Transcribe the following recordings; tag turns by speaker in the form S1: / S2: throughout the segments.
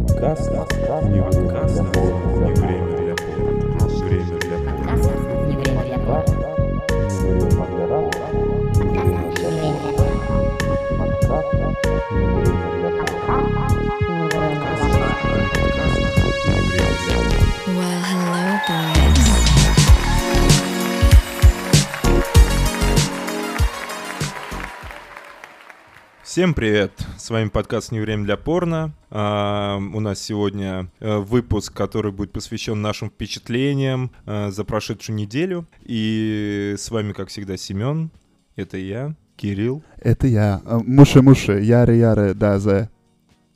S1: Подкаст, не время для порно. Не время для порно. Время для порно.
S2: Не время для порно.
S1: Подкаст, не время для порно. Время для порно. Подкаст, не время для порно. Не время для порно.
S3: Well, hello, boys.
S4: Всем привет! С вами подкаст «Не время для порно». А, У нас сегодня э, выпуск, который будет посвящен нашим впечатлениям э, за прошедшую неделю. И с вами, как всегда, Семен. Это я, Кирилл.
S5: Это я. А, Муши-муши, яры-яры, да, за...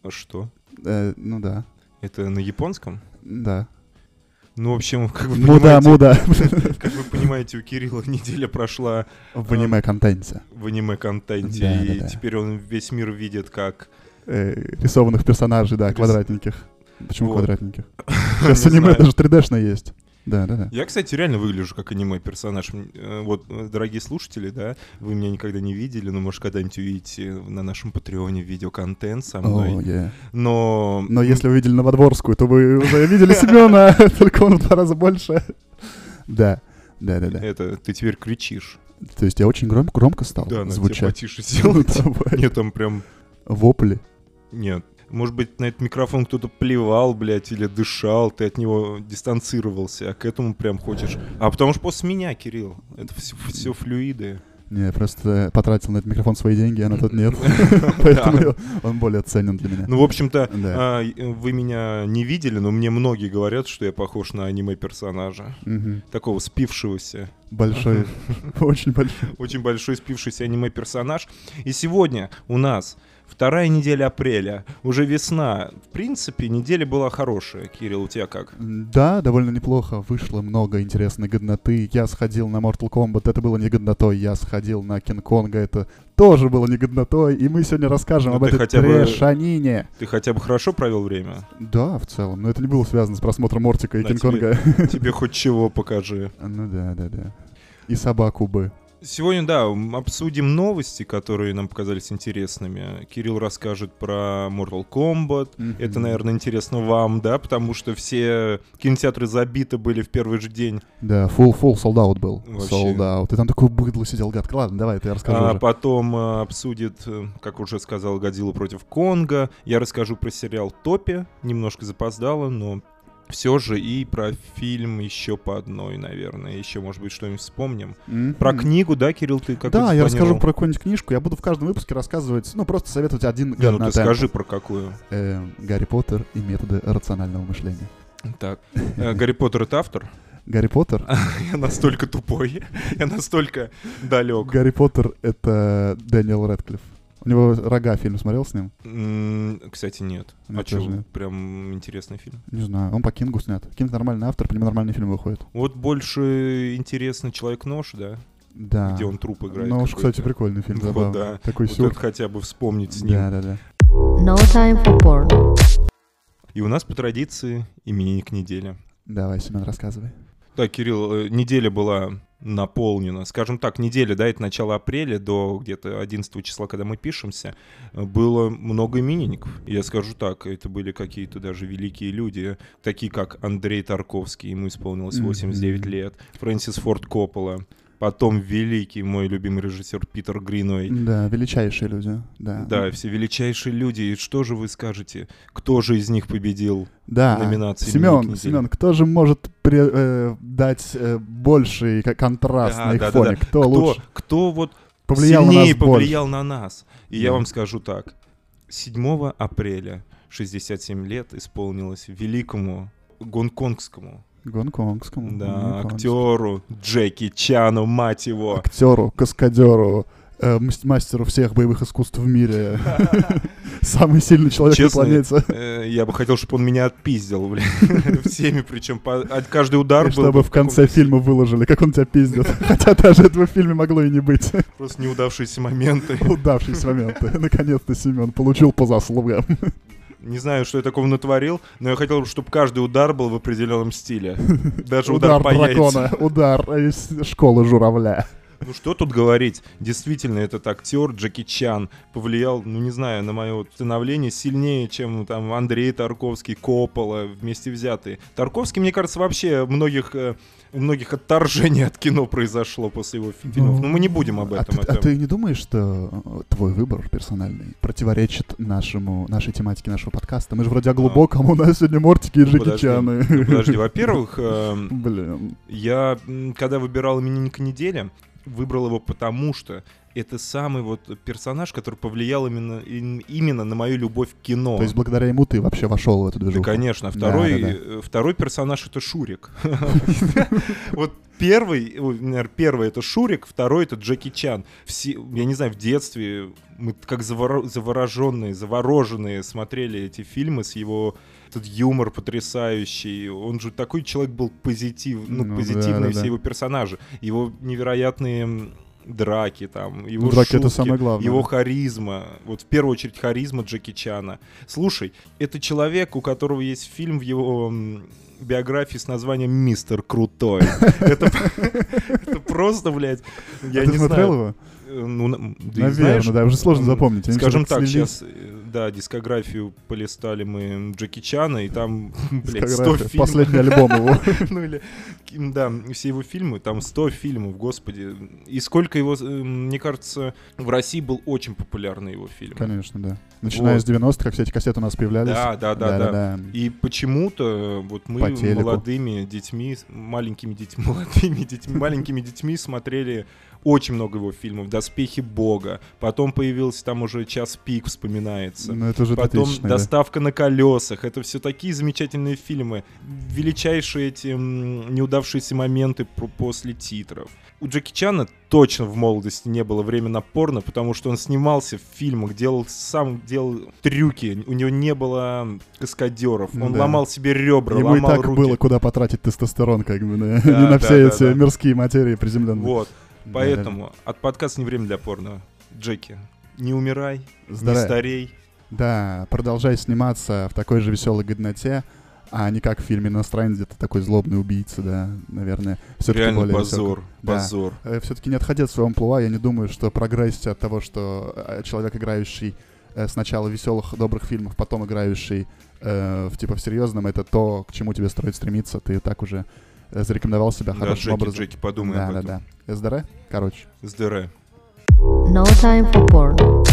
S4: А Что?
S5: Э, ну да,
S4: Это на японском?
S5: да.
S4: Ну, в общем, как вы
S5: Муда,
S4: понимаете,
S5: муда.
S4: как вы понимаете, у Кирилла неделя прошла
S5: В аниме-контенте.
S4: в аниме-контенте,
S5: Да,
S4: и
S5: да, да.
S4: теперь он весь мир видит как...
S5: Э, рисованных персонажей, да, квадратненьких. Почему
S4: Вот.
S5: квадратненьких?
S4: не
S5: Сейчас аниме
S4: знаю.
S5: даже 3D-шное есть. Да, да, да.
S4: Я, кстати, реально выгляжу как аниме-персонаж. М, э, Вот, э, дорогие слушатели, да, вы меня никогда не видели, но, может, когда-нибудь увидите на нашем Патреоне видеоконтент со
S5: О,
S4: мной.
S5: е.
S4: Но...
S5: Но если вы видели Новодворскую, то вы уже видели Семена, только он в два раза больше. Да, да, да, да.
S4: Это, ты теперь кричишь.
S5: То есть я очень гром- громко стал
S4: Да, надо тебе
S5: звучать.
S4: потише сделать.
S5: Ну, давай.
S4: Нет, там прям...
S5: Вопли.
S4: Нет. Может быть, на этот микрофон кто-то плевал, блядь, или дышал, ты от него дистанцировался, а к этому прям хочешь... А потому что после меня, Кирилл, это все, флюиды.
S5: Не, я просто потратил на этот микрофон свои деньги, а на тот нет. Поэтому я- он более ценен для меня.
S4: Ну, в общем-то,
S5: Да.
S4: а, и, э, вы меня не видели, но мне многие говорят, что я похож на аниме-персонажа.
S5: Мгм.
S4: Такого спившегося.
S5: Большой, очень большой.
S4: Очень большой спившийся аниме-персонаж. И сегодня у нас вторая неделя апреля. Уже весна. В принципе, неделя была хорошая. Кирилл, у тебя как?
S5: Да, довольно неплохо. Вышло много интересной годноты. Я сходил на Mortal Kombat, это было не годнотой. Я сходил на Кинг-Конга, это тоже было не годнотой. И мы сегодня расскажем
S4: Ну,
S5: об
S4: ты
S5: этой
S4: хотя бы-
S5: трешанине.
S4: Ты хотя бы хорошо провел время?
S5: Да, в целом. Но это не было связано с просмотром Мортика и
S4: Да,
S5: Кинг-Конга.
S4: Тебе хоть чего покажи.
S5: Ну да, да, да. И собаку бы.
S4: Сегодня, да, м, обсудим новости, которые нам показались интересными. Кирилл расскажет про Mortal Kombat.
S5: Мгм.
S4: Это, наверное, интересно вам, да, потому что все кинотеатры забиты были в первый же день.
S5: Да, full, full sold out был.
S4: Вообще.
S5: Sold out. И там такое быдло сидел, гад. Ладно, давай, ты расскажу
S4: А
S5: уже.
S4: потом э, обсудит, э, как уже сказал, Годзилла против Конга. Я расскажу про сериал Топи, немножко запоздало, но все же и про фильм еще по одной, наверное. Еще, может быть, что-нибудь вспомним.
S5: Мгм.
S4: Про книгу, да, Кирилл, ты как
S5: Да, я расскажу про какую-нибудь книжку. Я буду в каждом выпуске рассказывать, ну, просто советовать один
S4: ну ты
S5: годнотемп.
S4: скажи про какую.
S5: Эм, Гарри Поттер и методы рационального мышления.
S4: Так. Э, Гарри Поттер это автор?
S5: Гарри Поттер.
S4: Я настолько тупой. Я настолько далек.
S5: Гарри Поттер — это Дэниел Рэдклифф. У него «Рога» фильм смотрел с ним?
S4: М, Кстати, нет.
S5: Мне
S4: а чё,
S5: тоже нет.
S4: прям интересный фильм.
S5: Не знаю. Он по Кингу снят. Кинг нормальный автор, по нему нормальные фильмы выходят.
S4: Вот больше интересно Человек-нож, да?
S5: Да.
S4: Где он труп играет.
S5: Ну уж,
S4: какой-то.
S5: кстати, прикольный фильм,
S4: Вот,
S5: забавный.
S4: да.
S5: Такой
S4: Вот
S5: сюр.
S4: это хотя бы вспомнить с ним.
S5: Да-да-да.
S2: No time for porn.
S4: И у нас по традиции именинник недели.
S5: Давай, Семен, рассказывай.
S4: Так, Кирилл, э, неделя была наполнена. Скажем так, неделя, да, это начало апреля до где-то 11 числа, когда мы пишемся, э, было много именинников. И Я скажу так, это были какие-то даже великие люди, такие как Андрей Тарковский, ему исполнилось
S5: Мгм.
S4: 89 лет, Фрэнсис Форд Коппола, потом великий мой любимый режиссер Питер Гриной,
S5: Да, величайшие люди. Да.
S4: Да, все величайшие люди. И что же вы скажете? Кто же из них победил?
S5: Да.
S4: номинации «Дневник
S5: Семен,
S4: недели».
S5: Семен, кто же может пре- э, дать э, больший к- контраст
S4: Да,
S5: на их
S4: да, да,
S5: фоне? Кто, лучше
S4: кто вот
S5: повлиял на
S4: сильнее
S5: нас больше?
S4: повлиял на нас? И я
S5: Да.
S4: вам скажу так. 7 апреля 67 лет исполнилось великому гонконгскому
S5: Гонконгскому.
S4: да,
S5: Гонконгскому.
S4: актеру Джеки Чану, мать его.
S5: Актеру, каскадеру, э, мас- мастеру всех боевых искусств в мире. Самый сильный человек на
S4: Честно,
S5: планете.
S4: Э, Я бы хотел, чтобы он меня отпиздил, блин. Всеми, причем по- а каждый удар
S5: И
S4: был.
S5: чтобы
S4: бы
S5: в конце
S4: каком-то
S5: фильма выложили, как он тебя пиздит. Хотя даже этого в фильме могло и не быть.
S4: Просто неудавшиеся моменты.
S5: Удавшийся момент. Наконец-то Семен получил по заслугам.
S4: Не знаю, что я такого натворил, но я хотел бы, чтобы каждый удар был в определенном стиле. Даже удар,
S5: Удар
S4: по яйцам.
S5: дракона, удар из школы журавля.
S4: Ну что тут говорить? Действительно, этот актер Джеки Чан повлиял, ну не знаю, на мое становление сильнее, чем ну, там Андрей Тарковский, Коппола вместе взятые. Тарковский, мне кажется, вообще многих э, у многих отторжение от кино произошло после его фи- фильмов. Но мы не будем об
S5: А
S4: этом.
S5: ты, а
S4: это-
S5: ты не думаешь, что э, твой выбор персональный противоречит нашему, нашей тематике нашего подкаста? Мы же вроде о глубоком, а у нас сегодня Мортики и
S4: Ну,
S5: Джеки
S4: подожди,
S5: Чаны.
S4: ну, Подожди, во-первых, эм,
S5: Блин.
S4: Я, м, когда выбирал именинника недели, выбрал его потому, что это самый вот персонаж, который повлиял именно, им- именно на мою любовь к кино.
S5: То есть благодаря ему ты вообще вошел в эту
S4: Да,
S5: движуху?
S4: конечно. а
S5: Да,
S4: Второй,
S5: да,
S4: э, второй персонаж — это Шурик. Вот первый, ой, наверно, первый — это Шурик, второй — это Джеки Чан. Все, я не знаю, в детстве мы как завора- завороженные, завороженные смотрели эти фильмы с его этот юмор потрясающий. Он же такой человек был позитив, ну,
S5: Ну,
S4: позитивные
S5: да, да,
S4: все
S5: да.
S4: его персонажи. Его невероятные м, драки там, его
S5: Ну, драки это
S4: шутки,
S5: самое главное.
S4: его харизма, вот в первую очередь харизма Джеки Чана. Слушай, это человек, у которого есть фильм в его м, биографии с названием «Мистер Крутой». Это это просто, блядь,
S5: А
S4: я
S5: ты
S4: не
S5: смотрел
S4: знаю.
S5: его?
S4: Э, Ну, на- да и
S5: Наверное,
S4: знаешь,
S5: да, уже сложно
S4: м,
S5: запомнить. Они
S4: Скажем
S5: всё
S4: так,
S5: так слились.
S4: сейчас, да, дискографию полистали мы Джеки Чана, и там, блядь, 100
S5: Дискография.
S4: фильмов.
S5: Последний альбом его.
S4: Ну или, ким, да, все его фильмы, там 100 фильмов, господи. И сколько его, э, мне кажется, в России был очень популярный его фильм.
S5: Конечно, да. Начиная
S4: Вот.
S5: с 90-х, как все эти кассеты у нас появлялись.
S4: Да, да, да, да.
S5: Да-да-да.
S4: И почему-то э, вот мы
S5: По телеку.
S4: молодыми детьми, с- маленькими детьми, молодыми детьми, маленькими детьми смотрели очень много его фильмов. «Доспехи Бога», потом появился там уже «Час пик» вспоминается.
S5: Ну, это уже
S4: Потом
S5: тотечный, да.
S4: доставка на колесах. Это все такие замечательные фильмы. Величайшие эти м, неудавшиеся моменты про- после титров. У Джеки Чана точно в молодости не было времени на порно, потому что он снимался в фильмах, делал сам делал трюки. У него не было каскадеров. Он
S5: Да.
S4: ломал себе ребра,
S5: Ему и
S4: ломал
S5: так
S4: руки.
S5: было куда потратить тестостерон, как бы, да.
S4: Да,
S5: не
S4: да,
S5: на
S4: да,
S5: все эти
S4: да.
S5: мирские материи приземленные.
S4: Вот.
S5: Да,
S4: Поэтому от подкаста не время для порно. Джеки, не умирай,
S5: да. Здоров-
S4: не старей.
S5: Да, продолжай сниматься в такой же веселой годноте, а не как в фильме «Иностранец», где ты такой злобный убийца, да, наверное. Все-таки
S4: Реально
S5: более
S4: позор.
S5: Да.
S4: Позор.
S5: Все-таки не отходя от своего амплуа, я не думаю, что прогрессия от того, что э, человек, играющий э, сначала веселых, добрых фильмов, потом играющий э, в типа в серьезном, это то, к чему тебе стоит стремиться. Ты и так уже э, зарекомендовал себя
S4: Да,
S5: хорошим
S4: Джеки,
S5: образом.
S4: Джеки, подумай
S5: да,
S4: об
S5: да,
S4: этом.
S5: да. SDR? Короче.
S4: Здоровья.
S2: No time for porn.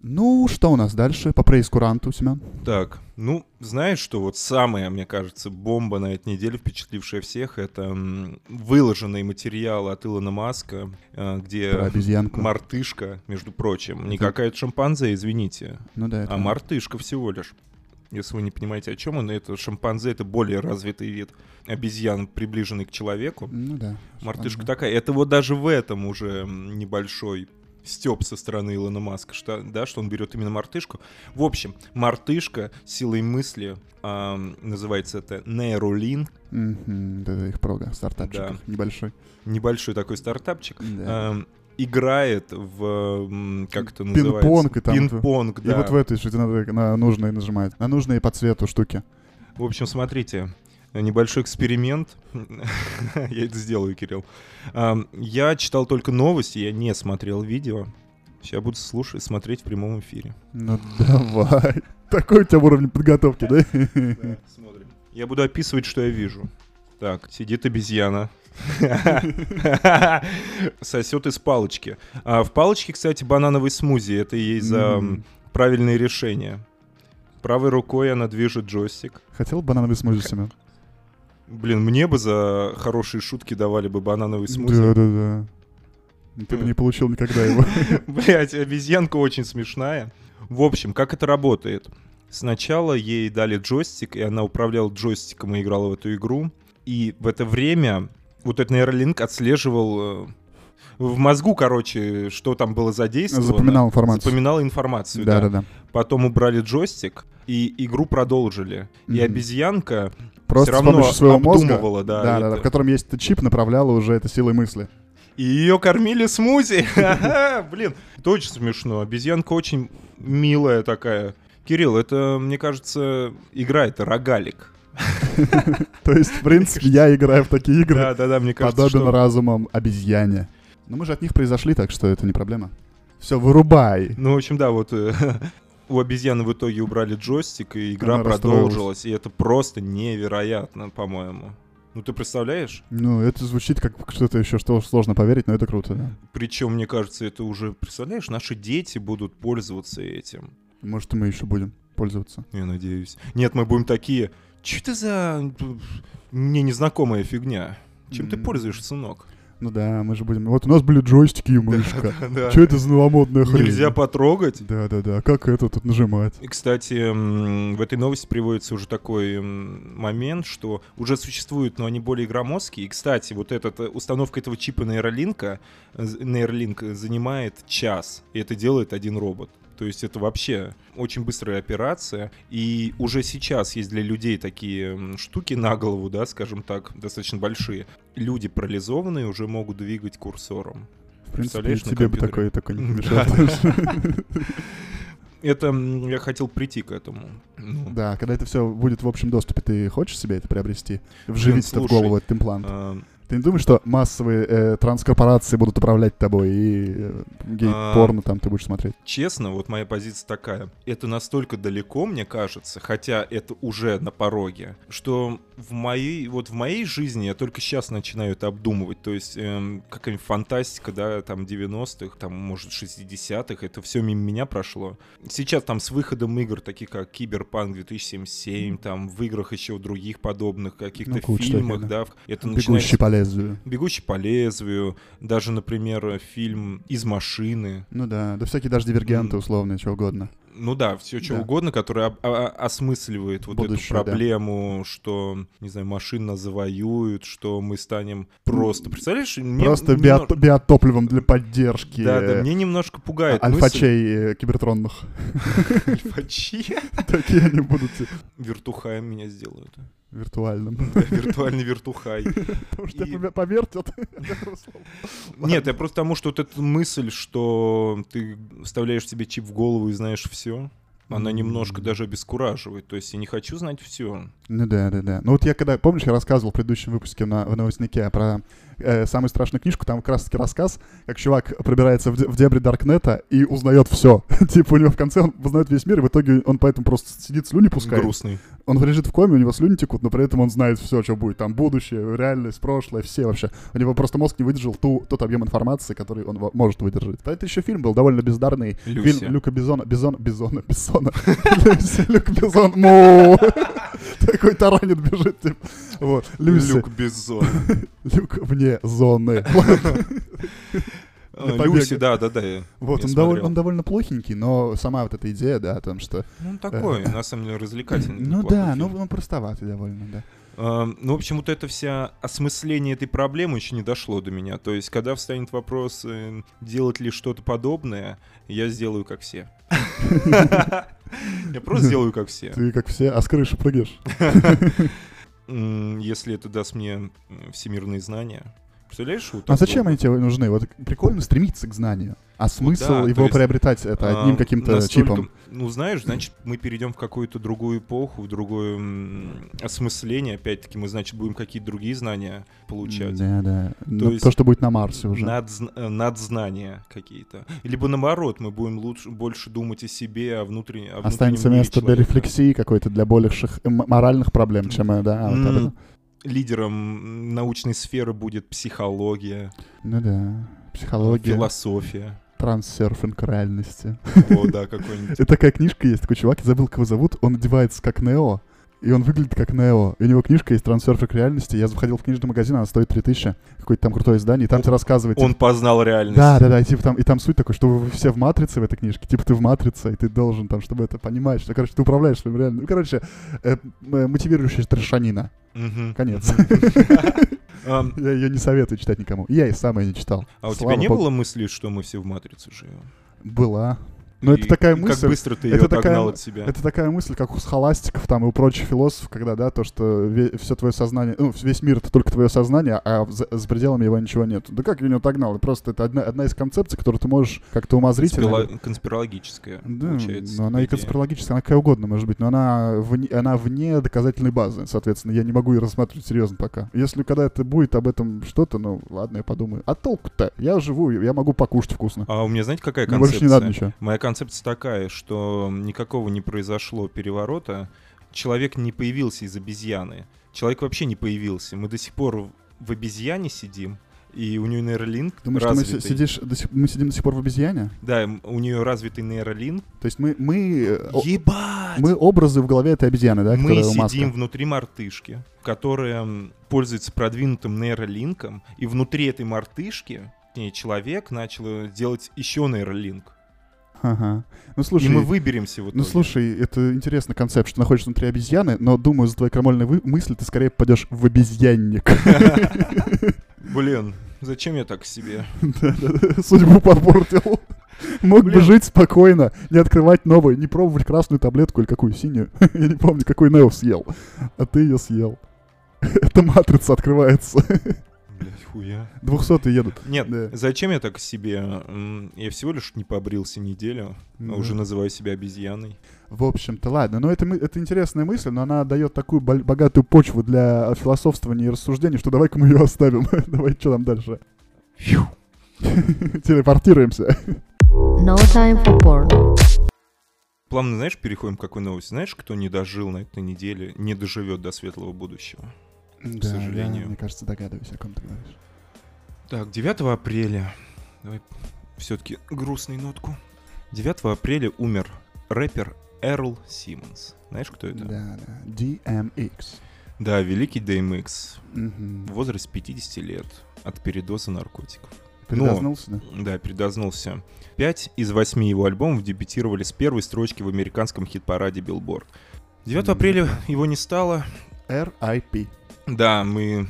S5: Ну, что у нас дальше по прейскуранту, Семен?
S4: Так, ну, знаешь, что вот самая, мне кажется, бомба на этой неделе, впечатлившая всех, это м, выложенные материалы от Илона Маска, э, где
S5: Про обезьянку.
S4: мартышка, между прочим, не
S5: Это-
S4: какая-то шимпанзе, извините,
S5: Ну да, это...
S4: а мартышка всего лишь. Если вы не понимаете, о чем он, это шимпанзе, это более развитый вид обезьян, приближенный к человеку.
S5: Ну да.
S4: Мартышка
S5: Ладно.
S4: такая. Это вот даже в этом уже м, небольшой степ со стороны Илона Маска, что, да, что он берет именно мартышку. В общем, мартышка силой мысли ам, называется это нейролин,
S5: Мгм, да, да, их прога, стартапчик
S4: Да. А,
S5: небольшой.
S4: небольшой такой стартапчик,
S5: Да.
S4: ам, играет в м, как это
S5: Пинг-понг
S4: называется
S5: и там-
S4: пинг-понг,
S5: И
S4: да.
S5: вот в этой же тебе надо на нужные нажимать. На нужные по цвету штуки.
S4: В общем, смотрите, небольшой эксперимент. я это сделаю, Кирилл. Ам, Я читал только новости, я не смотрел видео. Сейчас буду слушать, смотреть в прямом эфире.
S5: Ну давай. Такой у тебя уровень подготовки, да?
S4: Я буду описывать, что я вижу. Так, сидит обезьяна. Сосет из палочки. А в палочке, кстати, банановый смузи. Это ей за м,
S5: М.
S4: правильные решения. Правой рукой она движет джойстик.
S5: Хотел банановый смузи, Семен?
S4: Блин, мне бы за хорошие шутки давали бы банановый смузи. Э,
S5: Да-да-да. Ну, Ты бы не получил никогда его.
S4: Блять, обезьянка очень смешная. В общем, как это работает? Сначала ей дали джойстик, и она управляла джойстиком и играла в эту игру. И в это время вот этот нейролинк отслеживал э, в мозгу, короче, что там было задействовано.
S5: Запоминал информацию.
S4: Запоминал информацию, да.
S5: Да-да-да.
S4: Потом убрали джойстик, и игру продолжили. И
S5: Мгм.
S4: обезьянка всё
S5: Просто с
S4: равно
S5: помощью своего мозга.
S4: обдумывала, да,
S5: Да-да-да,
S4: это.
S5: в котором есть этот чип, направляла уже это силой мысли.
S4: И ее кормили смузи. Ха-ха, Блин, это очень смешно. Обезьянка очень милая такая. Кирилл, это, мне кажется, игра, это рогалик.
S5: То есть, в принципе, я играю в такие игры,
S4: Да, да, да, мне кажется,
S5: подобен
S4: что...
S5: разумом обезьяне. Но мы же от них произошли, так что это не проблема. Все, вырубай.
S4: Ну, в общем, да, вот э, у обезьяны в итоге убрали джойстик, и игра
S5: Она расстроилась.
S4: продолжилась. И это просто невероятно, по-моему. Ну, ты представляешь?
S5: Ну, это звучит как что-то еще, что сложно поверить, но это круто, да.
S4: Причем, мне кажется, это уже, представляешь, наши дети будут пользоваться этим.
S5: Может, мы еще будем пользоваться.
S4: Я надеюсь. Нет, мы будем такие, что это за м, мне незнакомая фигня? Чем ты
S5: М.
S4: пользуешься, сынок?
S5: Ну да, мы же будем... Вот у нас были джойстики и мышка.
S4: Да.
S5: Че это за новомодная хрень?
S4: Нельзя потрогать?
S5: Да-да-да, как это тут нажимать?
S4: И, Кстати, м, в этой новости приводится уже такой м, момент, что уже существуют, но они более громоздкие. И, кстати, вот этот, э, установка этого чипа нейролинка, э, з- нейролинк э, занимает час, и это делает один робот. То есть это вообще очень быстрая операция, и уже сейчас есть для людей такие м, штуки на голову, да, скажем так, достаточно большие. Люди парализованные уже могут двигать курсором.
S5: В принципе,
S4: Представляешь, на
S5: тебе бы
S4: компьютере?
S5: такое такое не
S4: М,
S5: помешало.
S4: Это м, я хотел прийти к этому. Ну,
S5: Да, когда это все будет в общем доступе, ты хочешь себе это приобрести? Вживить это в
S4: слушай,
S5: голову этот имплант?
S4: э,
S5: Ты не думаешь, что массовые э, транскорпорации будут управлять тобой и э,
S4: А,
S5: гей-порно там ты будешь смотреть?
S4: Честно, вот моя позиция такая. Это настолько далеко, мне кажется, хотя это уже на пороге, что в моей, вот в моей жизни я только сейчас начинаю это обдумывать. То есть эм, какая-нибудь фантастика, да, там 90-х, там, может, 60-х, это все мимо меня прошло. Сейчас там с выходом игр, таких как Киберпанк 2077, там в играх еще других подобных, каких-то
S5: Ну, куча таких,
S4: фильмах,
S5: да.
S4: да, в- это начинается...
S5: Бегущий по лезвию.
S4: «Бегущий по лезвию», даже, например, фильм «Из машины»,
S5: Ну да, да всякие даже дивергенты
S4: М.
S5: условные, что угодно.
S4: Ну да, все что
S5: Да.
S4: угодно, которое об- а- а- осмысливает вот
S5: Будущее, да.
S4: эту проблему, что, не знаю, машин нас завоюют, что мы станем просто... Представляешь? мне
S5: Просто
S4: немно-
S5: био- биотопливом для поддержки
S4: Да, да,
S5: э,
S4: мне немножко пугает мысль.
S5: альфачей э, кибертронных.
S4: Альфачи.
S5: Такие они будут э,
S4: Вертухаем меня сделают.
S5: виртуальным.
S4: Да, Виртуальный вертухай.
S5: Потому что
S4: И-
S5: тебя повертят.
S4: Нет, я просто тому, что вот эта мысль, что ты вставляешь себе чип в голову и знаешь все, она
S5: М.
S4: немножко даже обескураживает. То есть я не хочу знать все.
S5: Ну да, да, да. Ну вот я когда, помнишь, я рассказывал в предыдущем выпуске на, в новостнике про э, самую страшную книжку, там как раз таки рассказ, как чувак пробирается в, де- в дебри Даркнета и узнает все. типа у него в конце он узнает весь мир, и в итоге он поэтому просто сидит, слюни пускает.
S4: Грустный.
S5: Он лежит в коме, у него слюни текут, но при этом он знает все, что будет. Там будущее, реальность, прошлое, все вообще. У него просто мозг не выдержал ту, тот объем информации, который он во- может выдержать. Это еще фильм был довольно бездарный.
S4: Люси.
S5: Фильм Люка Бизона. Бизона, Бизона, Бизона. Люси, Люк Бизон. Му! Такой таранит бежит, типа. Вот. Люси.
S4: Люк Бизон.
S5: Люк вне зоны.
S4: А,
S5: Для
S4: Люси,
S5: побега.
S4: да, да, да. я-
S5: Вот,
S4: я
S5: он довольно,
S4: смотрел.
S5: он довольно плохенький, но сама вот эта идея, да, о том, что...
S4: Ну, он такой, на самом деле, развлекательный.
S5: Ну
S4: неплохой
S5: да,
S4: фильм.
S5: ну он простоватый довольно, да. А,
S4: Эм, Ну, в общем, вот это вся осмысление этой проблемы еще не дошло до меня. То есть, когда встанет вопрос, э, делать ли что-то подобное, я сделаю как все. Я просто сделаю как все.
S5: Ты как все, а с крыши прыгаешь.
S4: М, Если это даст мне э, всемирные знания. Представляешь, вот
S5: А
S4: так
S5: зачем
S4: было?
S5: они тебе нужны? Вот прикольно стремиться к знанию. А смысл
S4: да, то
S5: его
S4: есть,
S5: приобретать это одним
S4: А,
S5: каким-то
S4: настолько-
S5: чипом?
S4: Ну, знаешь, значит, мы перейдем в какую-то другую эпоху, в другое м, осмысление. Опять-таки, мы, значит, будем какие-то другие знания получать.
S5: Да, да. Ну,
S4: есть-
S5: То, что будет на Марсе уже.
S4: Надзн- э, надзнания какие-то. Либо наоборот, мы будем лучше, больше думать о себе, о внутреннем, о
S5: Останется
S4: внутреннем мире
S5: место для
S4: человека.
S5: рефлексии какой-то, для больших эм- моральных проблем, чем, э, да, вот
S4: М.
S5: это.
S4: Лидером научной сферы будет психология,
S5: Ну да, психология,
S4: философия.
S5: транссерфинг реальности.
S4: О, да, какой-нибудь.
S5: Это такая книжка есть, такой чувак, я забыл, как его зовут, он одевается как Нео, и он выглядит как Нео. И у него книжка есть «Трансерфинг реальности». Я заходил в книжный магазин, она стоит 3000, какое-то там крутое издание, и там тебе рассказывает...
S4: Он познал реальность.
S5: Да, да, да, и, типа там, и там суть такой, что вы все в матрице в этой книжке, типа ты в матрице, и ты должен там, чтобы это понимать, что, короче, ты управляешь своим реальным. Ну, короче, э, м- э, мотивирующая трешанина.
S4: Мгм.
S5: Конец.
S4: Ам,
S5: Я ее не советую читать никому. Я и сам ее не читал.
S4: А у тебя
S5: Слава
S4: не
S5: богу.
S4: было мысли, что мы все в матрице живем?
S5: Была. Но Ну, это
S4: И
S5: такая мысль-
S4: Как быстро ты ее
S5: это такая
S4: отогнал
S5: м-
S4: от себя.
S5: Это такая мысль, как у схоластиков там и у прочих философов, когда, да, то, что все твое сознание, ну, весь мир — это только твое сознание, а в- за, за пределами его ничего нет. Да как я не отогнал? Просто это одна, одна из концепций, которую ты можешь как-то умозрительно...
S4: Конспирала- Конспирологическая,
S5: Да,
S4: получается.
S5: но она и
S4: по идее.
S5: конспирологическая, она какая угодно может быть, но она, вне- она вне доказательной базы, соответственно, я не могу ее рассматривать серьезно пока. Если когда это будет об этом что-то, ну ладно, я подумаю. А толку-то? Я живу, я могу покушать вкусно.
S4: А у меня, знаете, какая
S5: Мне Ну, больше не
S4: концепция?
S5: надо ничего.
S4: Моя концепция такая, что никакого не произошло переворота. Человек не появился из обезьяны. Человек вообще не появился. Мы до сих пор в- в обезьяне сидим, и у нее нейролинк
S5: Думаешь, что мы,
S4: развитый.
S5: си- сидишь, до сих- мы сидим до сих пор в обезьяне?
S4: Да, м- у нее развитый нейролинк.
S5: То есть мы, мы, э, о-
S4: Ебать!
S5: мы образы в голове этой обезьяны, да,
S4: мы
S5: которая у
S4: сидим
S5: Маска?
S4: внутри мартышки, которая м, пользуется продвинутым нейролинком, и внутри этой мартышки э, человек начал э, делать еще нейролинк.
S5: Ага. Ну слушай,
S4: и мы выберемся вот.
S5: ну слушай, это интересный концепт, что ты находишься внутри обезьяны, но думаю, за твоей крамольной вы- мысли ты скорее попадешь в обезьянник.
S4: Блин, зачем я так себе?
S5: Да-да-да, Судьбу подпортил. Мог бы
S4: Блин.
S5: жить спокойно, не открывать новые, не пробовать красную таблетку или какую синюю. Я не помню, какой Нео съел. А ты ее съел. Это матрица открывается.
S4: Блять, хуя.
S5: Двухсотые едут.
S4: Нет,
S5: Да.
S4: зачем я так себе? М, Я всего лишь не побрился неделю, а уже
S5: Мгм.
S4: называю себя обезьяной.
S5: В общем-то, ладно. Но это, мы- это интересная мысль, но она дает такую бол- богатую почву для философствования и рассуждений, что давай-ка мы ее оставим. Давай, что там дальше? Телепортируемся.
S2: No time for porn.
S4: Плавно, знаешь, переходим к какой новости. Знаешь, кто не дожил на этой неделе, не доживет до светлого будущего?
S5: К
S4: сожалению.
S5: Мне кажется, догадываюсь, о ком ты говоришь.
S4: Так, 9 апреля. Давай все-таки грустную нотку. 9 апреля умер рэпер Эрл Симмонс. Знаешь, кто это?
S5: Да, да. DMX.
S4: Да, великий DMX.
S5: Мгм.
S4: Возраст 50 лет от передоза наркотиков.
S5: Передознулся, да?
S4: Да, передознулся. Пять из восьми его альбомов дебютировали с первой строчки в американском хит-параде Billboard. 9
S5: М.
S4: апреля его не стало.
S5: R.I.P.
S4: Да, мы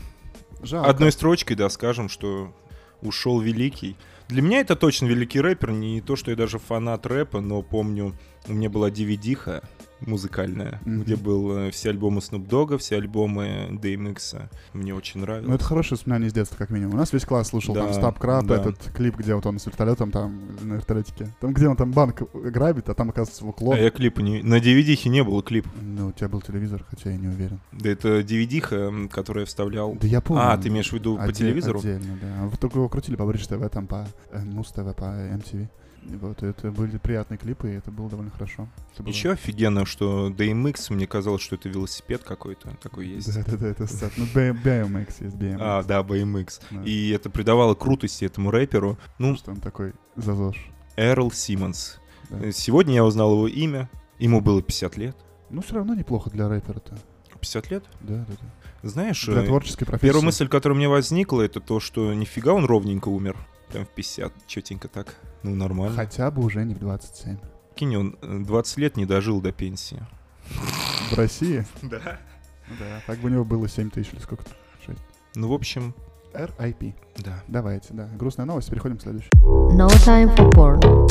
S5: Жалко.
S4: одной строчкой, да, скажем, что ушел великий. Для меня это точно великий рэпер, не то, что я даже фанат рэпа, но помню, у меня была DVD-ха музыкальная,
S5: Мгм.
S4: где были все альбомы Snoop Dogg, все альбомы DMX. Мне очень нравилось. А
S5: Ну, это хорошее воспоминание с детства, как минимум. У нас весь класс слушал
S4: Да,
S5: там Стабкрат,
S4: да.
S5: этот клип, где вот он с вертолетом там, или на вертолетике. Там, где он там банк грабит, а там, оказывается, его клон.
S4: А я клипа не... На DVD-хе не было клип.
S5: Ну, у тебя был телевизор, хотя я не уверен.
S4: Да это DVD-ха, который я вставлял
S5: Да я помню. а
S4: А, ты имеешь в виду по
S5: Отде-
S4: телевизору?
S5: Отдельно, да. Вот только его крутили по Бридж ТВ, там по э, Муз ТВ, по MTV. И Вот, это были приятные клипы, и это было довольно хорошо. Это было-
S4: Еще офигенно, что DMX, мне казалось, что это велосипед какой-то такой есть.
S5: Да-да-да, это сцена. Ну, B- BMX есть, BMX.
S4: А, да, BMX.
S5: Да.
S4: И это придавало крутости этому рэперу. Ну,
S5: Что он такой зазож.
S4: Эрл Симмонс.
S5: Да.
S4: Э, Сегодня я узнал его имя. Ему было 50 лет.
S5: Ну, все равно неплохо для рэпера-то.
S4: 50 лет?
S5: Да-да-да.
S4: Знаешь,
S5: Для
S4: э,
S5: творческой профессии.
S4: первая мысль, которая мне возникла, это то, что нифига он ровненько умер. Прям в 50, четенько так. Ну, нормально.
S5: Хотя бы уже не в 27.
S4: Кинь, он э, 20 лет не дожил до пенсии.
S5: В России?
S4: Да.
S5: Да. Так бы у него было 7 тысяч или сколько-то.
S4: Ну, в общем,
S5: RIP.
S4: да.
S5: Давайте, да. Грустная новость, переходим к следующей.
S2: No time for porn.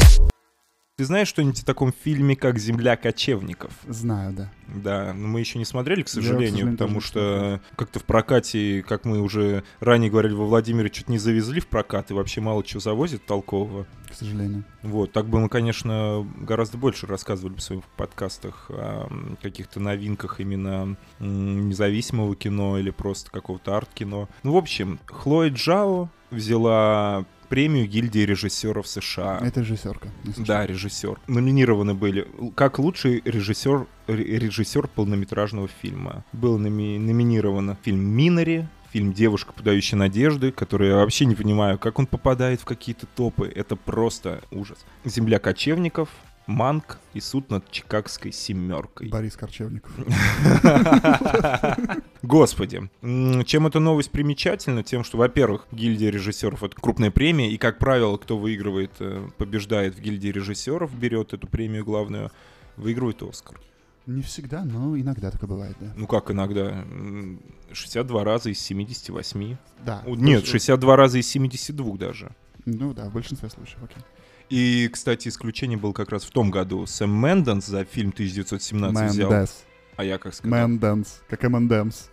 S4: Ты знаешь что-нибудь о таком фильме, как «Земля кочевников»?
S5: Знаю, да.
S4: Да, но мы еще не смотрели, к
S5: Я, к
S4: сожалению,
S5: сожалению,
S4: потому
S5: тоже не
S4: что как-то в прокате, как мы уже ранее говорили, во Владимире чуть не завезли в прокат и вообще мало чего завозят толкового.
S5: К сожалению.
S4: Вот, так бы мы, конечно, гораздо больше рассказывали бы в своих подкастах о м, каких-то новинках именно м, независимого кино или просто какого-то арт-кино. Ну, в общем, Хлоя Джао взяла премию гильдии режиссеров США.
S5: Это режиссерка. если
S4: Да, режиссер. Номинированы были л- как лучший режиссер ре- режиссер полнометражного фильма. Был номи- номинирован фильм Минори, фильм «Девушка, подающая надежды», который я вообще не понимаю, как он попадает в какие-то топы. Это просто ужас. «Земля кочевников», «Манк» и «Суд над Чикагской
S5: что.
S4: семеркой».
S5: Борис Корчевников.
S4: Господи. М, Чем эта новость примечательна? Тем, что, во-первых, гильдия режиссеров — это крупная премия, и, как правило, кто выигрывает, э, побеждает в гильдии режиссеров, берет эту премию главную, выигрывает Оскар.
S5: Не всегда, но иногда такое бывает, да.
S4: Ну как иногда? М, 62 раза из 78.
S5: Да.
S4: О, Нет,
S5: Больш-
S4: 62 раза из 72 даже.
S5: Ну да, в большинстве случаев, окей.
S4: И, кстати, исключение было как раз в том году. Сэм Мэнденс за фильм 1917 взял.
S5: Мэндес.
S4: А я как сказал?
S5: Мэнденс. Как Мэндемс.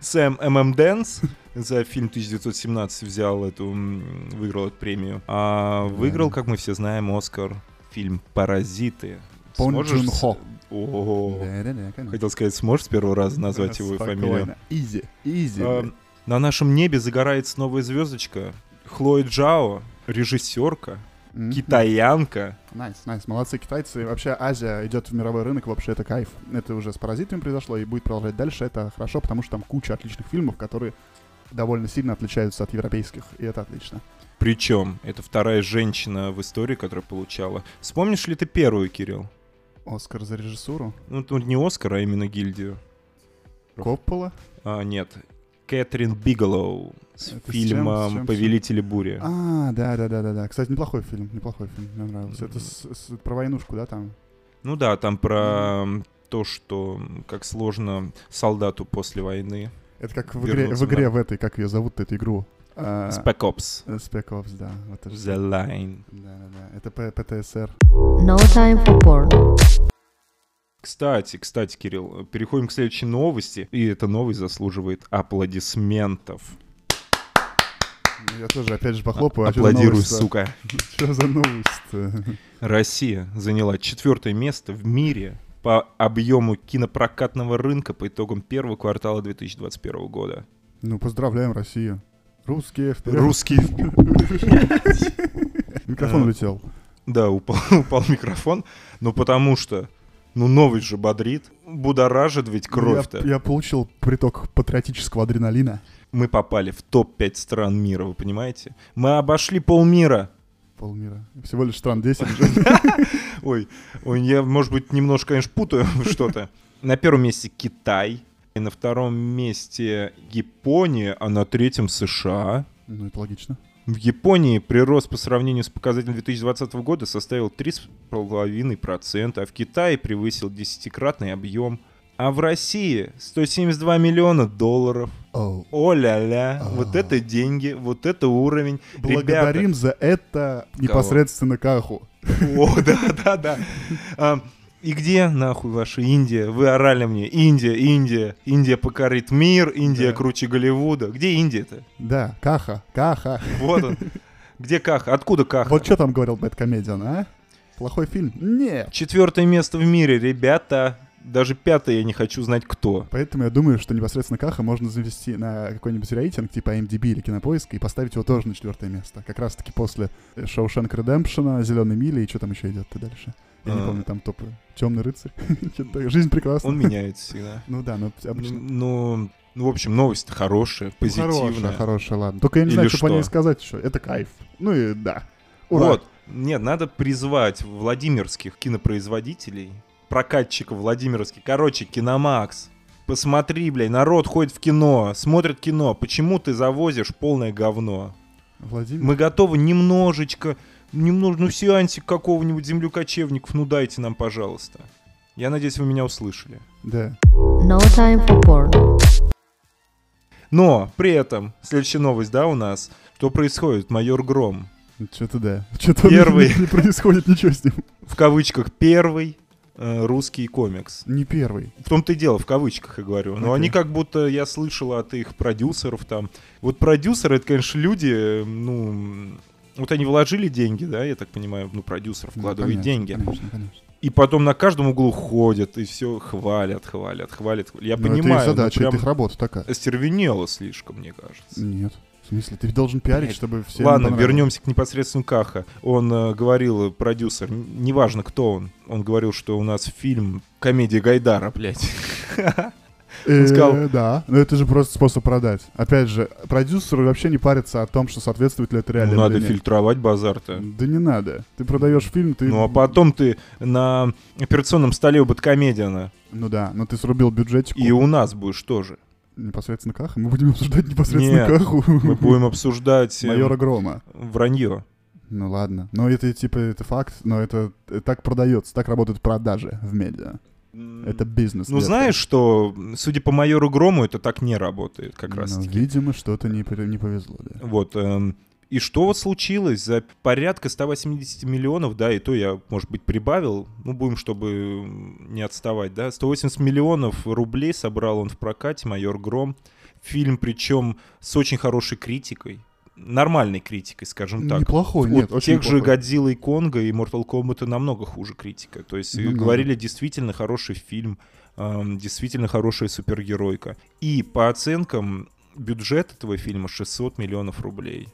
S4: Сэм ММ Дэнс за фильм 1917 взял эту, м, выиграл эту премию. А выиграл, как мы все знаем, Оскар фильм «Паразиты».
S5: Пон
S4: Сможешь
S5: Джун
S4: с-
S5: Хо.
S4: Ого.
S5: Да-да-да, конечно.
S4: Хотел сказать, сможешь с первого раза назвать его и
S5: Спокойно.
S4: фамилию?
S5: Изи. Изи.
S4: А, На нашем небе загорается новая звездочка. Хлоя Джао, режиссерка,
S5: М.
S4: китаянка.
S5: Найс, найс, молодцы китайцы. Вообще Азия идет в мировой рынок, вообще это кайф. Это уже с паразитами произошло и будет продолжать дальше. Это хорошо, потому что там куча отличных фильмов, которые довольно сильно отличаются от европейских, и это отлично.
S4: Причем это вторая женщина в истории, которая получала. Вспомнишь ли ты первую, Кирилл?
S5: Оскар за режиссуру.
S4: Ну, тут не Оскар, а именно гильдию.
S5: Коппола.
S4: А, нет. Кэтрин Биголоу с
S5: Это с чем, с
S4: фильмом
S5: чем, с
S4: «Повелители бури».
S5: А, да, да, да, да, да. Кстати, неплохой фильм, неплохой фильм, мне нравился. Это с- с- про войнушку, да, там?
S4: Ну да, там про
S5: А.
S4: м, то, что м, как сложно солдату после войны.
S5: Это как в игре, в
S4: Вернуться
S5: игре
S4: на-
S5: в этой, как ее зовут, эту игру. А,
S4: Spec Ops.
S5: э, Spec Ops, да. Вот это
S4: The Line.
S5: Да, да, да. Это П- ПТСР.
S2: No time for porn.
S4: Кстати, кстати, Кирилл, переходим к следующей новости. И эта новость заслуживает аплодисментов.
S5: Ну, Я тоже опять же похлопаю. а чё за
S4: Аплодируй,
S5: новость-то?
S4: сука.
S5: Чё за новость
S4: Россия заняла четвертое место в мире по объему кинопрокатного рынка по итогам первого квартала 2021 года.
S5: Ну, поздравляем Россию. Русские вперед.
S4: Русские
S5: Микрофон
S4: Да.
S5: улетел.
S4: Да, упал, упал микрофон. Ну, потому что, ну, новость же бодрит. Будоражит ведь кровь-то.
S5: Я, я получил приток патриотического адреналина.
S4: Мы попали в топ-5 стран мира, вы понимаете? Мы обошли полмира.
S5: Полмира. Всего лишь стран 10 уже.
S4: Ой, ой, я, может быть, немножко, конечно, путаю что-то. На первом месте Китай, и на втором месте Япония, а на третьем США.
S5: Ну, это логично.
S4: В Японии прирост по сравнению с показателем 2020 года составил 3,5%, а в Китае превысил десятикратный объем. А в России 172 миллиона долларов.
S5: Оу.
S4: О-ля-ля,
S5: А.
S4: вот это деньги, вот это уровень.
S5: Благодарим за это непосредственно Каху.
S4: Ребята, О, да-да-да. А, И где, нахуй, ваша Индия? Вы орали мне, Индия, Индия, Индия покорит мир, Индия
S5: Да.
S4: круче Голливуда. Где Индия-то?
S5: Да, Каха, Каха.
S4: Вот он. Где Каха? Откуда Каха?
S5: Вот что там говорил Бэткомедиан, а? Плохой фильм? Нет.
S4: Четвертое место в мире, ребята. Даже пятое я не хочу знать кто.
S5: Поэтому я думаю, что непосредственно Каха можно завести на какой-нибудь рейтинг типа MDB или Кинопоиска и поставить его тоже на четвертое место. Как раз-таки после Шоушенк Редемпшена, Зеленой мили и что там еще идет-то дальше. Я не
S4: А.
S5: помню, там топы. Темный рыцарь. Чё-то такое. Жизнь прекрасна.
S4: Он меняется всегда.
S5: Ну да, ну обычно. Ну,
S4: Ну, ну, в общем, новость хорошая,
S5: Хорошая,
S4: позитивная.
S5: хорошая, ладно. Только я не
S4: Или
S5: знаю, что по
S4: что?
S5: ней сказать еще. Это кайф. Ну и да. Ура.
S4: Вот. Нет, надо призвать владимирских кинопроизводителей, прокатчиков владимирских. Короче, Киномакс. Посмотри, блядь, народ ходит в кино, смотрит кино. Почему ты завозишь полное говно?
S5: Владимир.
S4: Мы готовы немножечко, немножко, ну сеансик какого-нибудь землю кочевников, ну дайте нам, пожалуйста. Я надеюсь, вы меня услышали.
S5: Да.
S2: No time for porn.
S4: Но при этом, следующая новость, да, у нас, что происходит, майор Гром,
S5: Что-то да. Что-то
S4: Первый.
S5: не происходит ничего с ним.
S4: в кавычках, первый э, русский комикс.
S5: Не первый.
S4: В том-то и дело, в кавычках я говорю. Но
S5: Окей.
S4: они как будто, я слышал от их продюсеров там. Вот продюсеры, это, конечно, люди, э, ну... м, Вот они вложили деньги, да, я так понимаю, ну, продюсер вкладывает
S5: Конечно,
S4: деньги.
S5: Конечно, конечно.
S4: И потом на каждом углу ходят, и все хвалят, хвалят, хвалят. Я
S5: Ну,
S4: понимаю,
S5: это их
S4: ну,
S5: задача,
S4: прям
S5: это их работа такая.
S4: остервенело слишком, мне кажется.
S5: Нет. В смысле, ты должен пиарить,
S4: Блядь.
S5: чтобы все.
S4: Ладно, вернемся к непосредственно Каха. Он э, говорил, э, продюсер, н- неважно кто он, он говорил, что у нас фильм комедия Гайдара, блядь.
S5: Он
S4: сказал-
S5: Э, Да, но это же просто способ продать. Опять же, продюсеры вообще не парятся о том, что соответствует ли это реально.
S4: Ну, Надо
S5: или нет.
S4: фильтровать базар-то.
S5: Да не надо. Ты продаешь фильм, ты.
S4: Ну, а потом ты на операционном столе у Бэткомедиана,
S5: Ну да, но ты срубил бюджетику.
S4: и у нас будешь тоже.
S5: Непосредственно Каха. Мы будем обсуждать
S4: Нет,
S5: непосредственно Каху.
S4: Мы будем обсуждать э,
S5: Майора Грома.
S4: вранье.
S5: Ну ладно. Но это типа это факт, но это э, так продается, так работают продажи в медиа. Это бизнес.
S4: Ну,
S5: детка.
S4: знаешь, что, судя по майору Грому, это так не работает как
S5: Ну,
S4: раз.
S5: Видимо, что-то не, пер- не повезло, да.
S4: Вот. эм, И что вот случилось за порядка 180 миллионов, да, и то я, может быть, прибавил, ну, будем, чтобы не отставать, да, 180 миллионов рублей собрал он в прокате «Майор Гром». Фильм, причем, с очень хорошей критикой, нормальной критикой, скажем Ну, так.
S5: Неплохой,
S4: У
S5: нет, очень
S4: тех же
S5: неплохой.
S4: «Годзиллы» и «Конга» и «Mortal Kombat» намного хуже критика. То есть э,
S5: Ну да.
S4: говорили, действительно хороший фильм, эм, действительно хорошая супергеройка. И по оценкам бюджет этого фильма 600 миллионов рублей.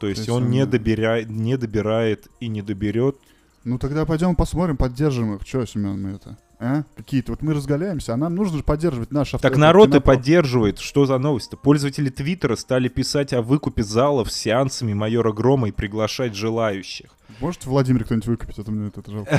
S4: То есть,
S5: есть
S4: он, не,
S5: он-
S4: добирает, не добирает и не доберет.
S5: Ну тогда пойдем посмотрим, поддержим их. Че, Семен, мы это? А? Какие-то. Вот мы разгаляемся, а нам нужно же поддерживать наш
S4: Так
S5: авторитет
S4: народ и
S5: кинопро-
S4: поддерживает. Что за новость-то? Пользователи Твиттера стали писать о выкупе залов с сеансами майора Грома и приглашать желающих.
S5: Может, Владимир кто-нибудь выкупит, а то мне это жалко.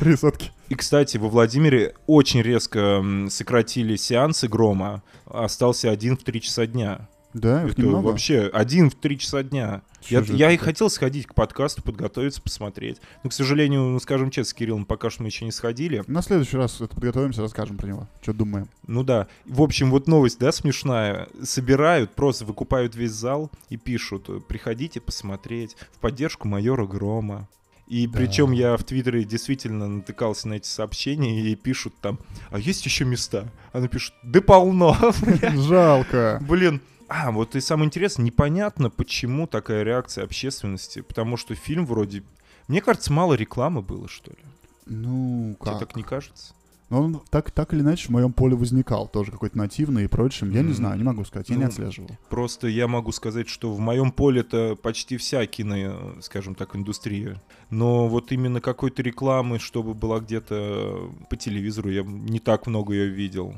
S5: Три сотки.
S4: И, кстати, во Владимире очень резко м, сократили сеансы грома. Остался один в три часа дня.
S5: Да, их
S4: Это
S5: немного.
S4: вообще один в три часа дня.
S5: Чё
S4: Я,
S5: же
S4: я
S5: это
S4: и
S5: так?
S4: хотел сходить к подкасту, подготовиться, посмотреть. Но, к сожалению, ну, скажем честно, с Кириллом пока что мы еще не сходили.
S5: На следующий раз это подготовимся, расскажем про него. Что думаем?
S4: Ну да. В общем, вот новость, да, смешная. Собирают, просто выкупают весь зал и пишут, э, приходите посмотреть в поддержку майора Грома. И
S5: Да.
S4: причем я в Твиттере действительно натыкался на эти сообщения и пишут там, а есть еще места? Она пишет, да полно.
S5: Жалко.
S4: Блин. А, вот и самое интересное, непонятно, почему такая реакция общественности, потому что фильм вроде... Мне кажется, мало рекламы было, что ли.
S5: Ну, как?
S4: Тебе так не кажется?
S5: Но он так, так или иначе в моем поле возникал, тоже какой-то нативный и прочим. Я не
S4: М.
S5: знаю, не могу сказать, я не
S4: Ну,
S5: отслеживал.
S4: Просто я могу сказать, что в моем поле-то почти вся кино, скажем так, индустрия. Но вот именно какой-то рекламы, чтобы была где-то по телевизору, я не так много ее видел.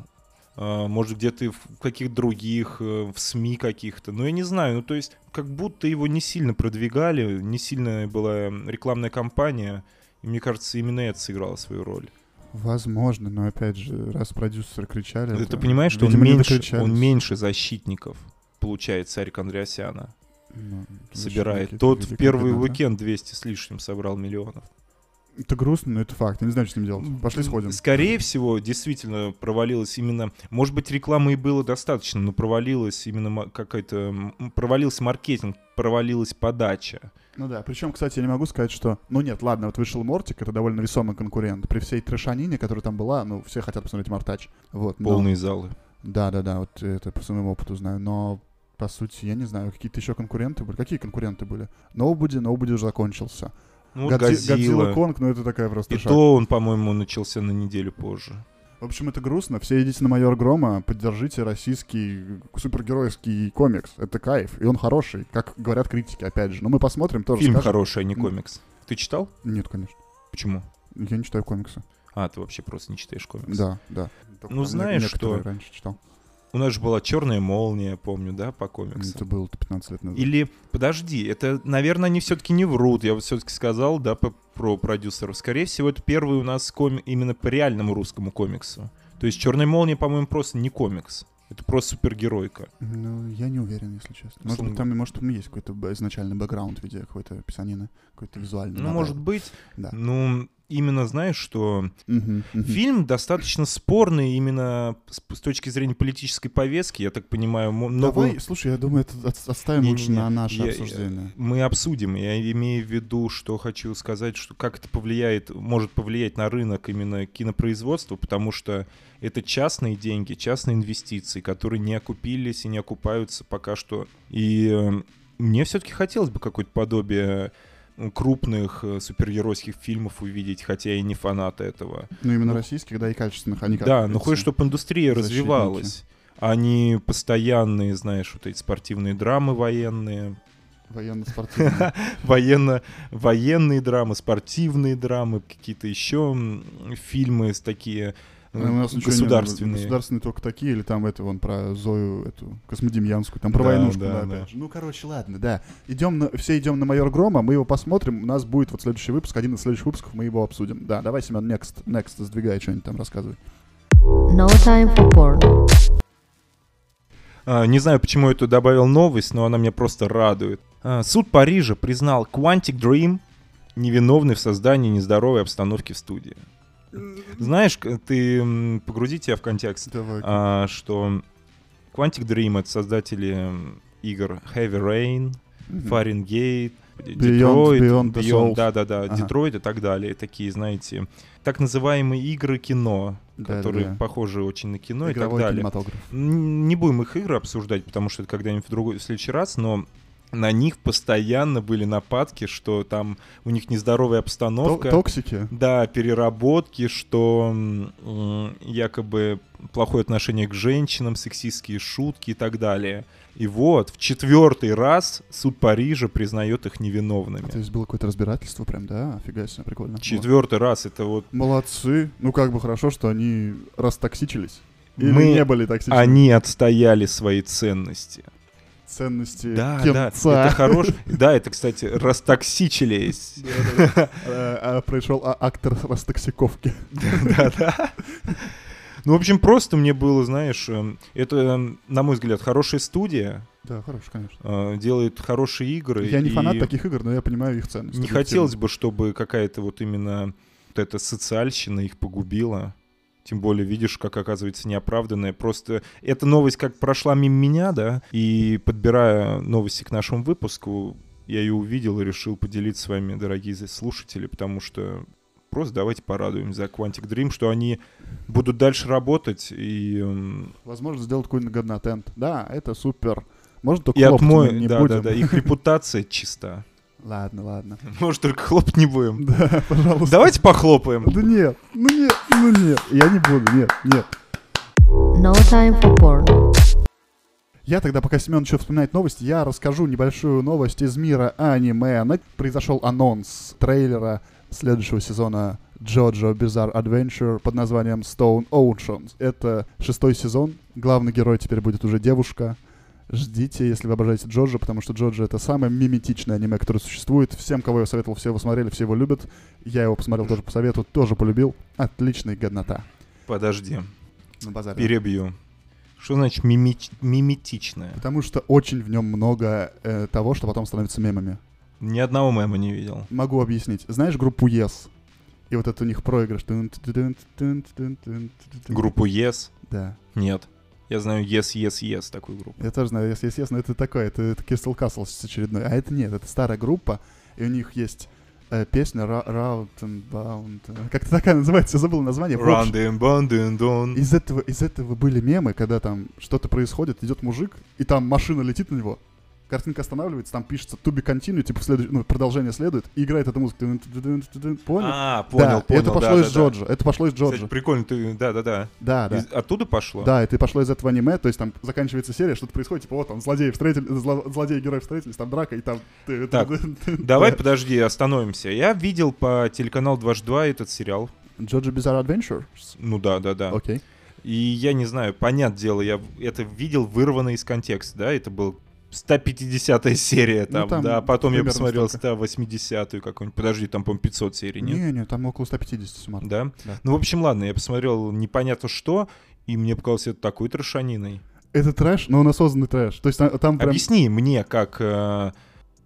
S4: А, Может, где-то и в каких-то других, э, в СМИ каких-то. Но я не знаю, ну то есть как будто его не сильно продвигали, не сильно была рекламная кампания. И мне кажется, именно это сыграло свою роль.
S5: Возможно, но опять же, раз продюсеры кричали...
S4: Ну, Ты,
S5: это,
S4: понимаешь, что он
S5: видимо, не
S4: меньше,
S5: докричались.
S4: он меньше защитников, получается, Эрик Андреасяна.
S5: Ну,
S4: собирает.
S5: защитники,
S4: Тот
S5: это
S4: в первый
S5: великолепно, да.
S4: уикенд 200 с лишним собрал миллионов.
S5: Это грустно, но это факт. Я не знаю, что с ним делать. Пошли сходим.
S4: Скорее всего, действительно провалилась именно... Может быть, рекламы и было достаточно, но провалилась именно ма- какая-то... м, Провалился маркетинг, провалилась подача.
S5: Ну да, причем, кстати, я не могу сказать, что... Ну нет, ладно, вот вышел Мортик, это довольно весомый конкурент. При всей трешанине, которая там была, ну, все хотят посмотреть Мартач. Вот, но-
S4: Полные залы.
S5: Да-да-да, вот это по своему опыту знаю, но по сути, я не знаю, какие-то еще конкуренты были. Какие конкуренты были? Ноубуди, Ноубуди уже закончился.
S4: Ну, вот
S5: Годзи-
S4: «Годзилла».
S5: Конг, ну это такая просто
S4: И
S5: шаг.
S4: то он, по-моему, начался на неделю позже.
S5: В общем, это грустно. Все идите на Майор Грома, поддержите российский супергеройский комикс. Это кайф, и он хороший, как говорят критики, опять же. Но мы посмотрим тоже.
S4: Фильм
S5: скажем.
S4: хороший, а не
S5: Ну.
S4: комикс. Ты читал?
S5: Нет, конечно.
S4: Почему?
S5: Я не читаю комиксы.
S4: А, ты вообще просто не читаешь комикс.
S5: Да, да. Только
S4: Ну,
S5: там
S4: знаешь
S5: некоторые
S4: что?
S5: раньше читал.
S4: У нас же была черная молния, помню, да, по комиксу.
S5: Это было 15 лет назад.
S4: Или, подожди, это, наверное, они все-таки не врут. Я вот все-таки сказал, да, по- про продюсеров. Скорее всего, это первый у нас коми- именно по реальному русскому комиксу. То есть «Черная молния», по-моему, просто не комикс. Это просто супергеройка.
S5: Ну, я не уверен, если честно. Может
S4: Условно.
S5: быть, там, может, там есть какой-то б- изначальный бэкграунд в виде какой-то писанины, какой-то визуальный.
S4: Ну, может быть.
S5: Да.
S4: Ну, именно, знаешь, что
S5: Мгм, мгм.
S4: фильм достаточно спорный именно с, с точки зрения политической повестки, я так понимаю. мо- много-
S5: Давай, слушай, я думаю, это от- отставим
S4: Не-не-не,
S5: лучше на наше
S4: я-
S5: обсуждение.
S4: мы обсудим. Я имею в виду, что хочу сказать, что как это повлияет, может повлиять на рынок именно кинопроизводства, потому что это частные деньги, частные инвестиции, которые не окупились и не окупаются пока что. И э, мне все-таки хотелось бы какое-то подобие э, крупных э, супергеройских фильмов увидеть, хотя я и не фанат этого.
S5: Ну, именно российских, да, и качественных, они как
S4: Да, ну, но
S5: говорится.
S4: хочешь, чтобы индустрия
S5: защитники.
S4: развивалась, а не постоянные, знаешь, вот эти спортивные драмы военные,
S5: Военно-спортивные.
S4: военно военные драмы, спортивные драмы, какие-то еще м, фильмы с такие
S5: А, Ну, У
S4: э,
S5: нас ничего не было.
S4: государственные.
S5: Государственные только такие, или там это, вон, про Зою, эту, Космодемьянскую, там про
S4: Да,
S5: войнушку,
S4: да,
S5: да,
S4: да.
S5: опять же. Ну, короче, ладно, да. Идем на, все идем на Майор Грома, мы его посмотрим, у нас будет вот следующий выпуск, один из следующих выпусков, мы его обсудим. Да, давай, Семен, next, next, сдвигай что-нибудь там, рассказывай.
S2: No time for porn.
S4: А, Не знаю, почему я тут добавил новость, но она меня просто радует. А, Суд Парижа признал Quantic Dream невиновный в создании нездоровой обстановки в студии. Знаешь, к- ты м, погрузи тебя в контекст.
S5: Давай.
S4: а, что Quantic Dream — это создатели м, игр Heavy Rain,
S5: Мгм.
S4: Фаренгейт,
S5: Beyond-
S4: Детройт,
S5: Beyond the Souls.
S4: да-да-да,
S5: Ага.
S4: Детройт и так далее. Такие, знаете, так называемые игры кино,
S5: Да-да-да.
S4: которые похожи очень на кино ну и так
S5: Игровой
S4: далее.
S5: кинематограф.
S4: Н- Не будем их игры обсуждать, потому что это когда-нибудь в другой, в следующий раз, но на них постоянно были нападки, что там у них нездоровая
S5: То-
S4: обстановка.
S5: Токсики.
S4: Ну, Да, переработки, что м, м, якобы плохое отношение к женщинам, сексистские шутки и так далее. И вот в четвертый раз суд Парижа признает их
S5: А
S4: невиновными.
S5: то есть было какое-то разбирательство прям, да? Офига себе, прикольно.
S4: Четвертый раз это вот
S5: Молодцы. Ну, как бы хорошо, что они растоксичились. Или
S4: Мы-
S5: не были токсичными.
S4: они отстояли свои ценности.
S5: Ценности
S4: Да, да,
S5: кемца.
S4: это хорош. Да, это, кстати, растоксичились.
S5: э, Пришел актор а, растоксиковки.
S4: Да-да. Ну, в общем, просто мне было, знаешь, эм, это, эм, на мой взгляд, хорошая студия,
S5: Да, хорошо, конечно.
S4: э, делает хорошие игры.
S5: Я не
S4: и-
S5: фанат таких игр, но я понимаю их ценность.
S4: Не хотелось бы, чтобы какая-то вот именно вот эта социальщина их погубила. Тем более, видишь, как оказывается неоправданная. Просто эта новость как прошла мимо меня, да, и подбирая новости к нашему выпуску, я ее увидел и решил поделиться с вами, дорогие за- слушатели, потому что просто давайте порадуем за Quantic Dream, что они будут дальше работать и, эм,
S5: Возможно, сделать какой-нибудь годнотент. Да, это супер. Можно только
S4: и
S5: хлопать мы
S4: отмоем,
S5: не
S4: да,
S5: будем.
S4: да, да, их репутация чиста.
S5: Ладно, ладно.
S4: Может, только хлопать не будем.
S5: Да, пожалуйста.
S4: Давайте похлопаем.
S5: Да нет, ну нет, ну нет, я не буду, нет, нет.
S2: No time for porn.
S5: Я тогда, пока Семен еще вспоминает новость, я расскажу небольшую новость из мира аниме. На- Произошел анонс трейлера следующего сезона Джоджо Bizarre Adventure под названием Stone Ocean. Это шестой сезон. Главный герой теперь будет уже девушка. Ждите, если вы обожаете Джоджо, потому что Джоджо — это самое миметичное аниме, которое существует. Всем, кого я советовал, все его смотрели, все его любят. Я его посмотрел тоже по совету, тоже полюбил. Отличный годнота.
S4: Подожди.
S5: На базаре.
S4: Перебью. Что значит мимич- миметичное?
S5: Потому что очень в нем много э, того, что потом становится мемами.
S4: Ни одного мема не видел.
S5: Могу объяснить. Знаешь группу Yes? И вот это у них проигрыш. Группа.
S4: Группу Yes?
S5: Да.
S4: Нет. Я знаю Yes, Yes, Yes, такую группу.
S5: Я тоже знаю Yes, Yes, Yes, но это такое, это, это Crystal Castle с очередной. А это нет, это старая группа, и у них есть э, песня Ra- Round and Bound. э, Как-то такая называется, я забыл название. В общем,
S4: Рандын, бандын, дон.
S5: Из этого, из этого были мемы, когда там что-то происходит, идет мужик, и там машина летит на него, картинка останавливается, там пишется to be continued, типа в следующ- ну, продолжение следует, и играет эта музыка. Тын-тын-тын-тын-тын. Понял?
S4: А,
S5: да,
S4: понял, понял.
S5: это пошло
S4: да, да,
S5: из
S4: да.
S5: Джорджа. Это пошло из
S4: Кстати,
S5: Джорджа. А,
S4: прикольно, ты, да-да-да.
S5: Да, да.
S4: Из- Оттуда пошло?
S5: Да, это пошло из этого аниме, то есть там заканчивается серия, что-то происходит, типа вот там злодеи встретили, зло- злодеи и герои встретились, там драка, и там... ты-
S4: Так,
S5: ты-
S4: Давай,
S5: Да.
S4: подожди, остановимся. Я видел по телеканалу 2 этот сериал.
S5: Джорджа Bizarre Adventure?
S4: Ну да, да, да.
S5: Окей.
S4: И я не знаю, понятное дело, я это видел вырвано из контекста, да, это был 150-я серия
S5: Ну,
S4: там,
S5: там
S4: да, а потом я
S5: примерно
S4: посмотрел
S5: столько.
S4: 180-ю какую-нибудь, подожди, там, по-моему, 500 серий, нет?
S5: Не-не, там около 150 суммарно.
S4: Да?
S5: Да.
S4: Ну, в общем, ладно, я посмотрел непонятно что, и мне показалось это такой трошаниной.
S5: Это трэш, но он осознанный трэш. То есть там, там прям...
S4: Объясни мне, как э,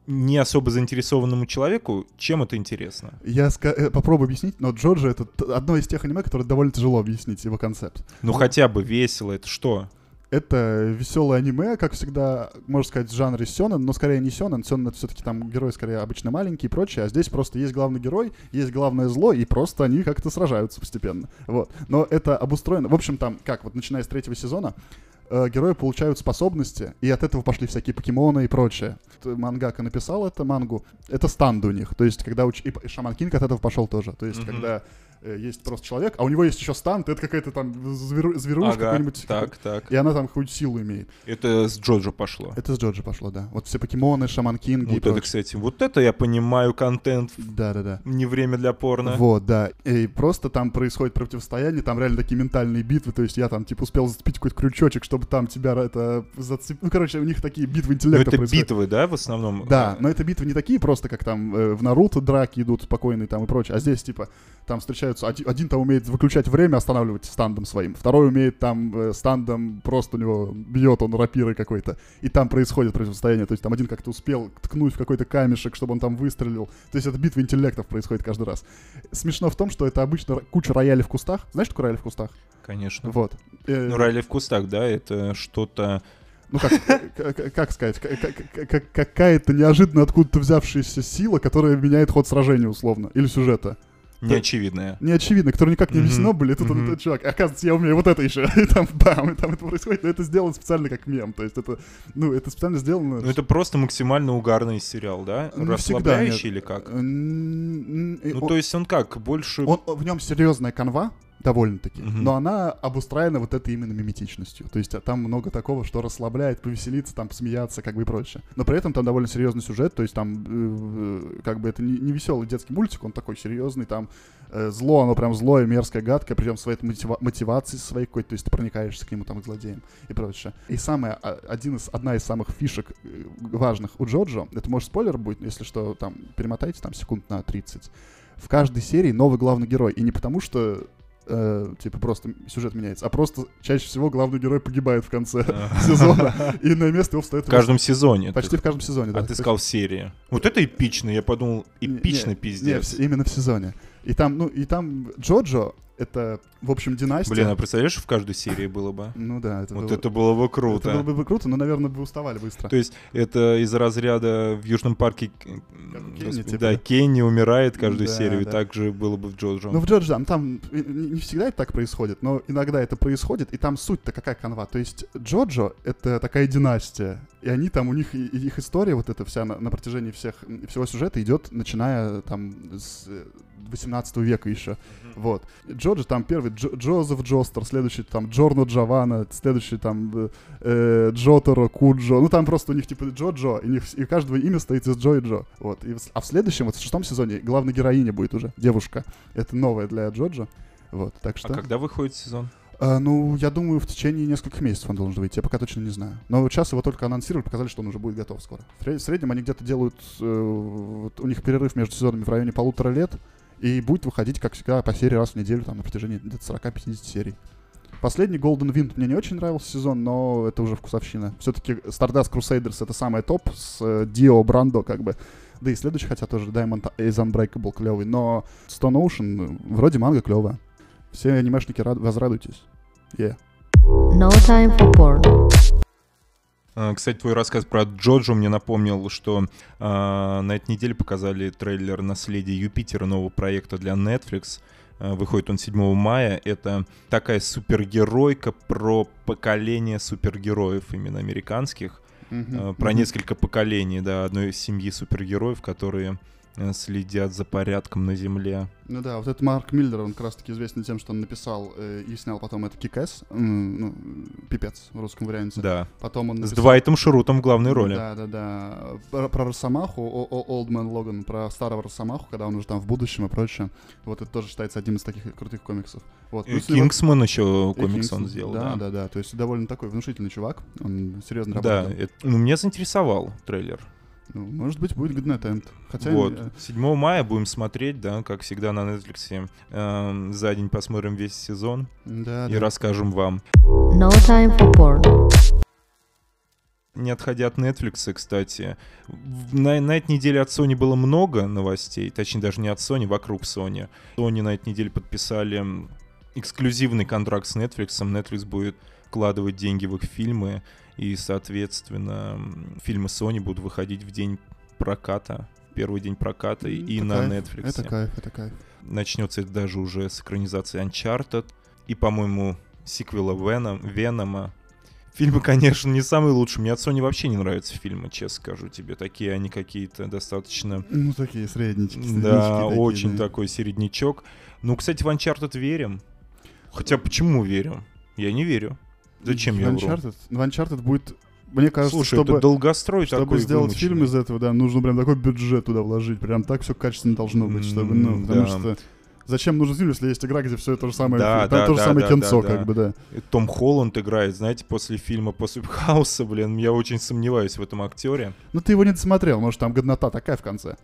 S4: не особо заинтересованному человеку, чем это интересно.
S5: Я ска- э, попробую объяснить, но Джорджи это т- одно из тех аниме, которое довольно тяжело объяснить его концепт.
S4: Ну, хотя бы весело, это что?
S5: Это веселое аниме, как всегда, можно сказать, в жанре сёнэн, но скорее не сёнэн. Сёнэн это все-таки там герой скорее обычно маленький и прочее, а здесь просто есть главный герой, есть главное зло, и просто они как-то сражаются постепенно. Вот. Но это обустроено. В общем, там, как вот, начиная с третьего сезона, э, герои получают способности, и от этого пошли всякие покемоны и прочее. Т- Мангака написал это, мангу. Это станды у них. То есть, когда уч... и п- и Шаман Кинг от этого пошел тоже. То есть,
S4: Мгм.
S5: когда э, есть просто человек, а у него есть еще станд, это какая-то там зверу- зверушка какой-нибудь.
S4: так, так.
S5: И она там какую-то силу имеет.
S4: Это с Джоджо пошло.
S5: Это с Джорджа пошло, да. Вот все покемоны, Шаман Кинги и
S4: вот это,
S5: прочее.
S4: кстати, вот это я понимаю контент,
S5: Да-да-да.
S4: не время для порно. Ну,
S5: Вот, да. И просто там происходит противостояние, там реально такие ментальные битвы, то есть я там, типа, успел зацепить какой-то крючочек, чтобы там тебя это зацепить. Ну, короче, у них такие битвы
S4: Но
S5: интеллекта
S4: Ну, это
S5: происходят.
S4: битвы, да, в основном?
S5: Да,
S4: Э,
S5: но это битвы не такие просто, как там э, в Наруто драки идут спокойные там и прочее, а здесь, типа, там встречаются, оди- один, там умеет выключать время, останавливать стандом своим, второй умеет там э, стандом, просто у него бьет он рапирой какой-то, и там происходит противостояние, то есть там один как-то успел ткнуть в какой-то камешек, чтобы он там выстрелил, то есть это битва интеллектов происходит каждый раз. Смешно в том, что это обычно р- куча роялей в
S4: Ну,
S5: кустах, знаешь, что такое рояль в кустах?
S4: А, Конечно.
S5: Вот. Э,
S4: Ну, Ралли в кустах, да, это что-то
S5: ну как, к- к- как сказать, к- к- к- какая-то неожиданно откуда-то взявшаяся сила, которая меняет ход сражения условно, или сюжета.
S4: Неочевидная.
S5: Не очевидно, которое никак не
S4: Мгм,
S5: объяснено, были, и тут он
S4: мгм.
S5: этот чувак, оказывается, я умею вот это еще, и там бам, и там это происходит, но это сделано специально как мем, то есть это, ну, это специально сделано...
S4: Ну это просто максимально угарный сериал, да?
S5: Не Ну, всегда, нет.
S4: Расслабляющий или как?
S5: М, м, и
S4: Ну
S5: он-
S4: то есть он как, больше...
S5: он- он- в нем серьезная канва, довольно-таки,
S4: Мгм.
S5: но она обустроена вот этой именно миметичностью. То есть а там много такого, что расслабляет, повеселиться, там смеяться, как бы и прочее. Но при этом там довольно серьезный сюжет, то есть там э, как бы это не, не веселый детский мультик, он такой серьезный, там э, зло, оно прям злое, мерзкое, гадкое, причем своей этой мотива- мотивации своей какой-то, то есть ты проникаешься к нему там к злодеям и прочее. И самое, а, один из, одна из самых фишек э, важных у Джоджо, это может спойлер будет, если что, там перемотайте там секунд на 30, в каждой серии новый главный герой. И не потому, что э, типа просто сюжет меняется, а просто чаще всего главный герой погибает в конце сезона, и на место его встает
S4: В каждом сезоне.
S5: почти в каждом сезоне. да.
S4: А ты сказал серия. Вот это эпично, я подумал,
S5: Не-
S4: эпично
S5: не,
S4: пиздец.
S5: не, именно в сезоне. И там, ну, и там Джоджо, это, в общем, династия.
S4: Блин, а представляешь, в каждой серии было бы?
S5: Ну да, это
S4: Вот
S5: было...
S4: это было бы
S5: это
S4: круто.
S5: было бы круто, но, наверное, бы уставали быстро.
S4: То есть это из разряда в Южном парке э,
S5: Кенни,
S4: господи,
S5: типа,
S4: да,
S5: да.
S4: Кенни умирает каждую
S5: Да,
S4: серию, и
S5: да.
S4: так же было бы в Джоджо.
S5: Ну, в Джорджи, да, там э, не не всегда это так происходит, но иногда это происходит, и там суть-то какая канва. То есть Джоджо — это такая династия, и они там, у них, и- и их история вот эта вся на, на протяжении всех, м, всего сюжета идет, начиная там с э, 18 века еще. Вот. Джоджо там первый Джо- Джозеф Джостер, следующий там Джорно Джованна, следующий там э, э, Джоторо, Куджо. Ну там просто у них типа Джоджо, и, у них вс- и у каждого имя стоит из Джо и Джо. Вот. И, в с- а в следующем, вот в шестом сезоне, главная героиня будет уже, девушка. Это новая для Джоджо. Вот, так
S4: А
S5: что...
S4: когда выходит сезон?
S5: А, ну, я думаю, в течение нескольких месяцев он должен выйти, я пока точно не знаю. Но вот сейчас его только анонсировали, показали, что он уже будет готов скоро. В сре- в среднем они где-то делают, э, вот у них перерыв между сезонами в районе полутора лет, и будет выходить, как всегда, по серии раз в неделю, там, на протяжении где-то 40-50 серий. Последний Golden Wind мне не очень нравился сезон, но это уже вкусовщина. Все-таки Stardust Crusaders это самое топ с э, Дио Брандо, как бы. Да и следующий, хотя тоже Diamond is Unbreakable клевый, но Stone Ocean э, вроде манга клевая. Все анимешники рад- возрадуйтесь. Е.
S2: No time for porn.
S4: А, Кстати, твой рассказ про Джоджо мне напомнил, что а, на этой неделе показали трейлер «Наследие Юпитера» нового проекта для Netflix. А, Выходит он 7 мая. Это такая супергеройка про поколение супергероев именно американских. А, Про несколько поколений, да, одной семьи супергероев, которые э, следят за порядком на Земле.
S5: Ну да, вот этот Марк Миллер, он как раз таки известен тем, что он написал э, и снял потом это Кикэс, м, ну, пипец в русском варианте.
S4: Да.
S5: Потом он
S4: С
S5: написал...
S4: Двайтом Шрутом в главной роли.
S5: Да, да, да. Про, про Росомаху, о, о, Old Man Logan, про старого Росомаху, когда он уже там в будущем и прочее. Вот это тоже считается одним из таких крутых комиксов. Вот.
S4: И
S5: ну, если вот-
S4: Кингсман еще
S5: и
S4: комикс
S5: Кингсман.
S4: он сделал.
S5: Да,
S4: Да,
S5: да, да. То есть довольно такой внушительный чувак. Он серьезно
S4: Да,
S5: работает.
S4: это- ну, меня заинтересовал трейлер.
S5: Ну, может быть, будет Goodnight End. Хотя...
S4: вот.
S5: э,
S4: 7 мая будем смотреть, да, как всегда на Netflix. Эм, за день посмотрим весь сезон
S5: Да,
S4: и
S5: А, да.
S4: расскажем вам.
S2: No time for porn.
S4: Не отходя от Netflix, кстати, в- на, на этой неделе от Sony было много новостей, точнее даже не от Sony, вокруг Sony. Sony на этой неделе подписали м, эксклюзивный контракт с Netflix. Netflix будет вкладывать деньги в их фильмы, и, соответственно, м, фильмы Sony будут выходить в день проката, в первый день проката
S5: Ну,
S4: и
S5: это
S4: на
S5: кайф,
S4: Netflix.
S5: Это кайф, это кайф.
S4: начнется это даже уже с экранизации Uncharted и, по-моему, сиквела Веном, Венома. Фильмы, конечно, не самые лучшие. Мне от Sony вообще не нравятся фильмы, честно скажу тебе. Такие они какие-то достаточно...
S5: Ну, такие среднички.
S4: Да, очень такой середнячок. Ну, кстати, в Uncharted верим. Хотя почему верим? Я не верю. Зачем я вру?
S5: Uncharted, ну, Uncharted будет... Мне кажется,
S4: Слушай,
S5: чтобы,
S4: это долгострой
S5: чтобы
S4: такой
S5: сделать
S4: вымученный.
S5: фильм из этого, да, нужно прям такой бюджет туда вложить. Прям так все качественно должно быть, чтобы, ну,
S4: М,
S5: потому
S4: да.
S5: что... Зачем нужен фильм, если есть игра, где все то же самое,
S4: Да, да,
S5: там то же
S4: да,
S5: самое
S4: да,
S5: кинцо,
S4: да,
S5: как
S4: да.
S5: бы, да.
S4: И Том Холланд играет, знаете, после фильма, после Хауса, блин, я очень сомневаюсь в этом актере.
S5: Ну ты его не досмотрел, может там годнота такая в конце.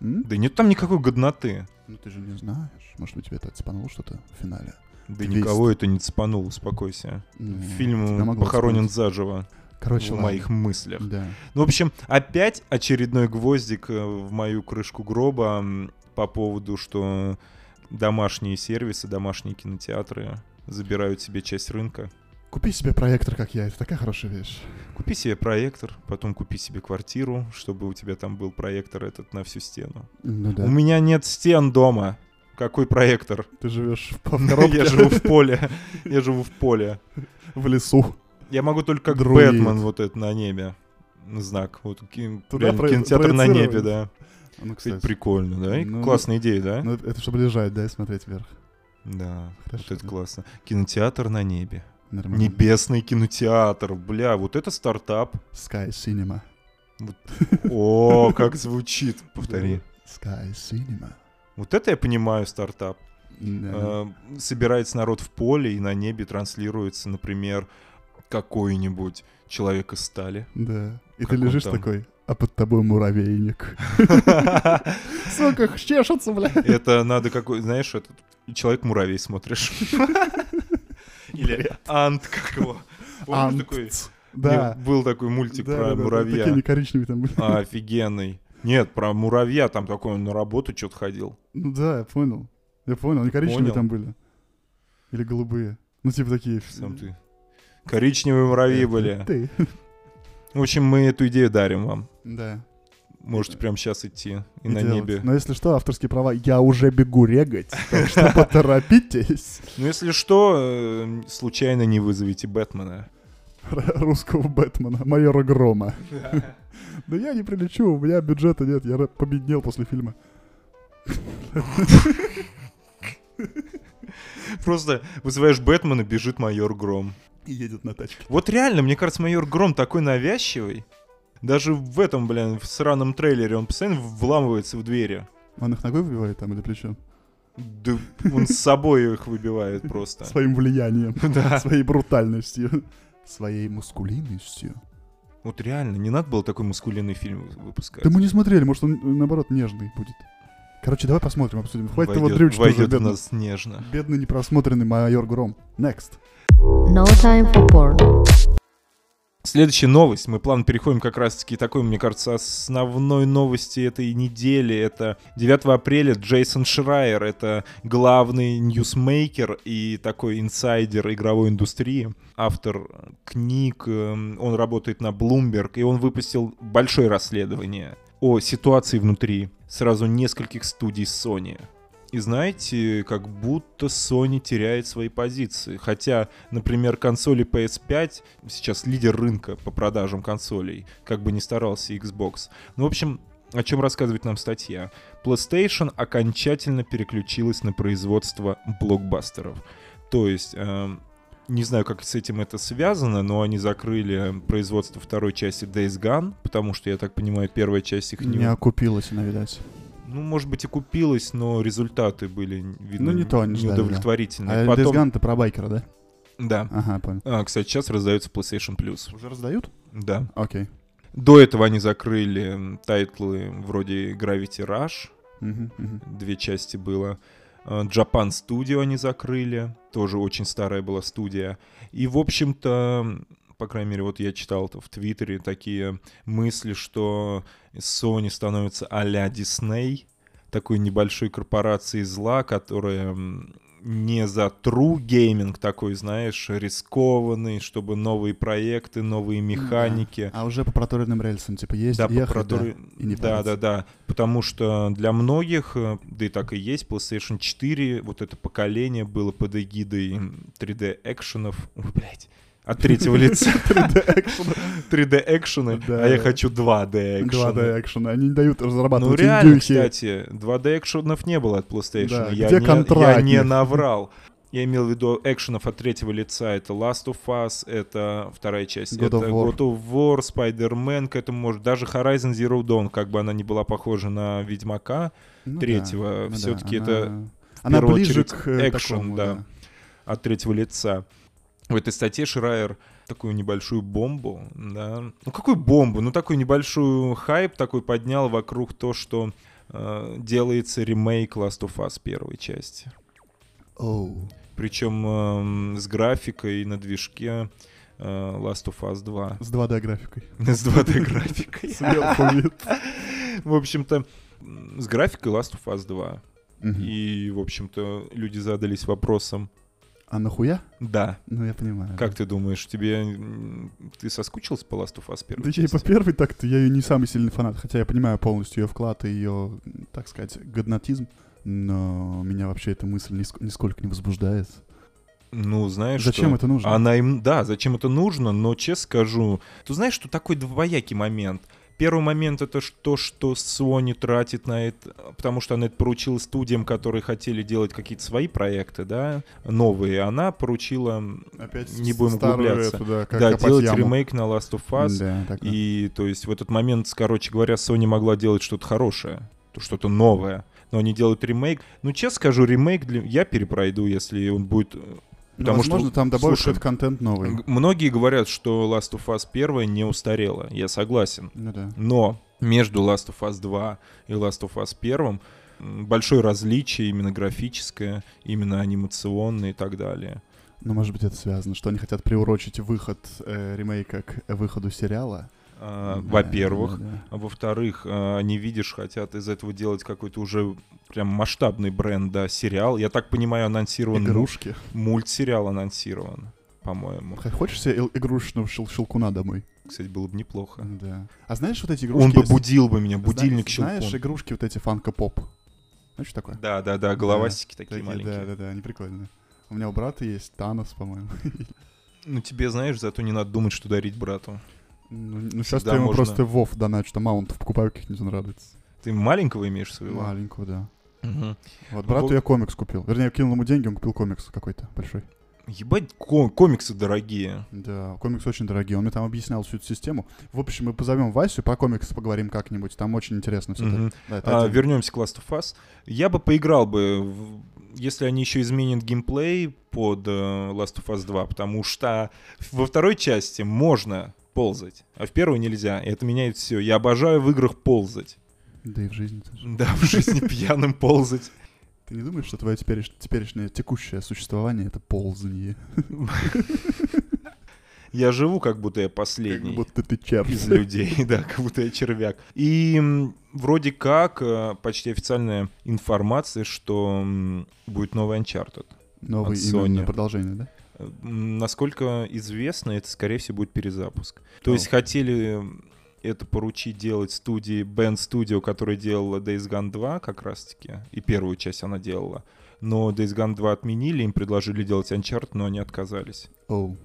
S5: М?
S4: Да нет там никакой годноты.
S5: Ну ты же не знаешь, может быть тебе это отспануло что-то в финале.
S4: Да
S5: Твист.
S4: никого это не цепануло, успокойся.
S5: Ну, тебя
S4: Фильм
S5: могло
S4: похоронен
S5: цепануть.
S4: заживо
S5: Короче,
S4: в
S5: ладно.
S4: моих мыслях.
S5: Да.
S4: Ну, в общем, опять очередной гвоздик э, в мою крышку гроба м, по поводу, что домашние сервисы, домашние кинотеатры забирают себе часть рынка.
S5: Купи себе проектор, как я, это такая хорошая вещь.
S4: Купи себе проектор, потом купи себе квартиру, чтобы у тебя там был проектор этот на всю стену.
S5: Ну
S4: У меня нет стен дома. Какой проектор?
S5: Ты живешь в, в коробке,
S4: Я живу в поле. Я живу в поле.
S5: в лесу.
S4: Я могу только как
S5: Друид.
S4: Бэтмен вот это на небе. Знак. Вот кин-
S5: Туда
S4: реально
S5: про-
S4: кинотеатр на
S5: проецировать.
S4: небе, да.
S5: Ну,
S4: Кстати,
S5: кстати.
S4: прикольно, да? И
S5: Ну,
S4: классная идея, да?
S5: Ну, это, это чтобы лежать, да, и смотреть вверх.
S4: Да.
S5: Хорошо.
S4: Вот это классно. Кинотеатр на небе.
S5: Нормально.
S4: Небесный кинотеатр. Бля, вот это стартап.
S5: Sky Cinema.
S4: О, как звучит. Повтори.
S5: Sky Cinema.
S4: Вот это я понимаю стартап.
S5: Да.
S4: Э, Собирается народ в поле, и на небе транслируется, например, какой-нибудь человек из стали.
S5: Да. И
S4: Как
S5: ты
S4: он
S5: лежишь
S4: там?
S5: такой, а под тобой муравейник. Сука, чешется, бля.
S4: Это надо какой, знаешь, этот человек-муравей смотришь. Или ант как его. Помнишь такой?
S5: Антц.
S4: Да.
S5: Да.
S4: Был такой мультик
S5: Да, да,
S4: про
S5: да, да, Такие
S4: муравья. А.
S5: не коричневые там были.
S4: Офигенный. Нет, про муравья там такой он на работу что-то ходил.
S5: Ну да, я понял. Я понял, они коричневые
S4: Понял.
S5: там были. Или голубые. Ну, типа такие.
S4: Сам ты. Коричневые муравьи
S5: Э,
S4: были.
S5: Ты.
S4: В общем, мы эту идею дарим вам.
S5: Да.
S4: Можете прямо сейчас идти и на
S5: делать.
S4: небе.
S5: Но если что, авторские права, я уже бегу регать, так что поторопитесь.
S4: Ну, если что, э, случайно не вызовите Бэтмена.
S5: Р- Русского Бэтмена, майора Грома. Да я не прилечу, у меня бюджета нет, я ра- победнел после фильма.
S4: Просто вызываешь Бэтмена, бежит майор Гром.
S5: И едет на тачке.
S4: Вот реально, мне кажется, майор Гром такой навязчивый. Даже в этом, блин, в сраном трейлере он постоянно вламывается в двери.
S5: Он их ногой выбивает там или плечом?
S4: Да он с собой их выбивает просто.
S5: Своим влиянием,
S4: Да.
S5: своей брутальностью, своей мускулинностью.
S4: Вот реально, не надо было такой мускулинный фильм вы- выпускать.
S5: Да мы не смотрели, может он э, наоборот нежный будет. Короче, давай посмотрим, обсудим. Хватит его
S4: Войдет-
S5: дрючить уже,
S4: войдет в
S5: бедный,
S4: нас нежно.
S5: бедный непросмотренный майор Гром. Next.
S2: No time for porn.
S4: Следующая новость. Мы плавно переходим как раз-таки такой, мне кажется, основной новости этой недели. Это 9 апреля Джейсон Шрайер. Это главный ньюсмейкер и такой инсайдер игровой индустрии. Автор книг. эм, Он работает на Bloomberg. И он выпустил большое расследование о ситуации внутри сразу нескольких студий Sony. И знаете, как будто Sony теряет свои позиции. Хотя, например, консоли PS5 сейчас лидер рынка по продажам консолей, как бы ни старался Xbox. Ну, в общем, о чем рассказывает нам статья. PlayStation окончательно переключилась на производство блокбастеров. То есть, эм, не знаю, как с этим это связано, но они закрыли производство второй части Days Gone, потому что, я так понимаю, первая часть их не...
S5: Не окупилась она, видать.
S4: Ну, может быть, и купилась, но результаты были, видно,
S5: Ну, не то они ждали, да.
S4: неудовлетворительные.
S5: А
S4: Ну, Потом-
S5: Безган-то про байкера, да?
S4: Да.
S5: Ага, понял.
S4: А, кстати, сейчас раздаются PlayStation Plus.
S5: Уже раздают?
S4: Да.
S5: Окей.
S4: До этого они закрыли м, тайтлы вроде Gravity Rush,
S5: Мгм, мгм.
S4: две части было. Э, Japan Studio они закрыли, тоже очень старая была студия. И, в общем-то, м, по крайней мере, вот я читал это в Твиттере такие мысли, что Sony становится а-ля Disney, такой небольшой корпорацией зла, которая м, не за true гейминг такой, знаешь, рискованный, чтобы новые проекты, новые механики.
S5: А уже по проторенным рельсам, типа, есть,
S4: Да,
S5: ехать,
S4: прокуратуры-
S5: и не
S4: да, да,
S5: париться.
S4: да. Потому что для многих, э, да и так и есть, PlayStation 4, вот это поколение было под эгидой 3D экшенов. Ой, блядь. От третьего лица
S5: 3D экшена.
S4: 3D экшены,
S5: Да.
S4: а я хочу 2D экшены.
S5: 2D экшена. Они не дают
S4: Ну
S5: разрабатывать
S4: реально,
S5: индюхи.
S4: кстати, 2D экшенов не было от PlayStation.
S5: Да,
S4: я,
S5: где
S4: не,
S5: контракт?
S4: я не наврал. Я имел в виду экшенов от третьего лица. Это Last of Us, это вторая часть.
S5: God
S4: это
S5: of War.
S4: God of War, Spider-Man, к этому может... Даже Horizon Zero Dawn, как бы она ни была похожа на Ведьмака
S5: Ну да,
S4: третьего,
S5: ну да,
S4: все-таки
S5: она-
S4: это
S5: Она
S4: первую
S5: ближе
S4: очередь
S5: к э,
S4: экшен,
S5: такому,
S4: да. от третьего лица. В этой статье Шрайер такую небольшую бомбу, да. Ну какую бомбу? Ну такую небольшую хайп такой поднял вокруг то, что э, делается ремейк Last of Us первой части.
S5: Оу.
S4: Причем эм, с графикой на движке э, Last of Us 2.
S5: С 2D графикой.
S4: С 2D графикой.
S5: Сверху вид.
S4: В общем-то, м, с графикой Last of Us 2.
S5: Мгм.
S4: И, в общем-то, люди задались вопросом,
S5: А нахуя?
S4: Да.
S5: Ну, я понимаю.
S4: Как ты думаешь, тебе... м, Ты соскучился по Last of Us первой
S5: Да я и по
S4: части?
S5: первой так-то, я ее не самый сильный фанат, хотя я понимаю полностью ее вклад и ее, так сказать, годнотизм, но меня вообще эта мысль ниск- нисколько не возбуждает.
S4: Ну, знаешь
S5: Зачем
S4: что?
S5: это нужно?
S4: Она им, да, зачем это нужно, но честно скажу, ты знаешь, что такой двоякий момент. Первый момент это ж- то, что Sony тратит на это, потому что она это поручила студиям, которые хотели делать какие-то свои проекты, да, новые. Она поручила, м,
S5: Опять
S4: не будем
S5: старую
S4: углубляться.
S5: эту, да, как
S4: да,
S5: копать
S4: делать
S5: яму.
S4: ремейк на Last of Us.
S5: Да, так, да.
S4: И, то есть, в этот момент, короче говоря, Sony могла делать что-то хорошее, то- что-то новое. Но они делают ремейк. Ну, честно скажу, ремейк для... я перепройду, если он будет... э,
S5: Ну,
S4: потому
S5: возможно,
S4: что-
S5: там добавят
S4: слушай,
S5: какой-то контент новый.
S4: г- Многие говорят, что Last of Us 1 не устарела. Я согласен.
S5: Ну да.
S4: Но между Last of Us 2 и Last of Us 1 м, большое различие именно графическое, именно анимационное и так далее.
S5: Ну, может быть, это связано, что они хотят приурочить выход э, ремейка к выходу сериала.
S4: А,
S5: Да,
S4: Во-первых.
S5: да, да.
S4: А Во-вторых, э, они, видишь, хотят из этого делать какой-то уже прям масштабный бренд, да, сериал. Я так понимаю, анонсирован мульт-
S5: Игрушки.
S4: мультсериал анонсирован, по-моему.
S5: Х- Хочешь себе ил- игрушечного щел- щелкуна домой?
S4: Кстати, было бы неплохо.
S5: Да. А знаешь вот эти игрушки?
S4: Он бы
S5: с-
S4: будил бы меня, будильник
S5: Зна- Знаешь,
S4: щелкун.
S5: игрушки вот эти фанка-поп? Знаешь, что такое?
S4: Да, да, да, головастики такие
S5: Такие,
S4: маленькие.
S5: да, да, да, они прикольные. У меня у брата есть Танос, по-моему.
S4: Ну тебе, знаешь, зато не надо думать, что дарить брату.
S5: Ну, ну, сейчас
S4: Всегда
S5: я ему
S4: можно.
S5: просто Вов доначу, что маунтов покупаю, как-нибудь он радуется.
S4: Ты маленького имеешь своего?
S5: Маленькую, да.
S4: Мгм.
S5: Вот
S4: Ну,
S5: брату
S4: Вов-
S5: я комикс купил. Вернее, я кинул ему деньги, он купил комикс какой-то большой.
S4: Ебать, ко- комиксы дорогие.
S5: Да, комиксы очень дорогие. Он мне там объяснял всю эту систему. В общем, мы позовем Васю, про комиксы поговорим как-нибудь. Там очень интересно все
S4: Мгм. А, вернемся к Last of Us. Я бы поиграл бы, в- если они еще изменят геймплей под э, Last of Us 2, потому что во второй части можно ползать, а в первой нельзя. И это меняет все. Я обожаю в играх ползать.
S5: Да и в жизни тоже.
S4: Да, в жизни пьяным ползать.
S5: Ты не думаешь, что твое тепереш- теперешнее текущее существование — это ползание?
S4: Я живу, как будто я
S5: Как
S4: последний.
S5: будто ты черт.
S4: из людей, да, как будто я червяк. И м, вроде как э, почти официальная информация, что м, будет новый Uncharted.
S5: Новый
S4: От
S5: именно
S4: Sony.
S5: продолжение, да?
S4: М, Насколько известно, это, скорее всего, будет перезапуск. То
S5: О.
S4: есть хотели это поручить делать студии Band Studio, которая делала Days Gone 2 как раз-таки, и первую часть она делала. Но Days Gone 2 отменили, им предложили делать Uncharted, но они отказались.
S5: Оу.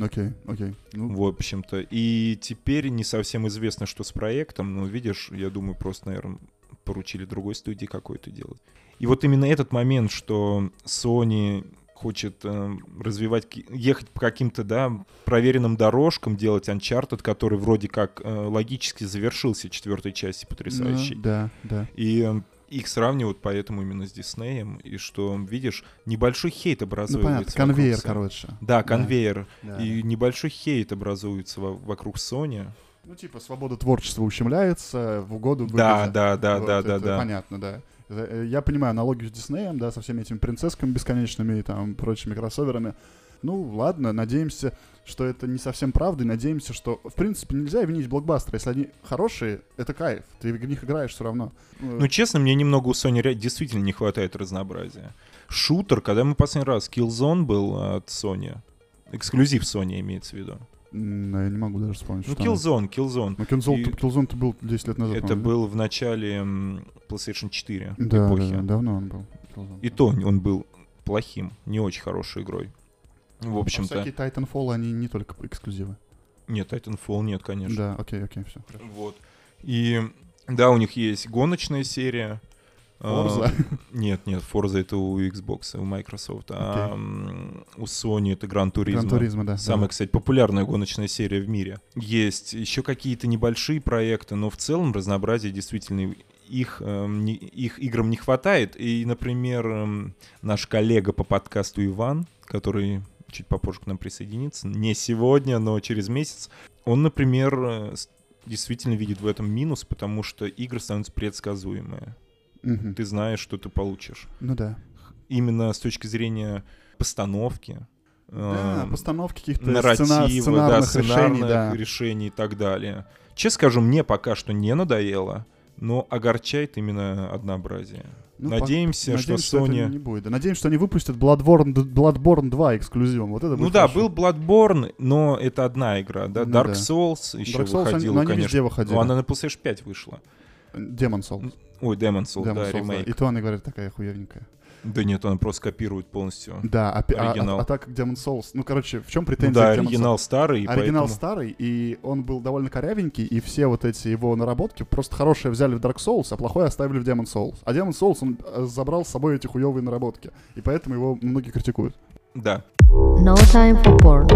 S5: Окей, окей. Ну,
S4: В общем-то. И теперь не совсем известно, что с проектом, но видишь, я думаю, просто, наверное, поручили другой студии какой-то делать. И вот именно этот момент, что Sony хочет эм, развивать, ки- ехать по каким-то, да, проверенным дорожкам, делать Uncharted, который вроде как э, логически завершился четвертой части потрясающей.
S5: Да, да. Ну,
S4: И эм, их сравнивают поэтому именно с Диснеем, и что, видишь, небольшой хейт
S5: Ну
S4: образуется.
S5: понятно,
S4: вокруг
S5: конвейер,
S4: Sony.
S5: короче.
S4: Да, конвейер.
S5: Да.
S4: И небольшой хейт образуется во- вокруг Sony.
S5: Ну типа свобода творчества ущемляется в угоду
S4: Да,
S5: выгоде.
S4: да, да,
S5: Вот
S4: да, да,
S5: это
S4: да.
S5: Понятно, да. Э, Я понимаю аналогию с Диснеем, да, со всеми этими принцесками бесконечными и там прочими кроссоверами. Ну, ладно, надеемся, что это не совсем правда, и надеемся, что, в принципе, нельзя винить блокбастеры. Если они хорошие, это кайф, ты в них играешь все равно.
S4: Ну, честно, мне немного у Sony ре- действительно не хватает разнообразия. Шутер, когда мы последний раз, Killzone был э, от Sony. Эксклюзив Sony имеется в виду.
S5: М, Я не могу даже вспомнить,
S4: Ну,
S5: что оно.
S4: Killzone, Killzone.
S5: Ну, Killzone-
S4: И-
S5: Killzone-то был 10 лет назад.
S4: Это
S5: по-моему,
S4: был в начале м, PlayStation 4
S5: да? Да,
S4: эпохи.
S5: да, да, давно он был. Killzone.
S4: И то он был плохим, не очень хорошей игрой. В
S5: А
S4: общем-то.
S5: всякие Titanfall, они не только эксклюзивы.
S4: Нет, Titanfall нет, конечно.
S5: Да, окей, окей, все.
S4: Вот. И да, у них есть гоночная серия.
S5: Forza.
S4: А, Нет, нет, Forza это у Xbox, у Microsoft. А м, у Sony это Gran Turismo.
S5: Гран Туризма, да.
S4: Самая, кстати, популярная гоночная серия в мире. Есть еще какие-то небольшие проекты, но в целом разнообразие действительно их, эм, не- их играм не хватает. И, например, эм, наш коллега по подкасту Иван, который чуть попозже к нам присоединится, не сегодня, но через месяц, он, например, э, с- действительно видит в этом минус, потому что игры становятся предсказуемые.
S5: да. Мгм.
S4: Ты знаешь, что ты получишь.
S5: Ну да.
S4: Именно с точки зрения постановки.
S5: Да,
S4: эм,
S5: постановки каких-то сцена-
S4: нарратива, да,
S5: сценарных
S4: сценарных
S5: решений, да.
S4: решений и так далее. Честно скажу, мне пока что не надоело. но огорчает именно однообразие.
S5: Ну, по-
S4: надеемся, что
S5: надеемся, этого
S4: Sony... Ну
S5: не будет. Да, Надеемся, что они выпустят Bloodborne, д- Bloodborne 2 эксклюзивом. Вот это
S4: Ну
S5: будет
S4: да,
S5: хорошо.
S4: был Bloodborne, но это одна игра, да.
S5: Ну
S4: Dark
S5: да.
S4: Souls еще
S5: Dark Souls, они,
S4: выходила,
S5: но они
S4: конечно.
S5: везде выходили.
S4: Ну, она на PlayStation 5 вышла.
S5: Demon Souls.
S4: Ой, Demon's Souls,
S5: Demon
S4: Ну, да,
S5: Souls, да.
S4: ремейк.
S5: И то она, говорят, такая хуевенькая.
S4: Да нет, она просто копирует полностью.
S5: Да, а, пи- а-
S4: Оригинал.
S5: а- а так как Demon Souls... Ну, короче, в чем
S4: Ну
S5: претензия
S4: да,
S5: к Demon's Souls?
S4: оригинал старый, и
S5: А Оригинал
S4: поэтому...
S5: старый, и он был довольно корявенький, и все вот эти его наработки просто хорошие взяли в Dark Souls, а плохое оставили в Demon Souls. А Demon Souls, он э, забрал с собой эти хуевые наработки, и поэтому его многие критикуют.
S4: Да.
S2: No time for porn.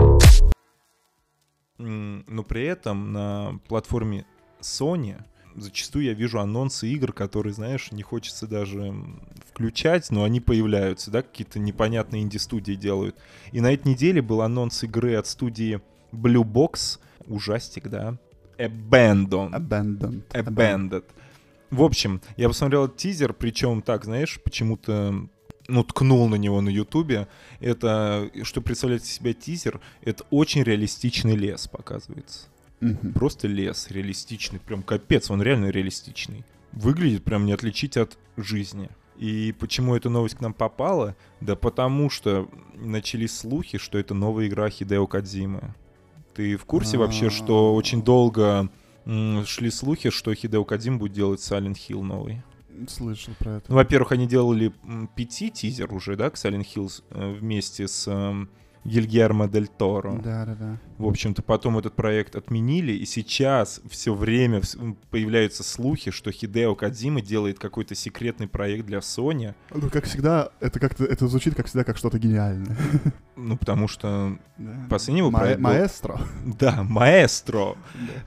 S4: М, Но при этом на платформе Sony зачастую я вижу анонсы игр, которые, знаешь, не хочется даже м, включать, но они появляются, да, какие-то непонятные инди-студии делают. И на этой неделе был анонс игры от студии Blue Box, ужастик, да, Abandon.
S5: Abandoned.
S4: Abandoned. В общем, я посмотрел этот тизер, причем так, знаешь, почему-то ну, ткнул на него на Ютубе. Это, что представляет из себя тизер, это очень реалистичный лес показывается.
S5: Мгм.
S4: Просто лес реалистичный, прям капец, он реально реалистичный. Выглядит прям не отличить от жизни. И почему эта новость к нам попала? Да потому что начались слухи, что это новая игра Хидео Кадзимы. Ты в курсе вообще, что очень долго м, шли слухи, что Хидео Кадзим будет делать Silent Hill новый?
S5: Слышал про это.
S4: Ну, во-первых, они делали м, пяти тизер уже, да, к Silent Hill с- э, вместе с эм, Гильермо Дель Торо.
S5: Да-да-да.
S4: В общем-то, потом этот проект отменили, и сейчас все время вс- м, появляются слухи, что Хидео Кадзима делает какой-то секретный проект для Sony.
S5: Ну, как всегда, это как-то это звучит, как всегда, как что-то гениальное.
S4: Ну, потому что...
S5: Да.
S4: Последний его
S5: Ма-
S4: проект был-
S5: Маэстро.
S4: Да, маэстро.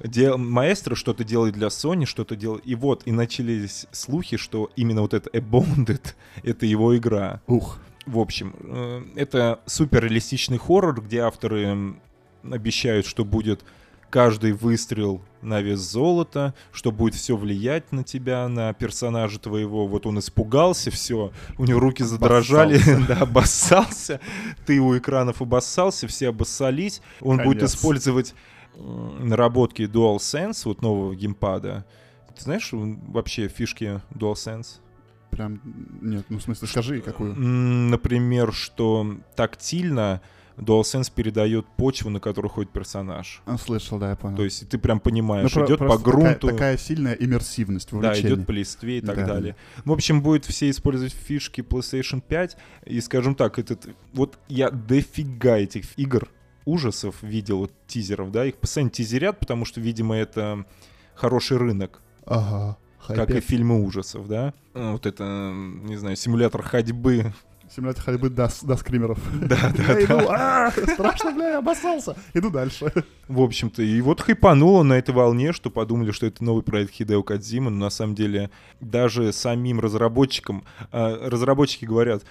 S4: Дел- Маэстро что-то делает для Sony, что-то делает... И вот, и начались слухи, что именно вот это Abandoned — это его игра.
S5: Ух.
S4: В общем, э, это суперреалистичный хоррор, где авторы м, обещают, что будет каждый выстрел на вес золота, что будет все влиять на тебя, на персонажа твоего. Вот он испугался, все, у него руки задрожали, да, обоссался. Ты у экранов обоссался, все обоссались. Он будет
S5: Конец.
S4: использовать м, наработки DualSense, вот нового геймпада. Ты знаешь м, вообще фишки DualSense?
S5: Прям, нет, ну, в смысле, скажи, какую.
S4: М, Например, что тактильно DualSense передает почву, на которой ходит персонаж.
S5: А, Слышал, да, я понял.
S4: То есть ты прям
S5: Ну,
S4: понимаешь,
S5: про-
S4: идет по
S5: просто
S4: грунту,
S5: Такая, такая сильная иммерсивность
S4: да,
S5: вовлечения.
S4: идет по листве и так
S5: Да, да,
S4: далее. В общем, будет все использовать фишки PlayStation 5. И скажем так, этот вот я дофига этих игр ужасов видел, вот тизеров, да, их постоянно тизерят, потому что, видимо, это хороший рынок.
S5: Ага.
S4: Как и
S5: Хайпе.
S4: фильмы ужасов, да? Ну, Вот это, м, не знаю, симулятор ходьбы.
S5: Симулятор ходьбы до, с- до скримеров.
S4: Да,
S5: Я
S4: да, да.
S5: иду, «А, страшно, бля, я обоссался. Иду дальше.
S4: В общем-то, и вот хайпануло на этой волне, что подумали, что это новый проект Хидео Кадзима, но на самом деле даже самим разработчикам, а, разработчики говорят,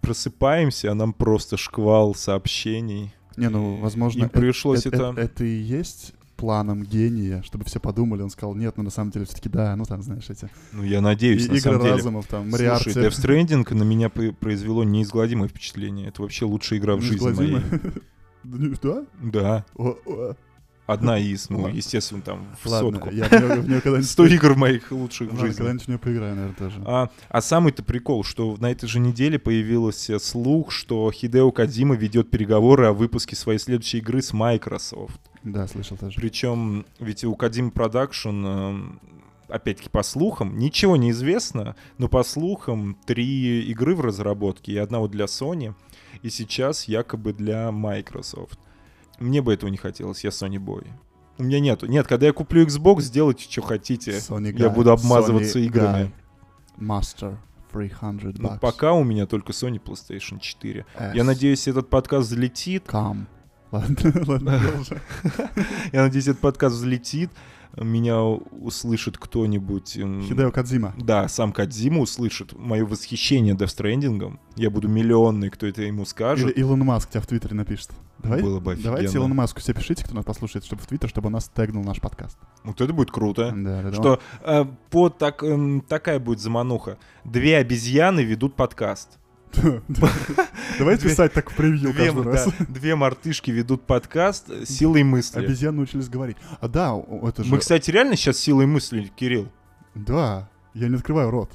S4: просыпаемся, а нам просто шквал сообщений.
S5: Не, ну, возможно,
S4: Им пришлось
S5: э- э-
S4: это...
S5: э- это и есть планом гения, чтобы все подумали, он сказал, нет, ну на самом деле все-таки да, ну там, знаешь, эти
S4: Ну, я
S5: и-
S4: надеюсь, на
S5: игры
S4: самом деле.
S5: разумов, там,
S4: Слушай,
S5: Мариарти.
S4: Death Stranding на меня п- произвело неизгладимое впечатление. Это вообще лучшая игра в жизни моей.
S5: Да?
S4: Да,
S5: О, о.
S4: одна из, ну,
S5: Ладно.
S4: естественно, там, в
S5: Ладно,
S4: сотку.
S5: я в неё- в неё когда-нибудь...
S4: 100 игр моих лучших в
S5: Ладно,
S4: жизни.
S5: когда-нибудь в неё поиграю, наверное, тоже.
S4: А, а самый-то прикол, что на этой же неделе появился слух, что Хидео Кадзима ведет переговоры о выпуске своей следующей игры с Microsoft.
S5: Да, слышал тоже.
S4: Причем ведь у Кадзима Продакшн, эм, опять-таки по слухам, ничего не известно, но по слухам три игры в разработке, и одна вот для Sony, и сейчас якобы для Microsoft. Мне бы этого не хотелось, я Sony Boy. У меня нету. Нет, когда я куплю Xbox, сделайте, что хотите.
S5: Sony
S4: я
S5: guy,
S4: буду обмазываться
S5: Sony
S4: играми.
S5: guy. Master 300
S4: Ну,
S5: bucks.
S4: пока у меня только Sony PlayStation 4.
S5: S.
S4: Я надеюсь, этот подкаст залетит.
S5: Кам. Ладно, ладно, продолжай.
S4: Я надеюсь, этот подкаст залетит. Меня услышит кто-нибудь. эм,
S5: Хидео Кадзима.
S4: Да, сам Кадзима услышит мое восхищение Death Stranding. Я буду миллионный, кто это ему
S5: Или
S4: скажет.
S5: Илон Маск тебя в Твиттере напишет. Давай,
S4: Было бы
S5: давайте
S4: офигенно.
S5: Илону Маску все пишите, кто нас послушает, чтобы в Твиттер, чтобы он нас тегнул наш подкаст.
S4: Вот это будет круто.
S5: Да, да, да.
S4: Что э, по так, эм, такая будет замануха. Две обезьяны ведут подкаст.
S5: Давай
S4: Две-
S5: писать так в превью
S4: Две,
S5: каждый
S4: да,
S5: раз.
S4: две мартышки ведут подкаст э, силой мысли.
S5: Обезьяны научились говорить. А да, о- это же...
S4: Мы, кстати, реально сейчас силой мысли, Кирилл.
S5: Да, я не открываю рот.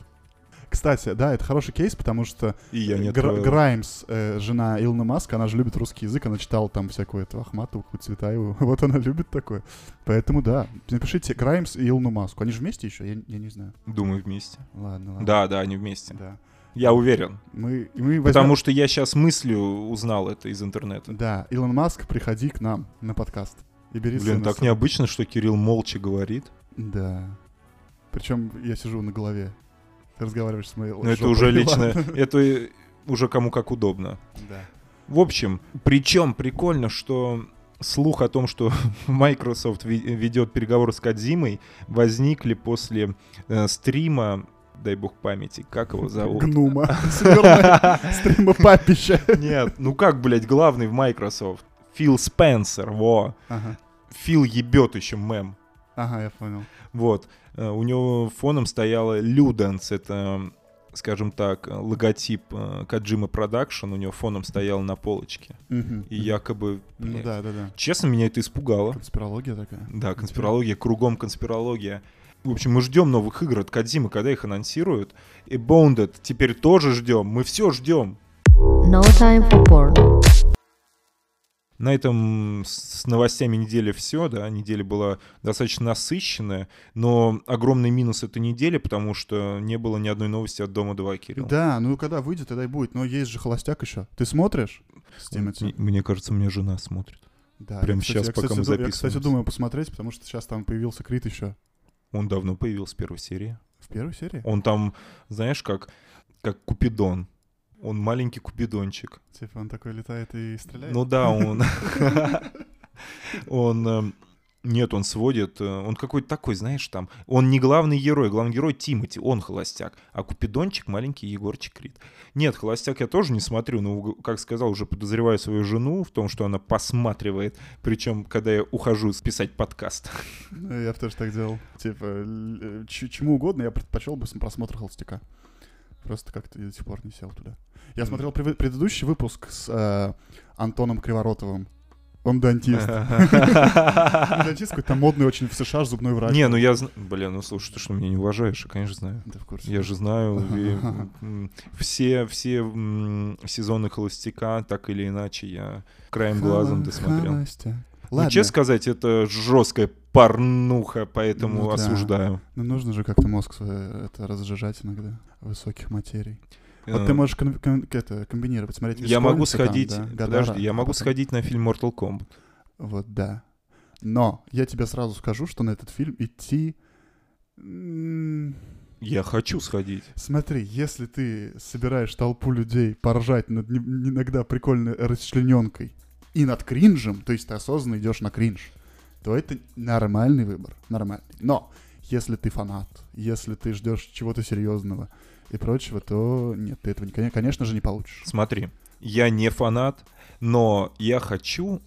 S5: Кстати, да, это хороший кейс, потому что
S4: И я не
S5: Гра-
S4: открываю.
S5: Граймс, э, жена Илона Маска, она же любит русский язык, она читала там всякую эту Ахматову, какую-то Цветаеву. Вот она любит такое. Поэтому да, напишите Граймс и Илону Маску. Они же вместе еще? Я, я не знаю.
S4: Думаю, вместе.
S5: Ладно, ладно.
S4: Да, да, они вместе.
S5: Да.
S4: Я уверен.
S5: Мы, и мы возьмем-
S4: Потому что я сейчас мыслью узнал это из интернета.
S5: Да, Илон Маск, приходи к нам на подкаст. И бери
S4: Блин,
S5: сына с
S4: так
S5: собой.
S4: необычно, что Кирилл молча говорит.
S5: Да. Причем я сижу на голове. Ты разговариваешь с моей
S4: Но Ну, это
S5: жопой.
S4: уже
S5: Ладно.
S4: лично, это э, уже кому как удобно.
S5: Да.
S4: В общем, причем прикольно, что слух о том, что Microsoft ви- ведет переговоры с Кадзимой, возникли после э, стрима, дай бог памяти, как его зовут?
S5: Гнума. Северное стрима папища.
S4: Нет, ну как, блядь, главный в Microsoft? Фил Спенсер, во.
S5: Ага.
S4: Фил ебет еще мем.
S5: Ага, я понял.
S4: Вот. Э, У него фоном стояла Люденс, это, скажем так, э, логотип э, Каджима Продакшн, у него фоном стоял на полочке.
S5: Мгм.
S4: И якобы...
S5: Ну
S4: блядь,
S5: да, да, да.
S4: Честно, меня это испугало.
S5: Конспирология такая.
S4: Да, конспирология, кругом конспирология. В общем, мы ждем новых игр от Кадзимы, когда их анонсируют. И Bounded теперь тоже ждем. Мы все ждем.
S2: No time for porn.
S4: На этом с с новостями недели все, да, неделя была достаточно насыщенная, но огромный минус этой недели, потому что не было ни одной новости от Дома 2, Кирилл.
S5: Да, ну когда выйдет, тогда и будет. Но есть же холостяк еще. Ты смотришь? Steam
S4: М-
S5: это?
S4: Мне кажется, у меня жена смотрит.
S5: Да.
S4: прям
S5: я, кстати,
S4: щас,
S5: я,
S4: пока
S5: кстати,
S4: мы
S5: ду- Я, кстати,
S4: записываемся.
S5: думаю посмотреть, потому что сейчас там появился Крит еще.
S4: Он давно появился в первой серии.
S5: В первой серии?
S4: Он там, знаешь, как, как Купидон. Он маленький Купидончик.
S5: Типа он такой летает и стреляет?
S4: Ну да, он... Он... эм, Нет, он сводит, э, он какой-то такой, знаешь, там, он не главный герой, главный герой Тимати, он холостяк, а Купидончик маленький Егорчик Крид. Нет, холостяк я тоже не смотрю, но, уг- как сказал, уже подозреваю свою жену в том, что она посматривает, причем, когда я ухожу писать подкаст.
S5: Ну, Я бы тоже так делал. Типа, л- э, ч- чему угодно я предпочел бы с- просмотр холостяка. Просто как-то я до сих пор не сел туда. Я
S4: Мгм.
S5: смотрел прев- предыдущий выпуск с э, Антоном Криворотовым. Он дантист. Он дантист какой-то модный очень в США зубной врач.
S4: Не, ну я... зн- Блин, ну слушай, ты что, меня не уважаешь? Я, конечно, знаю.
S5: Ты в курсе?
S4: Я же знаю, и, м, все, все м, сезоны «Холостяка» так или иначе я краем глазом досмотрел.
S5: Холостяк.
S4: Ну,
S5: Ладно,
S4: честно сказать, это жесткая порнуха, поэтому
S5: Ну да.
S4: осуждаю.
S5: ну нужно же как-то мозг свой это разжижать иногда высоких материй.
S4: Э,
S5: Вот ты можешь кон- кон- это, комбинировать, смотреть.
S4: я могу
S5: «Беспольница» там,
S4: сходить,
S5: да, Гадара,
S4: подожди, я
S5: а
S4: могу
S5: потом-
S4: сходить на фильм Mortal Kombat.
S5: Вот да. Но я тебе сразу скажу, что на этот фильм идти... м,
S4: Я хочу сходить.
S5: Смотри, если ты собираешь толпу людей поржать над не- иногда прикольной расчлененкой и над кринжем, то есть ты осознанно идешь на кринж, то это нормальный выбор, нормальный. Но если ты фанат, если ты ждешь чего-то серьезного и прочего, то нет, ты этого, не- коне- конечно же, не получишь.
S4: Смотри, я не фанат, но я хочу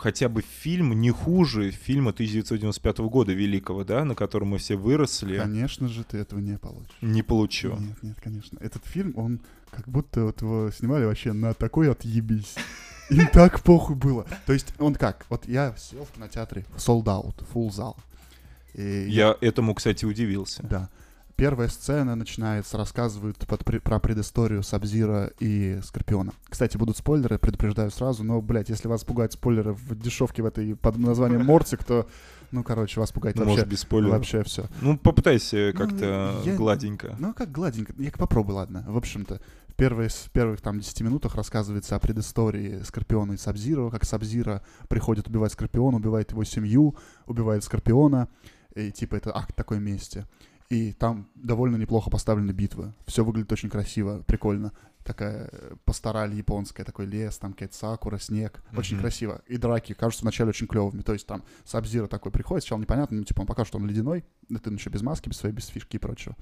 S4: хотя бы фильм не хуже фильма 1995 года великого, да, на котором мы все выросли,
S5: Конечно же, ты этого не получишь.
S4: не получу.
S5: Нет, нет, конечно. Этот фильм, он как будто вот его снимали вообще на такой отъебись. Им так похуй было. То есть он как? Вот я сел в кинотеатре, sold out, full зал. И
S4: Я этому, кстати, удивился.
S5: Да. Первая сцена начинается, рассказывают под пре- про предысторию Сабзира и Скорпиона. Кстати, будут спойлеры, предупреждаю сразу, но, блядь, если вас пугают спойлеры в дешевке в этой под названием Мортик, то, ну, короче, вас пугает
S4: Ну,
S5: вообще,
S4: может, без спойлеров.
S5: вообще все.
S4: Ну, попытайся как-то
S5: я-
S4: гладенько.
S5: Ну, как гладенько. Я попробую, ладно. В общем-то, в первые, с первых там 10 минутах рассказывается о предыстории Скорпиона и Сабзира, как Сабзира приходит убивать Скорпиона, убивает его семью, убивает Скорпиона, и типа это акт такой мести. И там довольно неплохо поставлены битвы. Все выглядит очень красиво, прикольно. Такая э, пастораль японская, такой лес, там какая-то сакура, снег. Очень
S4: Мгм.
S5: красиво. И драки кажутся вначале очень клевыми. То есть там Сабзира такой приходит, сначала непонятно, ну типа он пока что он ледяной, это он еще без маски, без своей, без фишки и прочего.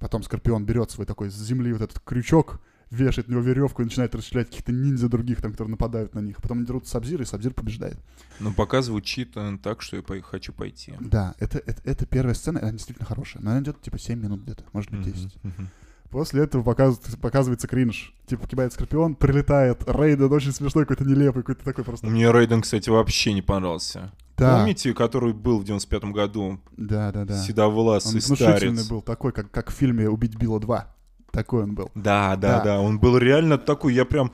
S5: Потом Скорпион берет свой такой с земли вот этот крючок, вешает на него веревку и начинает расчленять каких-то ниндзя других, там, которые нападают на них. Потом они дерут Сабзира, и Сабзир побеждает.
S4: Но Ну, пока звучит э, так, что я пой- хочу пойти.
S5: Да, это, это, это первая сцена, и она действительно хорошая. Но она идет типа 7 минут где-то, может быть 10.
S4: Мгм, мгм.
S5: После этого показывает- показывается кринж. Типа кидает Скорпион, прилетает, Рейден очень смешной, какой-то нелепый, какой-то такой просто.
S4: Мне Рейден, кстати, вообще не понравился.
S5: Да.
S4: Помните, который был в 95-м году?
S5: Да, да, да. Он
S4: Седовласый
S5: внушительный
S4: старец.
S5: был, такой, как, как в фильме «Убить Билла 2». Такой он был.
S4: Да, да,
S5: Да.
S4: да, Он был реально такой, я прям...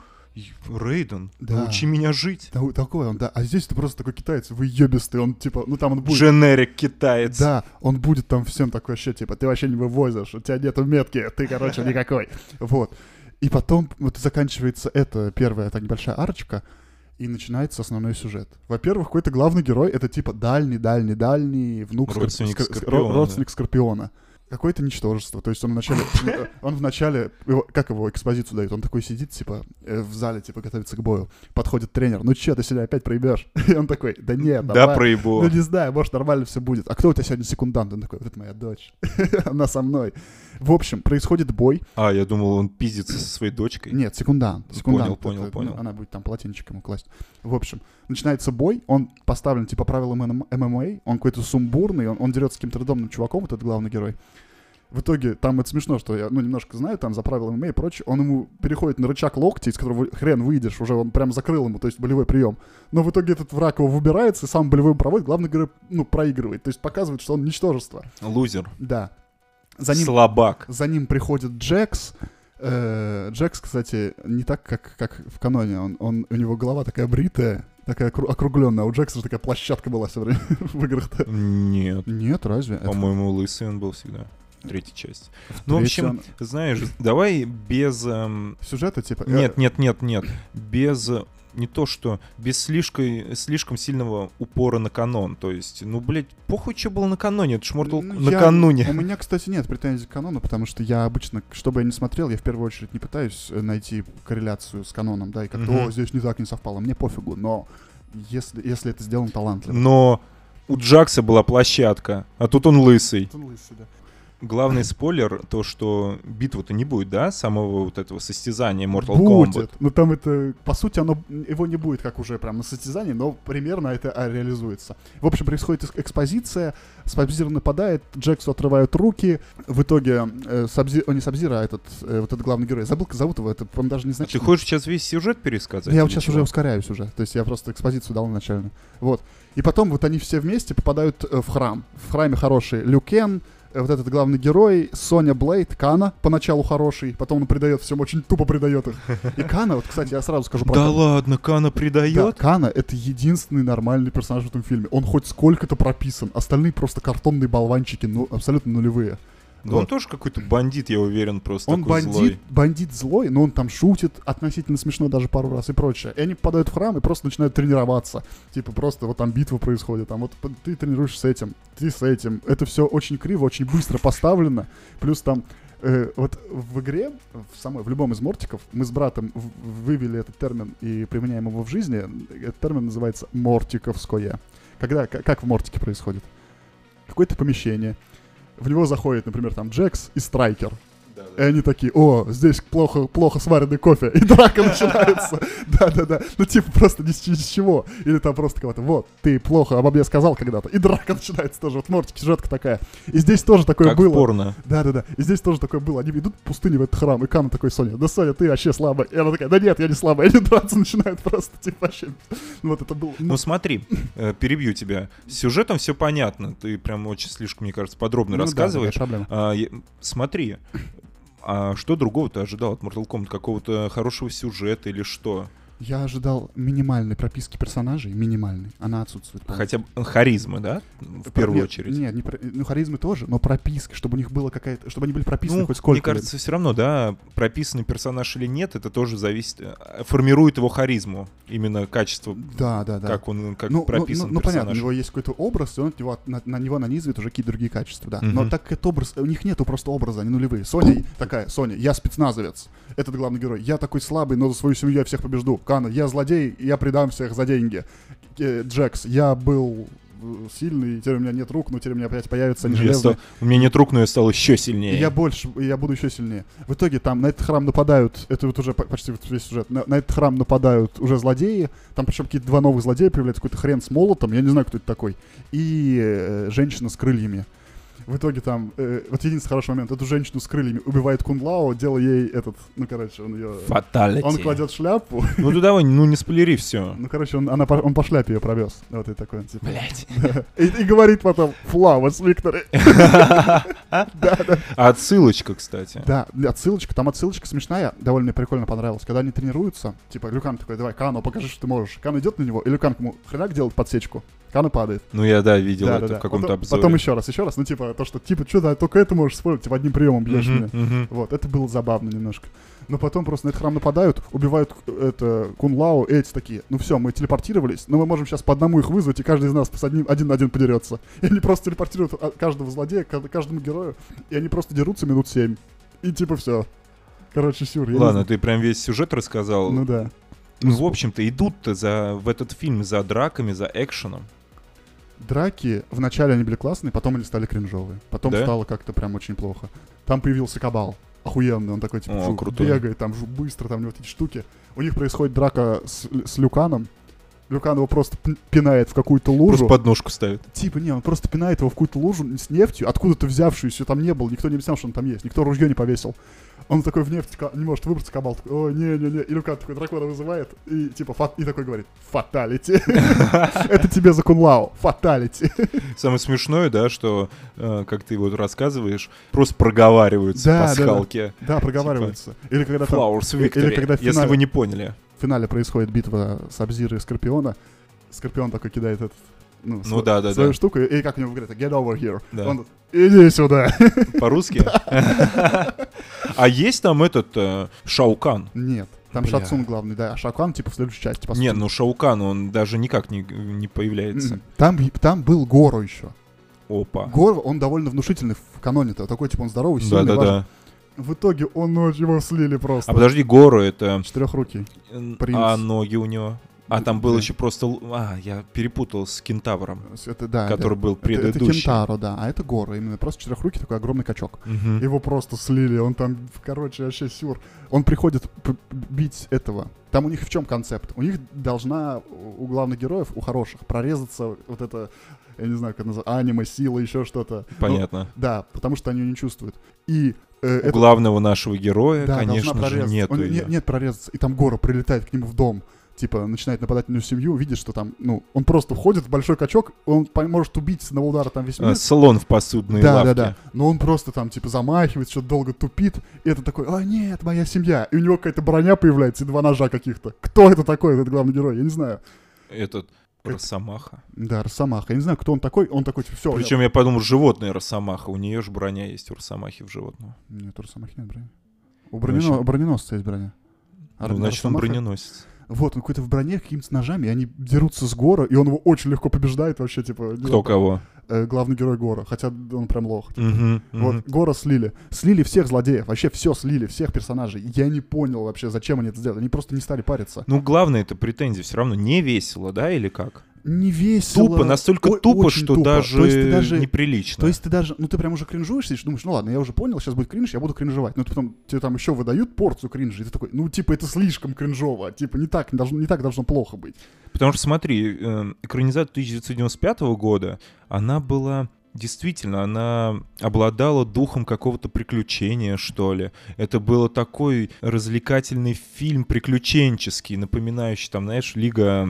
S4: Рейден,
S5: Да.
S4: научи меня жить.
S5: Да, вот такой он, да. А здесь ты просто такой китаец, вы ебистый, он типа, ну там он будет.
S4: Дженерик китаец.
S5: Да, он будет там всем такой вообще, типа, ты вообще не вывозишь, у тебя нету метки, ты, короче, никакой. Вот. И потом вот заканчивается эта первая так небольшая арочка, и начинается основной сюжет. Во-первых, какой-то главный герой — это типа дальний-дальний-дальний внук Скор-
S4: Родственник
S5: Скор-
S4: Скорпиона,
S5: ро- родственник Скорпиона. Какое-то ничтожество. То есть он вначале... э, Он вначале... его- Как его экспозицию дают? Он такой сидит, типа, э, в зале, типа, готовится к бою. Подходит тренер. Ну че, ты сегодня опять проебешь? И он такой, да нет,
S4: Да,
S5: давай».
S4: проебо.
S5: Ну, не знаю, может, нормально все будет. А кто у тебя сегодня секундант? Он такой, вот это моя дочь. Она со мной. В общем, происходит бой.
S4: А, я думал, он пиздится со своей дочкой.
S5: Нет, секундант. секундант.
S4: понял,
S5: Это,
S4: понял.
S5: ну, она будет там полотенчик ему класть. В общем, начинается бой. Он поставлен типа правилам ММА. А, Он какой-то сумбурный. Он, он дерется с каким-то рандомным чуваком, вот этот главный герой. В итоге, там это смешно, что я, ну, немножко знаю там за правила ММА А и прочее. Он ему переходит на рычаг локти, из которого хрен выйдешь, уже он прям закрыл ему, то есть болевой прием. Но в итоге этот враг его выбирается и сам болевым проводит, главный герой, ну, проигрывает. То есть показывает, что он ничтожество.
S4: Лузер.
S5: Да. За ним,
S4: Слабак.
S5: за ним приходит Джекс. Э, Джекс, кстати, не так, как, как в каноне. Он, он, у него голова такая бритая, такая округленная. А у Джекса же такая площадка была все время в играх-то.
S4: Нет.
S5: Нет, разве? Это
S4: По-моему, лысый он был всегда. Третья часть. Ну, в
S5: третья-
S4: общем, знаешь, давай без... эм,
S5: сюжета типа... э,
S4: Нет, нет, нет, нет. Без э, не то что без слишком слишком сильного упора на канон. То есть, ну, блядь, похуй, что было накануне. Это ж Mortal
S5: Ну, я-
S4: накануне.
S5: У меня, кстати, нет претензий к канону, потому что я обычно, что бы я ни смотрел, я в первую очередь не пытаюсь э, найти корреляцию с каноном, да, и как-то,
S4: Мгм.
S5: о, здесь не так, не совпало, мне пофигу, но если, если это сделано талантливо.
S4: Но у Джакса была площадка, а тут он лысый.
S5: Он лысый, да.
S4: Главный спойлер то, что битвы-то не будет, да, самого вот этого состязания Mortal Kombat.
S5: будет. но там это, по сути, оно, его не будет как уже прям на состязании, но примерно это а, реализуется. В общем, происходит эс- экспозиция, Сабзир нападает, Джексу отрывают руки, в итоге э, Сабзи- о, не Сабзира, а этот, э, вот этот главный герой, забыл, как зовут его, это, он даже не
S4: А
S5: значит.
S4: ты хочешь сейчас весь сюжет пересказать?
S5: Я
S4: или
S5: вот сейчас
S4: чего?
S5: уже ускоряюсь уже. То есть я просто экспозицию дал начально. Вот. И потом вот они все вместе попадают э, в храм. В храме хороший Люкен, э, вот этот главный герой, Соня Блейд, Кана поначалу хороший, потом он предает всем, очень тупо предает их. И Кана, вот, кстати, я сразу скажу про
S4: Да
S5: Кану.
S4: ладно, Кана
S5: Да,
S4: предает?
S5: Кана — это единственный нормальный персонаж в этом фильме. Он хоть сколько-то прописан. Остальные просто картонные болванчики, ну, абсолютно нулевые.
S4: Да он
S5: Вот.
S4: тоже какой-то бандит, я уверен, просто
S5: Он
S4: такой
S5: бандит,
S4: злой.
S5: бандит злой, но он там шутит относительно смешно даже пару раз и прочее. И они попадают в храм и просто начинают тренироваться. Типа просто вот там битва происходит, там вот п- ты тренируешься с этим, ты с этим. Это все очень криво, очень быстро поставлено. Плюс там э, вот в игре, в самой, в любом из мортиков, мы с братом в- вывели этот термин и применяем его в жизни. Этот термин называется мортиковское. Когда, к- как в мортике происходит? Какое-то помещение, в него заходит, например, там Джекс и Страйкер. И они такие, о, здесь плохо, плохо сваренный кофе. И драка начинается. Да-да-да. Ну, типа, просто ни с ни с чего. Или там просто кого-то, вот, ты плохо обо мне сказал когда-то. И драка начинается тоже. Вот мортик, сюжетка такая. И здесь тоже такое
S4: Как в
S5: было.
S4: порно.
S5: Да-да-да. И здесь тоже такое было. Они идут в пустыню в этот храм. И Кана такой, Соня, да, Соня, ты вообще слабая. И она такая, да нет, я не слабая. И они драться начинают просто, типа, вообще. Ну, Вот это было.
S4: Ну смотри, э, перебью тебя. С сюжетом все понятно. Ты прям очень слишком, мне кажется, подробно
S5: Ну да, да, да,
S4: рассказываешь.
S5: проблема.
S4: А, я- смотри, а что другого ты ожидал от Mortal Kombat? Какого-то хорошего сюжета или что?
S5: Я ожидал минимальной прописки персонажей, минимальной. Она отсутствует.
S4: Хотя
S5: полностью.
S4: бы э, харизмы, да? В
S5: Про-
S4: первую
S5: нет,
S4: очередь.
S5: Нет, не про- ну харизмы тоже, но прописки, чтобы у них было какая-то, чтобы они были прописаны
S4: Ну,
S5: хоть
S4: мне
S5: сколько.
S4: кажется, все равно, да, прописанный персонаж или нет, это тоже зависит, э, формирует его харизму, именно качество,
S5: Да, да, да.
S4: как он, как
S5: ну, ну,
S4: прописан
S5: ну, ну, понятно, у
S4: персонаж.
S5: него есть какой-то образ, и он от него, от- на, на него нанизывает уже какие-то другие качества, да. Но
S4: Мгм.
S5: так как этот образ, у них нету просто образа, они нулевые. Соня такая, Соня, я спецназовец, этот главный герой, я такой слабый, но за свою семью я всех побежду. Кана, я злодей, я предам всех за деньги. Э, Джекс, я был э, сильный, теперь у меня нет рук, но теперь у меня опять появятся они
S4: Я
S5: железные.
S4: стал- У меня нет рук, но я стал еще
S5: И
S4: сильнее.
S5: я больше, и я буду еще сильнее. В итоге там на этот храм нападают, это вот уже по- почти вот весь сюжет, на, на этот храм нападают уже злодеи, там причем какие-то два новых злодея появляются, какой-то хрен с молотом, я не знаю, кто это такой, и э, женщина с крыльями. В итоге там, э, вот единственный хороший момент, эту женщину с крыльями убивает Кунлао, делая ей этот, ну, короче, он ее...
S4: Фаталити.
S5: Он кладет шляпу,
S4: Ну ты давай, ну не сплери все.
S5: ну, короче, он, она, по- он по шляпе ее провез. Вот и такой, он, типа...
S4: Блять.
S5: И, и говорит потом, флавас, Виктор. э,
S4: Отсылочка, кстати.
S5: Да, отсылочка, там отсылочка смешная, довольно прикольно понравилась. Когда они тренируются, типа, Люкан такой, давай, Кано, покажи, что ты можешь. Кано идет на него, и Люкан ему хренак делает подсечку. Кано падает.
S4: Ну я, да, видел это
S5: Да-да-да.
S4: в каком-то
S5: Потом-
S4: обзоре.
S5: Потом еще раз, еще раз. Ну, типа, то, что, типа, что, да, только это можешь вспомнить, типа, одним приемом бьешь
S4: Мгм,
S5: меня.
S4: мгм.
S5: Вот, это было забавно немножко. Но потом просто на этот храм нападают, убивают э, это Кунлау, и эти такие. Ну все, мы телепортировались, но мы можем сейчас по одному их вызвать, и каждый из нас с одним, один на один подерется. И они просто телепортируют а, каждого злодея, к каждому герою, и они просто дерутся минут семь. И типа все. Короче, сюр. я не
S4: Ладно,
S5: знаю.
S4: ты прям весь сюжет рассказал.
S5: Ну да.
S4: Ну, в общем-то, идут-то за, в этот фильм за драками, за экшеном.
S5: Драки, вначале они были классные, потом они стали кринжовые. Потом
S4: Да?
S5: стало как-то прям очень плохо. Там появился Кабал. Охуенный, он такой, типа,
S4: О,
S5: жу,
S4: крутой.
S5: бегает, там жу, быстро, там у него эти штуки. У них происходит драка с, с Люканом. Люкан его просто пн- пинает в какую-то лужу.
S4: Просто подножку ставят.
S5: Типа, не, он просто пинает его в какую-то лужу с нефтью, откуда-то взявшуюся, там не было, никто не объяснял, что он там есть, никто ружье не повесил. Он такой в нефть ка- не может выбраться, Кабал такой, ой, не-не-не, и Люкан такой дракона вызывает, и типа, фат- и такой говорит, фаталити. Это тебе за Кунлау, фаталити.
S4: Самое смешное, да, что, э, как ты вот рассказываешь, просто проговариваются
S5: Да, да, да.
S4: пасхалки.
S5: Да, проговаривается.
S4: Типа
S5: Или когда там
S4: Flowers
S5: или
S4: Victory,
S5: когда в
S4: если
S5: финале-
S4: вы не поняли.
S5: в финале происходит битва Сабзира и Скорпиона, Скорпион такой кидает этот, ну, сво-
S4: да-да-да.
S5: свою штуку, и как у него говорят, get over here.
S4: Да.
S5: Он иди сюда.
S4: По-русски? А есть там этот э, Шаукан?
S5: Нет, там
S4: Бля.
S5: Шацун главный, да, а Шакан типа в следующей части. по
S4: Не,
S5: сути.
S4: ну Шаукан, он даже никак не, не появляется.
S5: М, Там, там был Гору еще.
S4: Опа.
S5: Гор, он довольно внушительный в каноне-то. Такой, типа, он здоровый, сильный, важный.
S4: Да-да-да.
S5: В итоге он ну, его слили просто.
S4: А подожди, Гору это...
S5: Четырехрукий.
S4: м,
S5: Принц.
S4: А ноги у него? А там был
S5: Да.
S4: еще просто... л- А, я перепутал с Кентавром,
S5: Это, А, да,
S4: который был
S5: да. Это, это
S4: предыдущий.
S5: Кентаро, да, а это Гора. Именно просто четырехрукий такой огромный качок.
S4: Мгм.
S5: Его просто слили, он там, короче, вообще сюр. Он приходит п- бить этого. Там у них в чем концепт? У них должна у у главных героев, у хороших, прорезаться вот это, я не знаю, как это называется, аниме, сила, еще что-то. Ну,
S4: Понятно.
S5: да, потому что они ее не чувствуют. И э,
S4: У
S5: это
S4: главного нашего героя,
S5: Да, должна
S4: конечно же,
S5: прорезаться.
S4: нету
S5: Он-
S4: её.
S5: не- нет прорезаться. И там Гора прилетает к нему в дом, типа, начинает нападать на его семью, видит, что там, ну, он просто входит в большой качок, он по- может убить с одного удара там весь
S4: А,
S5: мир.
S4: Салон в посудной
S5: да,
S4: лавке.
S5: да, да. Но он просто там, типа, замахивает, что-то долго тупит, и это такой, а нет, моя семья. И у него какая-то броня появляется и два ножа каких-то. Кто это такой, этот главный герой? Я не знаю.
S4: Этот
S5: Э,
S4: Росомаха.
S5: Да, Росомаха. Я не знаю, кто он такой. Он такой, типа, все.
S4: Причем я подумал, животное Росомаха. У нее же броня есть у Росомахи в животного.
S5: Нет, у Росомахи нет брони. У,
S4: Ну,
S5: бронено...
S4: вообще.
S5: у броненосца есть броня. А
S4: Ну, значит, он
S5: Росомаха-
S4: броненосец.
S5: Вот, он какой-то в броне, какими-то с ножами, и они дерутся с Гора, и он его очень легко побеждает вообще, типа... не
S4: Кто
S5: знаю,
S4: кого?
S5: э, главный герой Гора, хотя он прям лох.
S4: Мгм, мгм.
S5: Вот, Гора слили. Слили всех злодеев, вообще все слили, всех персонажей. Я не понял вообще, зачем они это сделали. Они просто не стали париться.
S4: Ну, главное, это претензии. Все равно не весело, да, или как?
S5: Не весело.
S4: Тупо, настолько
S5: Ой,
S4: тупо,
S5: очень
S4: что
S5: тупо.
S4: даже,
S5: То есть ты даже...
S4: неприлично.
S5: То есть ты даже, ну ты прям уже кринжуешь, сидишь, думаешь, ну ладно, я уже понял, сейчас будет кринж, я буду кринжевать. Но ты потом, тебе там еще выдают порцию кринжа, и ты такой, ну типа это слишком кринжово, типа не так, не должно, не так должно плохо быть.
S4: Потому что, смотри, э, экранизация 1995 года, она была... Действительно, она обладала духом какого-то приключения, что ли. Это был такой развлекательный фильм, приключенческий, напоминающий, там, знаешь, Лига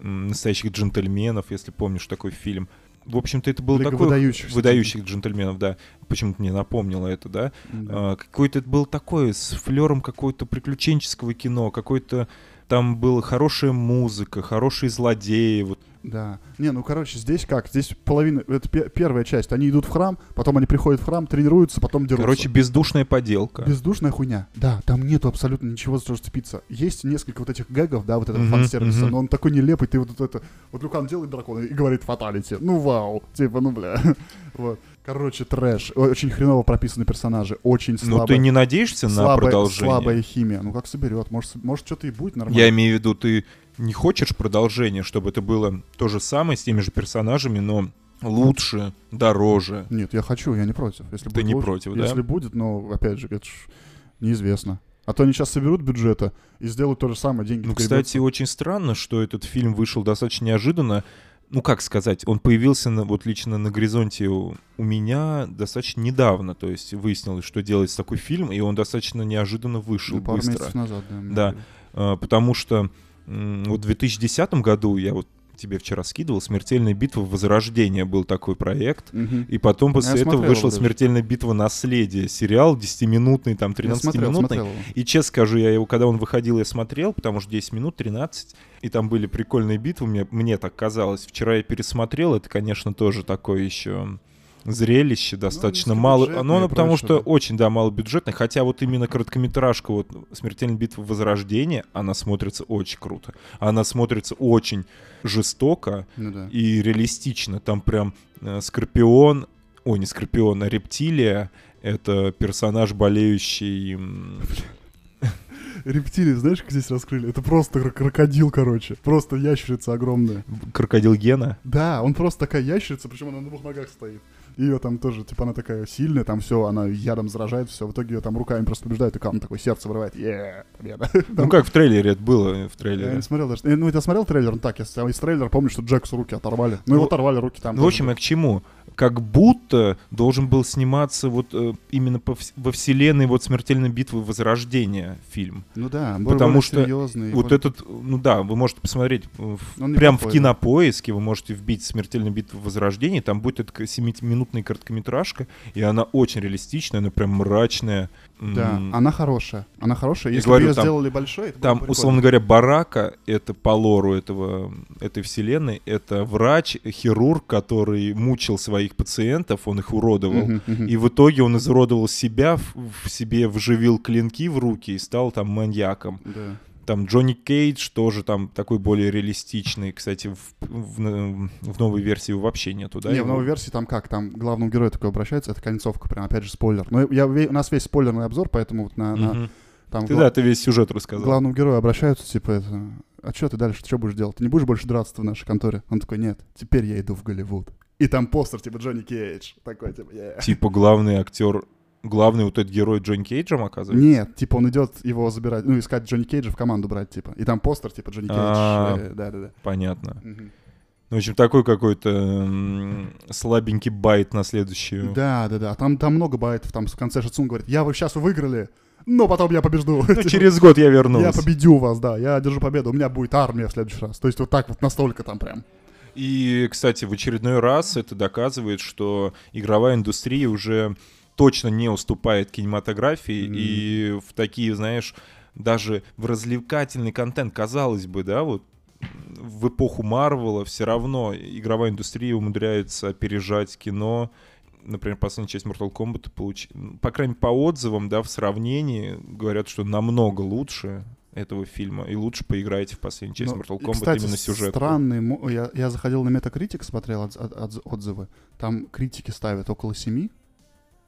S4: м, настоящих джентльменов, если помнишь такой фильм. В общем-то, это был
S5: Лига
S4: такой...
S5: выдающихся.
S4: выдающих джентльменов, да. Почему-то мне напомнило это, да.
S5: Да.
S4: А, Какой-то это был такой, с флером какого-то приключенческого кино, какой-то там была хорошая музыка, хорошие злодеи. Вот.
S5: Да. Не, ну короче, здесь как? Здесь половина, это пе- первая часть. Они идут в храм, потом они приходят в храм, тренируются, потом дерутся.
S4: Короче, бездушная поделка.
S5: бездушная хуйня. Да, там нету абсолютно ничего, за что цепиться. Есть несколько вот этих гэгов, да, вот этого
S4: Мгм,
S5: фан-сервиса,
S4: мгм.
S5: но он такой нелепый, ты вот тут это... Вот Люкан делает дракона и говорит фаталити. Ну вау, типа, ну бля. Вот. Короче, трэш. О- Очень хреново прописаны персонажи, очень
S4: Но Ну, ты
S5: слабые.
S4: не надеешься на продолжение?
S5: слабая химия. Ну как соберет? Может, с- может что-то и будет нормально.
S4: Я имею в виду, ты не хочешь продолжения, чтобы это было то же самое с теми же персонажами, но лучше, дороже.
S5: Нет, я хочу, я не против. Если
S4: Ты
S5: будет
S4: не
S5: лучше-
S4: против, да?
S5: Если будет, но опять же, это ж неизвестно. А то они сейчас соберут бюджета и сделают то же самое, деньги.
S4: Ну,
S5: вгребут.
S4: кстати, очень странно, что этот фильм вышел достаточно неожиданно. ну как сказать, он появился на, вот лично на горизонте у, у меня достаточно недавно, то есть выяснилось, что делать такой фильм, и он достаточно неожиданно вышел
S5: Ну, пару
S4: быстро.
S5: месяцев назад, да. мне
S4: Да.
S5: говорили.
S4: Э, потому что м, вот в 2010 году я вот тебе вчера скидывал, «Смертельная битва. Возрождение» был такой проект.
S5: Мгм.
S4: И потом после этого
S5: смотрел его
S4: вышла
S5: даже.
S4: «Смертельная битва. Наследие». Сериал 10-минутный, там
S5: Я смотрел,
S4: 13-минутный.
S5: смотрел его.
S4: И честно скажу, я его, когда он выходил, я смотрел, потому что 10 минут, 13, и там были прикольные битвы, мне, мне так казалось. Вчера я пересмотрел, это, конечно, тоже такое еще зрелище достаточно мало.
S5: Ну, низкобюджетное
S4: Но оно
S5: и
S4: потому
S5: прочее,
S4: что
S5: да.
S4: очень, да, малобюджетное. Хотя вот именно короткометражка вот «Смертельная битва. Возрождение», она смотрится очень круто. Она смотрится очень жестоко
S5: Ну да.
S4: и реалистично. Там прям э, Скорпион, ой, не Скорпион, а Рептилия. Это персонаж, болеющий м,
S5: Рептилии, знаешь, как здесь раскрыли? Это просто кр- крокодил, короче. Просто ящерица огромная.
S4: крокодил Гена.
S5: Да, он просто такая ящерица, причем она на двух ногах стоит. Ее там тоже, типа, она такая сильная, там все, она ядом заражает, все. В итоге ее там руками просто побеждают, и камень такое сердце вырывает. Е, победа.
S4: Ну как в трейлере это было, э, в
S5: Я не
S4: трейлере.
S5: смотрел даже. э, Ну, я смотрел трейлер, ну так, я с- из трейлера помню, что Джексу руки оторвали. Ну, его
S4: Ну,
S5: оторвали руки там.
S4: Ну, в общем, я к чему? Как будто должен был сниматься вот э, именно по вс- во вселенной вот смертельной битвы Возрождения фильм.
S5: ну да,
S4: потому
S5: более
S4: что
S5: серьезный.
S4: вот
S5: более-
S4: этот, ну да, вы можете посмотреть э, в-
S5: Ну, Он
S4: прям в
S5: неплохой, да.
S4: кинопоиске, вы можете вбить смертельную битву Возрождения, там будет эта 7-минутная короткометражка, и она очень реалистичная, она прям мрачная. М,
S5: Да, она хорошая. Она хорошая.
S4: Я
S5: Если
S4: говорю,
S5: бы ее
S4: там-
S5: сделали большой, это было
S4: Там,
S5: бы прикольно.
S4: условно говоря, барака это по лору этого, этой вселенной. Это врач, хирург, который мучил своих пациентов, он их уродовал.
S5: Мгм, мгм.
S4: И в итоге он изуродовал себя, в, в себе вживил клинки в руки и стал там маньяком.
S5: Да.
S4: Там Джонни Кейдж тоже там такой более реалистичный. Кстати, в, в н- в новой версии его вообще нету, да?
S5: не, в
S4: его?
S5: новой версии там как? Там к главному герою такой обращается, это концовка, прям опять же спойлер. Но я, ве- у нас весь спойлерный обзор, поэтому вот на, на-
S4: Мгм.
S5: там
S4: Ты
S5: гла-
S4: да, ты весь сюжет
S5: к
S4: рассказал.
S5: главному герою обращаются, типа, это, а что ты дальше, что будешь делать? Ты не будешь больше драться в нашей конторе? Он такой, нет, теперь я иду в Голливуд. И там постер, типа, Джонни Кейдж. Такой, типа, «Е».
S4: Типа главный актер, главный вот этот герой Джонни Кейджем оказывается.
S5: Нет, типа он идет его забирать, ну, искать Джонни Кейджа в команду брать, типа. И там постер, типа, Джонни
S4: А.
S5: Кейдж. э, Да-да-да.
S4: Понятно.
S5: Мгм.
S4: Ну, в общем, такой какой-то м, слабенький байт на следующую.
S5: Да, да, да. Там, там много байтов. Там в конце Шицун говорит, я вы сейчас выиграли, но потом я побежду.
S4: Ну, через год я вернусь.
S5: Я победю вас, да, я держу победу, у меня будет армия в следующий раз. То есть вот так вот настолько там прям.
S4: И, кстати, в очередной раз это доказывает, что игровая индустрия уже точно не уступает кинематографии
S5: М.
S4: и в такие, знаешь, даже в развлекательный контент, казалось бы, да, вот в эпоху Марвела все равно игровая индустрия умудряется опережать кино. Например, последняя часть Mortal Kombat получ... по крайней мере, по отзывам, да, в сравнении говорят, что намного лучше этого фильма и лучше поиграете в последнюю часть
S5: Ну,
S4: Mortal
S5: и,
S4: Kombat
S5: кстати,
S4: именно сюжет.
S5: странный, мо- я, я заходил на Metacritic, смотрел отз- от- отз- отзывы, там критики ставят около 7,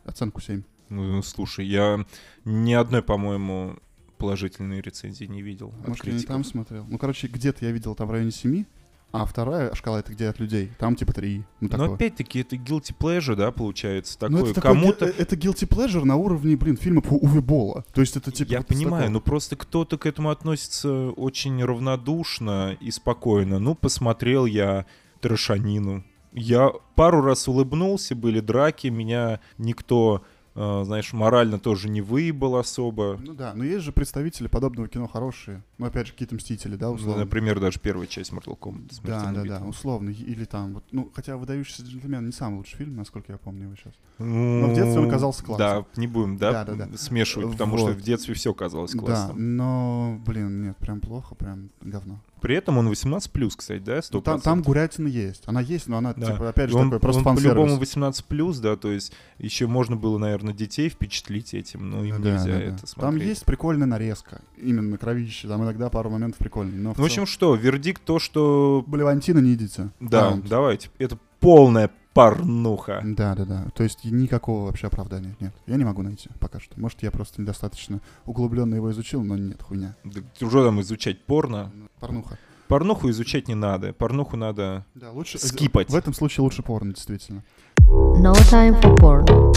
S5: оценку 7.
S4: Ну, слушай, я ни одной, по-моему, положительной рецензии не видел. от
S5: Может, я не
S4: критиков.
S5: там смотрел. Ну, короче, где-то я видел там в районе 7, а вторая шкала это где от людей, там типа 3, ну такое.
S4: Но опять-таки это guilty pleasure, да, получается,
S5: Ну,
S4: такое.
S5: это такой гил-
S4: Кому-то
S5: э, это guilty pleasure на уровне, блин, фильма по Уве Болла. То есть это типа...
S4: я
S5: вот
S4: понимаю, ну,
S5: такого.
S4: но просто кто-то к этому относится очень равнодушно и спокойно. Ну, посмотрел я трошанину. Я пару раз улыбнулся, были драки, меня никто, э, знаешь, морально тоже не выебал особо.
S5: Ну да, но есть же представители подобного кино хорошие. Ну, опять же, какие-то мстители, да, условно.
S4: Например, даже первая часть Mortal Kombat.
S5: Да,
S4: «Смертельная
S5: да,
S4: битва».
S5: да, условно. и- Или там, вот, ну, хотя «Выдающийся джентльмен» не самый лучший фильм, насколько я помню его сейчас.
S4: Ну,
S5: в детстве он казался классным.
S4: Да, не будем, да,
S5: Да-да-да.
S4: смешивать, потому
S5: Вот.
S4: что в детстве все казалось
S5: Да,
S4: классным.
S5: но, блин, нет, прям плохо, прям говно.
S4: При этом он 18 плюс, кстати, да, 100%.
S5: Ну, Там, там гурятина есть, она есть, но она,
S4: Да.
S5: типа, опять
S4: И
S5: же,
S4: он,
S5: такой просто
S4: он
S5: фан-сервис.
S4: по-любому 18 плюс, да, то есть еще можно было, наверное, детей впечатлить этим, но им
S5: Да,
S4: нельзя
S5: да, да.
S4: это
S5: Там
S4: смотреть.
S5: есть прикольная нарезка, именно кровище, там иногда пару моментов прикольных, но в,
S4: Ну, в общем, что, вердикт то, что...
S5: Блевантина не идите.
S4: Да, давайте. Это полная порнуха.
S5: Да, да, да. То есть никакого вообще оправдания нет. Я не могу найти пока что. Может, я просто недостаточно углубленно его изучил, но нет, хуйня.
S4: Да Уже там изучать порно.
S5: Порнуха.
S4: Порнуху изучать не надо. Порнуху надо...
S5: Да, лучше...
S4: Скипать.
S5: В этом случае лучше порно, действительно.
S2: No time for porn.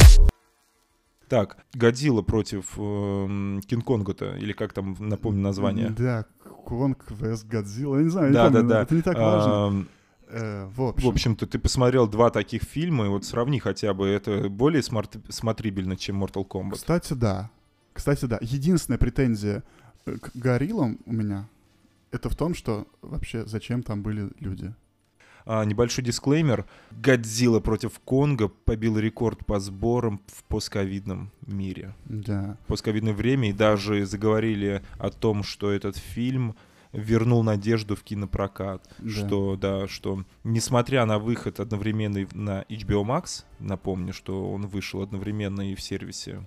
S4: Так, Годзилла против эм, Кинг-Конга-то, или как там, напомню название.
S5: Да, Конг, Вест, Годзилла, я не знаю, я не
S4: Да, да,
S5: помню,
S4: да.
S5: это не так важно.
S4: Ам,
S5: Э, в общем.
S4: В общем-то, ты посмотрел два таких фильма, и вот сравни хотя бы, это более смарт- смотрибельно, чем Mortal Kombat.
S5: Кстати, да. Кстати, да. Единственная претензия э, к гориллам у меня это в том, что вообще зачем там были люди.
S4: А, небольшой дисклеймер. «Годзилла против Конга» побил рекорд по сборам в постковидном мире.
S5: Да.
S4: В постковидное время, и даже заговорили о том, что этот фильм вернул надежду в кинопрокат.
S5: Да.
S4: Что, да, что несмотря на выход одновременный на HBO Max, напомню, что он вышел одновременно и в сервисе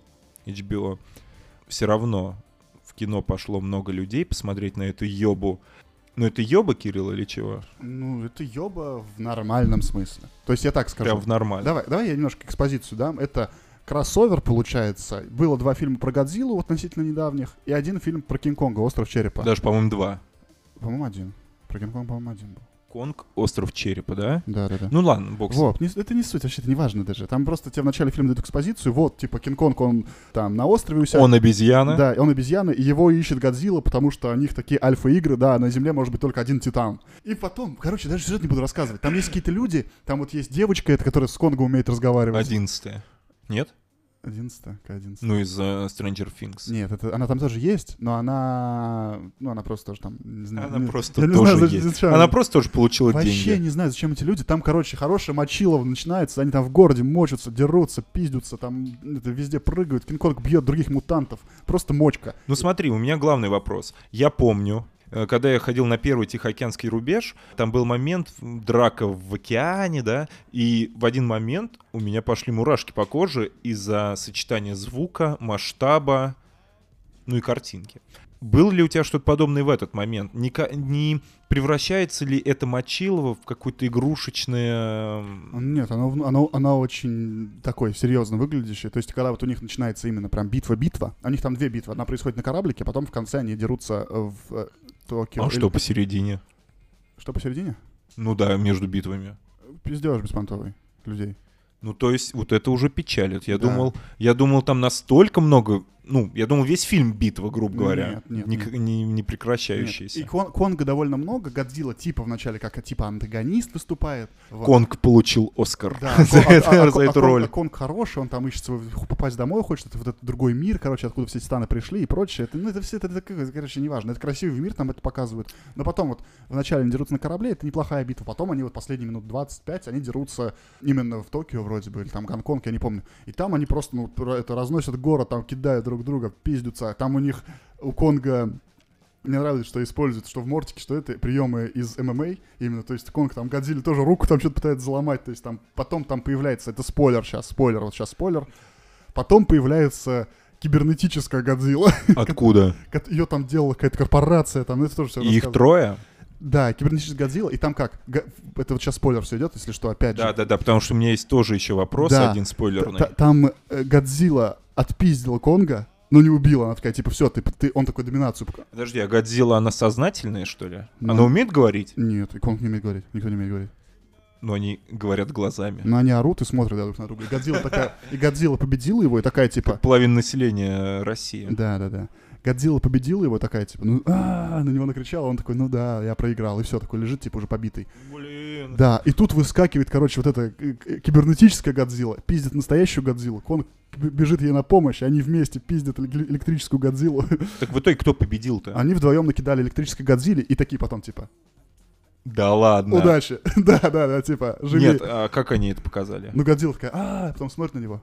S4: HBO, все равно в кино пошло много людей посмотреть на эту ёбу. Ну, это ёба, Кирилл, или чего?
S5: Ну, это ёба в нормальном смысле. То есть я так скажу.
S4: Прям в нормально.
S5: Давай, давай я немножко экспозицию дам. Это кроссовер, получается. Было два фильма про Годзиллу относительно недавних, и один фильм про Кинг-Конга «Остров черепа».
S4: Даже, по-моему, два.
S5: По-моему, один. Про Кинг-Конга, по-моему, один был.
S4: Конг, остров черепа, да?
S5: Да-да-да.
S4: Ну ладно, бокс.
S5: Вот, не- это не суть, вообще это не важно даже. Там просто тебе в начале фильма дают экспозицию, вот, типа, Кинг-Конг, он там на острове у себя.
S4: Он обезьяна.
S5: Да, и он обезьяна, и его ищет Годзилла, потому что у них такие альфа-игры, да, на Земле может быть только один титан. И потом, короче, даже сюжет не буду рассказывать. Там есть какие-то люди, там вот есть девочка, эта, которая с Конго умеет разговаривать.
S4: Одиннадцатая. Нет?
S5: 11 к 11.
S4: Ну, из э, Stranger Things.
S5: Нет, это, она там тоже есть, но она... Ну, она просто тоже там... Не знаю,
S4: Она
S5: не-
S4: просто
S5: я не
S4: тоже
S5: знаю,
S4: есть.
S5: зачем
S4: Она просто тоже получила
S5: Вообще
S4: деньги.
S5: не знаю, зачем эти люди. Там, короче, хорошая мочилова начинается, они там в городе мочатся, дерутся, пиздятся, там это, везде прыгают, Кинг-Конг бьет других мутантов. Просто мочка.
S4: Ну смотри, у меня главный вопрос. Я помню, э, когда я ходил на первый Тихоокеанский рубеж, там был момент м, драка в океане, да, и в один момент у меня пошли мурашки по коже из-за сочетания звука, масштаба, ну и картинки. Было ли у тебя что-то подобное в этот момент? Не, ка- не превращается ли это Мочилово в какое-то игрушечное... м,
S5: Нет, оно, вну- оно, оно очень такое серьезно выглядящее. То есть, когда вот у них начинается именно прям битва-битва, а у них там две битвы. Одна происходит на кораблике, а потом в конце они дерутся э, в э, Токио.
S4: А
S5: Или-
S4: что посередине?
S5: Что посередине?
S4: Ну да, между битвами.
S5: Пиздеж беспонтовый людей.
S4: Ну, то есть, вот это уже печалит. Я
S5: Да.
S4: думал, я думал, там настолько много. Ну, я думал, весь фильм битва, грубо говоря.
S5: Нет, нет,
S4: не,
S5: нет.
S4: не- не
S5: Нет,
S4: прекращающаяся.
S5: И Кон- Конга довольно много, Годзилла типа вначале как типа антагонист выступает. Вот.
S4: Конг получил Оскар
S5: Да,
S4: за,
S5: а- а-
S4: это-
S5: а-
S4: за
S5: а
S4: эту
S5: Конг- а
S4: роль.
S5: Конг хороший, он там ищет свой, ху- попасть домой, хочет это вот этот другой мир, короче, откуда все титаны пришли и прочее. Это, ну, это все, это, это, как- короче, неважно. Это красивый мир, там это показывают. Но потом вот вначале они дерутся на корабле, это неплохая битва. Потом они вот последние минут 25, они дерутся именно в Токио вроде бы, или там Гонконг, я не помню. И там они просто, ну, про- это разносят город, там кидают друг друга, пиздятся. Там у них, у Конга мне нравится, что используют, что в Мортике, что это приемы из ММА именно, то есть Конг там Годзилле тоже руку там что-то пытается заломать, то есть там потом там появляется, это спойлер сейчас, спойлер, вот сейчас спойлер, потом появляется кибернетическая Годзилла,
S4: Откуда?
S5: ее там делала какая-то корпорация, там, ну, это тоже все
S4: И их трое?
S5: Да, кибернетическая Годзилла, и там как, Га- это вот сейчас спойлер все идет, если что, опять
S4: Да,
S5: же.
S4: да, да, потому что у меня есть тоже еще вопрос,
S5: Да.
S4: один спойлерный.
S5: Т- Там э, Годзилла отпиздила Конга, но не убила, она такая, типа, все, ты, ты, он такой доминацию пока.
S4: Подожди, а Годзилла, она сознательная, что ли?
S5: Ну.
S4: Она умеет говорить?
S5: Нет, и Конг не умеет говорить, никто не умеет говорить.
S4: Но они говорят глазами.
S5: Но они орут и смотрят да, друг на друга. И Годзилла такая... И Годзилла победила его, и такая, типа...
S4: Половина населения э, России.
S5: Да-да-да. Годзилла победила его, такая, типа, ну, «А», на него накричала, он такой, ну да, я проиграл, и все, такой лежит, типа, уже побитый.
S4: Блин.
S5: Да, и тут выскакивает, короче, вот эта э, к- кибернетическая Годзилла, пиздит настоящую Годзиллу, Конг б- бежит ей на помощь, и они вместе пиздят эле- электрическую Годзиллу.
S4: Так в итоге кто победил-то?
S5: Они вдвоем накидали электрической Годзилле, и такие потом, типа,
S4: Да ладно.
S5: удачи. Да-да-да, типа, живи.
S4: Нет, а как они это показали?
S5: Ну, Годзилла такая, а потом смотрит на него.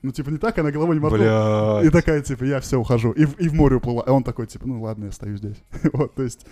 S5: Ну, типа, не так, она головой не мотнула.
S4: Бля.
S5: И такая, типа, я все ухожу. И, в- и в море уплыла. А он такой, типа, ну ладно, я стою здесь. вот, то есть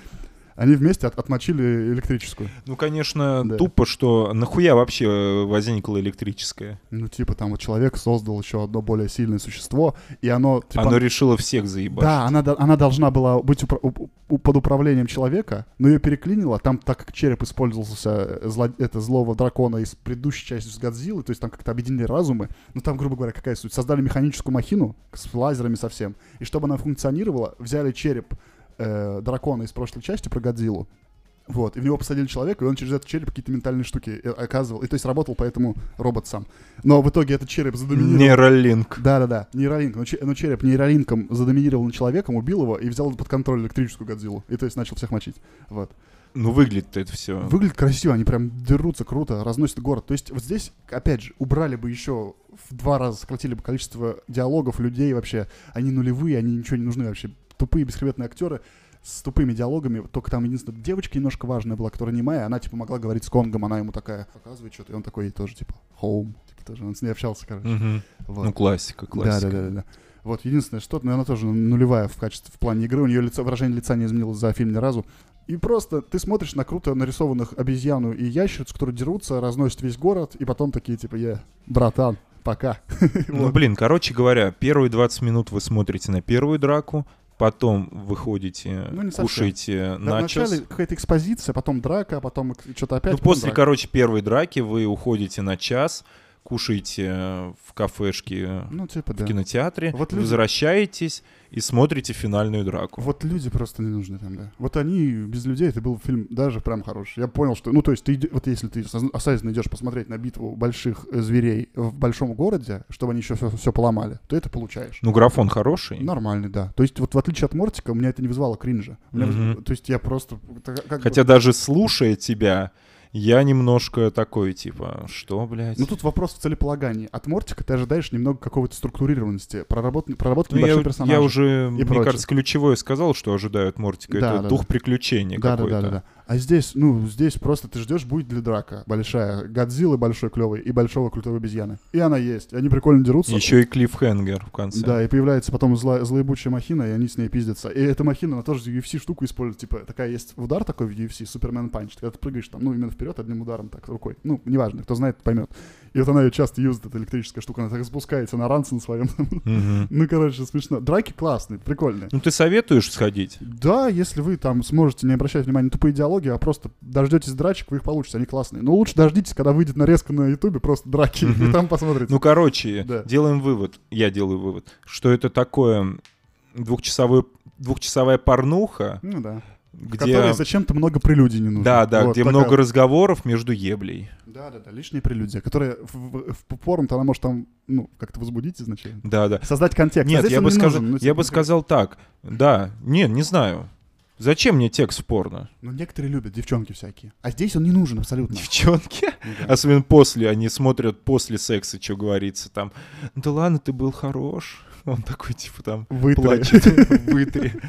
S5: они вместе от- отмочили электрическую.
S4: Ну, конечно,
S5: Да.
S4: тупо, что нахуя вообще э, возникла электрическая?
S5: Ну, типа, там вот человек создал еще одно более сильное существо, и оно, типа...
S4: Оно решило всех заебать.
S5: да, она, до- она должна была быть упра- у- у- под управлением человека, но ее переклинило. Там, так как череп использовался, э, зло- это злого дракона из предыдущей части с Годзиллы, то есть там как-то объединили разумы. Ну там, грубо говоря, какая суть? Создали механическую махину с лазерами совсем. И чтобы она функционировала, взяли череп э, дракона из прошлой части про Годзиллу. Вот, и в него посадили человека, и он через этот череп какие-то ментальные штуки э, оказывал. И то есть работал поэтому робот сам. Но в итоге этот череп задоминировал.
S4: Нейролинк.
S5: Да-да-да, нейролинк. Но, че- но череп нейролинком задоминировал над человеком, убил его и взял под контроль электрическую Годзиллу. И то есть начал всех мочить. Вот.
S4: Ну, выглядит это все.
S5: Выглядит красиво, они прям дерутся круто, разносят город. То есть вот здесь, опять же, убрали бы еще в два раза, сократили бы количество диалогов, людей вообще. Они нулевые, они ничего не нужны вообще. Тупые бесхребетные актеры с тупыми диалогами, только там единственная девочка немножко важная была, которая немая, она, типа, могла говорить с Конгом, она ему такая показывает что-то, и он такой тоже, типа, home, типа, тоже, он с ней общался, короче.
S4: Мгм.
S5: Вот.
S4: Ну, классика, классика.
S5: Да, да, да, да. Вот единственное, что, но она тоже нулевая в качестве, в плане игры. У нее лицо, выражение лица не изменилось за фильм ни разу. И просто ты смотришь на круто нарисованных обезьяну и ящерицу, которые дерутся, разносят весь город, и потом такие, типа, я, братан, пока.
S4: Ну, блин, короче говоря, первые 20 минут вы смотрите на первую драку, потом выходите,
S5: Ну, не совсем.
S4: кушаете
S5: Да,
S4: начос.
S5: Вначале какая-то экспозиция, потом драка, потом что-то опять.
S4: Ну,
S5: потом
S4: после,
S5: драка.
S4: короче, первой драки вы уходите на час, кушаете э, в кафешке, э,
S5: Ну, типа,
S4: в
S5: да.
S4: кинотеатре,
S5: Вот люди-
S4: возвращаетесь и смотрите финальную драку.
S5: Вот люди просто не нужны там, да. Вот они без людей, это был фильм даже прям хороший. Я понял, что, ну, то есть, ты, иде- вот если ты осозн- осознанно идешь посмотреть на битву больших э, зверей в большом городе, чтобы они еще все, поломали, то это получаешь.
S4: Ну, графон хороший.
S5: Нормальный, да. То есть, вот в отличие от Мортика, у меня это не вызывало кринжа. У меня
S4: Мгм.
S5: выз- То есть, я просто... так как бы-
S4: Хотя даже слушая тебя, я немножко такой, типа, что, блядь?
S5: Ну, тут вопрос в целеполагании. От Мортика ты ожидаешь немного какого-то структурированности, проработки, проработки
S4: Ну, я,
S5: больших
S4: я
S5: персонажей.
S4: уже, мне
S5: прочее.
S4: кажется, ключевое сказал, что ожидают Мортика.
S5: Да,
S4: Это
S5: да,
S4: дух
S5: да.
S4: приключения
S5: Да, да,
S4: какой-то.
S5: да, да, да. А здесь, ну, здесь просто ты ждешь, будет ли драка большая. Годзиллы большой клевый и большого крутого обезьяны. И она есть. Они прикольно дерутся.
S4: Еще и клиффхенгер в конце.
S5: Да, и появляется потом зла, злоебучая махина, и они с ней пиздятся. И эта махина, она тоже UFC штуку использует. Типа, такая есть удар такой в UFC, Супермен Панч. Когда ты прыгаешь там, ну, именно вперед одним ударом так рукой. Ну, неважно, кто знает, поймет. И вот она ее часто юзает, эта электрическая штука. Она так спускается на ранце на своем.
S4: Мгм.
S5: Ну, короче, смешно. Драки классные, прикольные.
S4: Ну, ты советуешь сходить?
S5: Да, если вы там сможете не обращать внимания на тупые диалоги, а просто дождетесь драчек, вы их получите, они классные. Но лучше дождитесь, когда выйдет нарезка на ютубе, просто драки,
S4: Мгм.
S5: и там посмотрите.
S4: Ну, короче,
S5: Да.
S4: делаем вывод. Я делаю вывод, что это такое двухчасовое, двухчасовая порнуха,
S5: Ну да.
S4: где...
S5: Которые зачем-то много прелюдий не нужно.
S4: Да, да,
S5: Вот
S4: где
S5: такая-
S4: много разговоров между еблей.
S5: Да, да, да, лишние прелюдия, которые в, в, в порно-то она может там, ну, как-то возбудить изначально.
S4: Да, да.
S5: Создать контекст. а
S4: Нет,
S5: здесь
S4: я
S5: он
S4: бы,
S5: не
S4: сказал,
S5: нужен, ну,
S4: я
S5: типа,
S4: бы сказал так. Да, нет, не знаю. Зачем мне текст в порно?
S5: Ну, некоторые любят, девчонки всякие. А здесь он не нужен абсолютно.
S4: Девчонки?
S5: Ну, да.
S4: Особенно после, они смотрят после секса, что говорится там. Да ладно, ты был хорош. Он такой, типа, там,
S5: Вытри.
S4: плачет в вытре.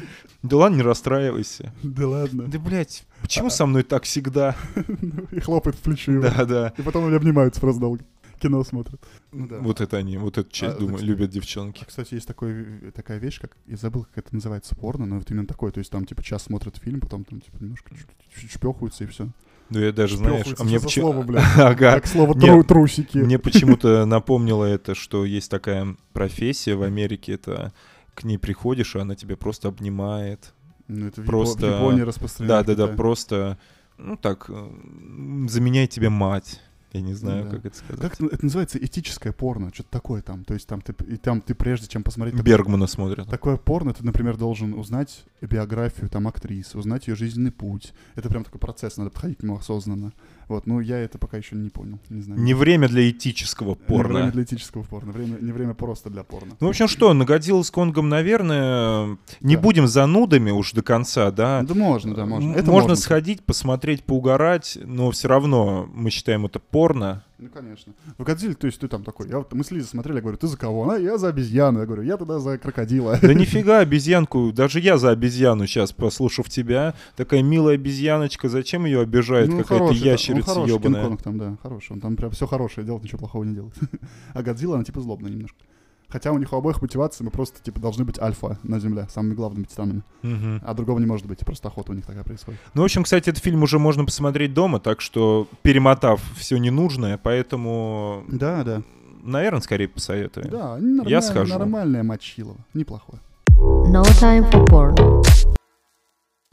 S4: Да ладно, не расстраивайся.
S5: Да ладно.
S4: Да, блядь,
S5: А,
S4: почему со мной так всегда?
S5: И хлопает в плечо его.
S4: Да, да.
S5: И потом они обнимаются просто долго. Кино смотрят. Ну да.
S4: Вот это они, вот эту часть,
S5: А,
S4: думаю,
S5: кстати.
S4: любят девчонки.
S5: А, Кстати, есть такой, такая вещь, как... Я забыл, как это называется, порно, но вот именно такое. То есть там, типа, час смотрят фильм, потом там, типа, немножко чу- чу- чпёхаются и все.
S4: Ну, я даже, знаешь, а мне почему-
S5: слово, блядь.
S4: Ага.
S5: Как слово
S4: Нет.
S5: тру- трусики.
S4: Мне почему-то напомнило это, что есть такая профессия в Америке, это к ней приходишь, и она тебя просто обнимает.
S5: Ну, это в Япо-
S4: просто-
S5: в Японии распространено.
S4: Да, да, да, просто, ну так, м, заменяет тебе мать. Я не знаю,
S5: да.
S4: как это сказать.
S5: Как это, это называется? Этическое порно. Что-то такое там. То есть там ты, и там ты прежде чем посмотреть... такое-
S4: Бергмана смотрят.
S5: Такое порно, ты, например, должен узнать биографию там актрисы, узнать ее жизненный путь. Это прям такой процесс, надо подходить к нему осознанно. Вот, ну я это пока еще не понял, не знаю.
S4: Не время для этического порно.
S5: Не время для этического порно. Время, не время просто для порно.
S4: Ну, в общем, что, на Годзиллу с Конгом, наверное, не
S5: Да.
S4: будем занудами уж до конца, да.
S5: Ну, да можно, да, можно.
S4: М-
S5: Это
S4: можно сходить, посмотреть, поугарать, но все равно мы считаем это порно.
S5: Ну, конечно. В «Годзилле», то есть ты там такой, я вот, мы с Лизой смотрели, я говорю, ты за кого? Она, я за обезьяну. Я говорю, я тогда за крокодила.
S4: Да нифига, обезьянку, даже я за обезьяну сейчас, послушав тебя, такая милая обезьяночка, зачем ее обижает
S5: Ну,
S4: какая-то
S5: хороший, да, он
S4: ящерица
S5: хороший,
S4: ебаная?
S5: Кинг-Конг там, да, хороший. Он там прям все хорошее делает, ничего плохого не делает. А Годзилла, она типа злобная немножко. Хотя у них у обоих мотивации, мы просто типа должны быть альфа на Земле, самыми главными титанами.
S4: Мгм.
S5: А другого не может быть, и просто охота у них такая происходит.
S4: Ну, в общем, кстати, этот фильм уже можно посмотреть дома, так что перемотав все ненужное, поэтому,
S5: Да, да.
S4: наверное, скорее посоветую.
S5: Да, нормальная-
S4: схожу.
S5: нормальная мочилова, неплохое.
S2: No time for porn.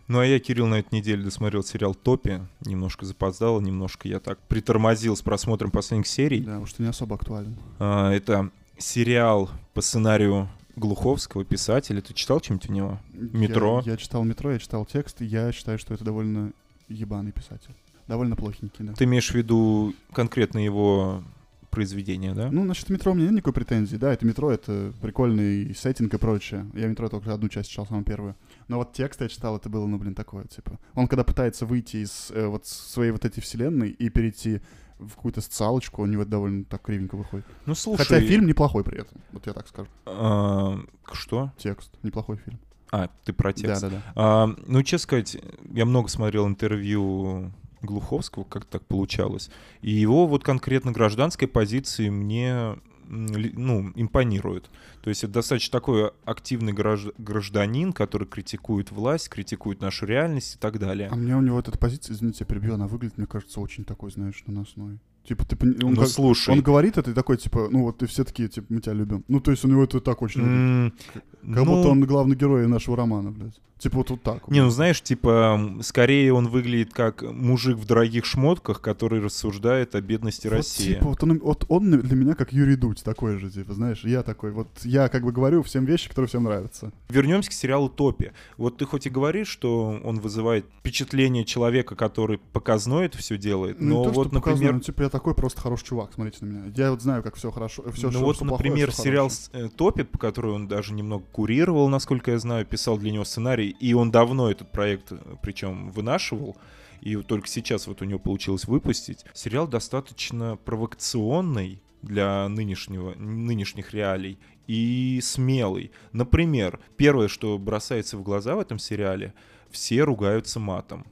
S4: Ну а я, Кирилл, на этой неделе досмотрел сериал «Топи». Немножко запоздал, немножко я так притормозил с просмотром последних серий.
S5: Да, уж ты не особо актуален.
S4: А, это сериал по сценарию Глуховского, писателя. Ты читал чем-нибудь у него? Метро.
S5: Я, я читал метро, я читал текст, и я считаю, что это довольно ебаный писатель. Довольно плохенький, да.
S4: Ты имеешь в виду конкретно его произведения, да?
S5: Ну, насчет метро у меня нет никакой претензии. Да, это метро, это прикольный сеттинг и прочее. Я метро только одну часть читал, самую первую. Но вот текст я читал, это было, ну, блин, такое, типа... Он когда пытается выйти из э, вот своей вот этой вселенной и перейти в какую-то социалочку, у него это довольно так кривенько выходит.
S4: Ну, слушай...
S5: Хотя фильм неплохой при этом, вот я так скажу.
S4: а,
S5: э,
S4: что?
S5: Текст, неплохой фильм.
S4: А, ты про текст.
S5: Да-да-да.
S4: А, ну, честно сказать, я много смотрел интервью Глуховского, как так получалось. И его вот конкретно гражданской позиции мне м, ли- ну, импонирует. То есть это достаточно такой активный гражд- гражданин, который критикует власть, критикует нашу реальность и так далее.
S5: А мне у него вот эта позиция, извините, я перебью, она выглядит, мне кажется, очень такой, знаешь, наносной. Типа, ты пони- он,
S4: Ну,
S5: как-
S4: слушай.
S5: он говорит это и такой, типа, ну вот ты все такие, типа, мы тебя любим. Ну, то есть у него это так очень... выглядит.
S4: м,
S5: Как
S4: ну,
S5: будто он главный герой нашего романа, блядь. Типа вот, вот так. вот.
S4: Не, ну знаешь, типа, м, скорее он выглядит как мужик в дорогих шмотках, который рассуждает о бедности
S5: Вот,
S4: России.
S5: типа, вот он, вот он для меня как Юрий Дудь такой же, типа, знаешь, я такой, вот я как бы говорю всем вещи, которые всем нравятся.
S4: Вернемся к сериалу «Топи». Вот ты хоть и говоришь, что он вызывает впечатление человека, который показной это все делает,
S5: Ну, не
S4: но
S5: то, что
S4: вот,
S5: показано,
S4: например,
S5: ну, типа, я такой просто хороший чувак, смотрите на меня. Я вот знаю, как все хорошо, все
S4: ну вот, например, сериал с- э, «Топи», по которому он даже немного курировал, насколько я знаю, писал для него сценарий, и он давно этот проект, причем, вынашивал, и вот только сейчас вот у него получилось выпустить. Сериал достаточно провокационный для нынешнего, нынешних реалий и смелый. Например, первое, что бросается в глаза в этом сериале, все ругаются матом.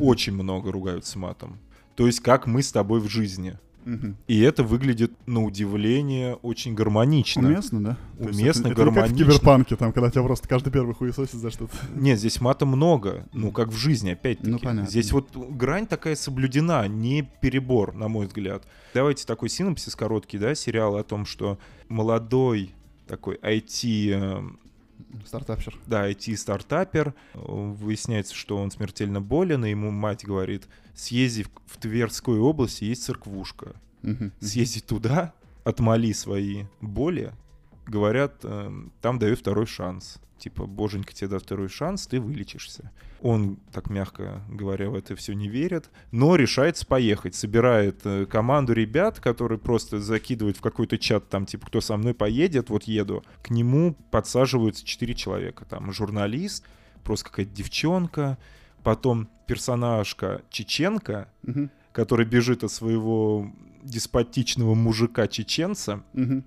S4: Очень много ругаются матом. То есть как мы с тобой в жизни. И это выглядит, на удивление, очень гармонично.
S5: Уместно, да? То есть
S4: Уместно,
S5: это, это не как в
S4: гармонично.
S5: киберпанке, там, когда тебя просто каждый первый хуесосит за что-то.
S4: Нет, здесь мата много, ну, как в жизни, опять-таки.
S5: Ну, понятно.
S4: Здесь вот грань такая соблюдена, а не перебор, на мой взгляд. Давайте такой синопсис короткий, да, сериал о том, что молодой такой IT, э,
S5: Стартапчер.
S4: да, IT-стартапер, э, выясняется, что он смертельно болен, и ему мать говорит, съезди в- в Тверской области, есть церквушка.
S5: Мгм.
S4: съезди туда, отмоли свои боли, говорят, эм, там даю второй шанс. Типа, боженька тебе даст второй шанс, ты вылечишься. Он, так мягко говоря, в это все не верит, но решается поехать. Собирает э, команду ребят, которые просто закидывают в какой-то чат, там, типа, кто со мной поедет, вот еду. К нему подсаживаются четыре человека. Там журналист, просто какая-то девчонка, потом персонажка Чеченко,
S5: Мгм.
S4: который бежит от своего деспотичного мужика-чеченца.
S5: Мгм.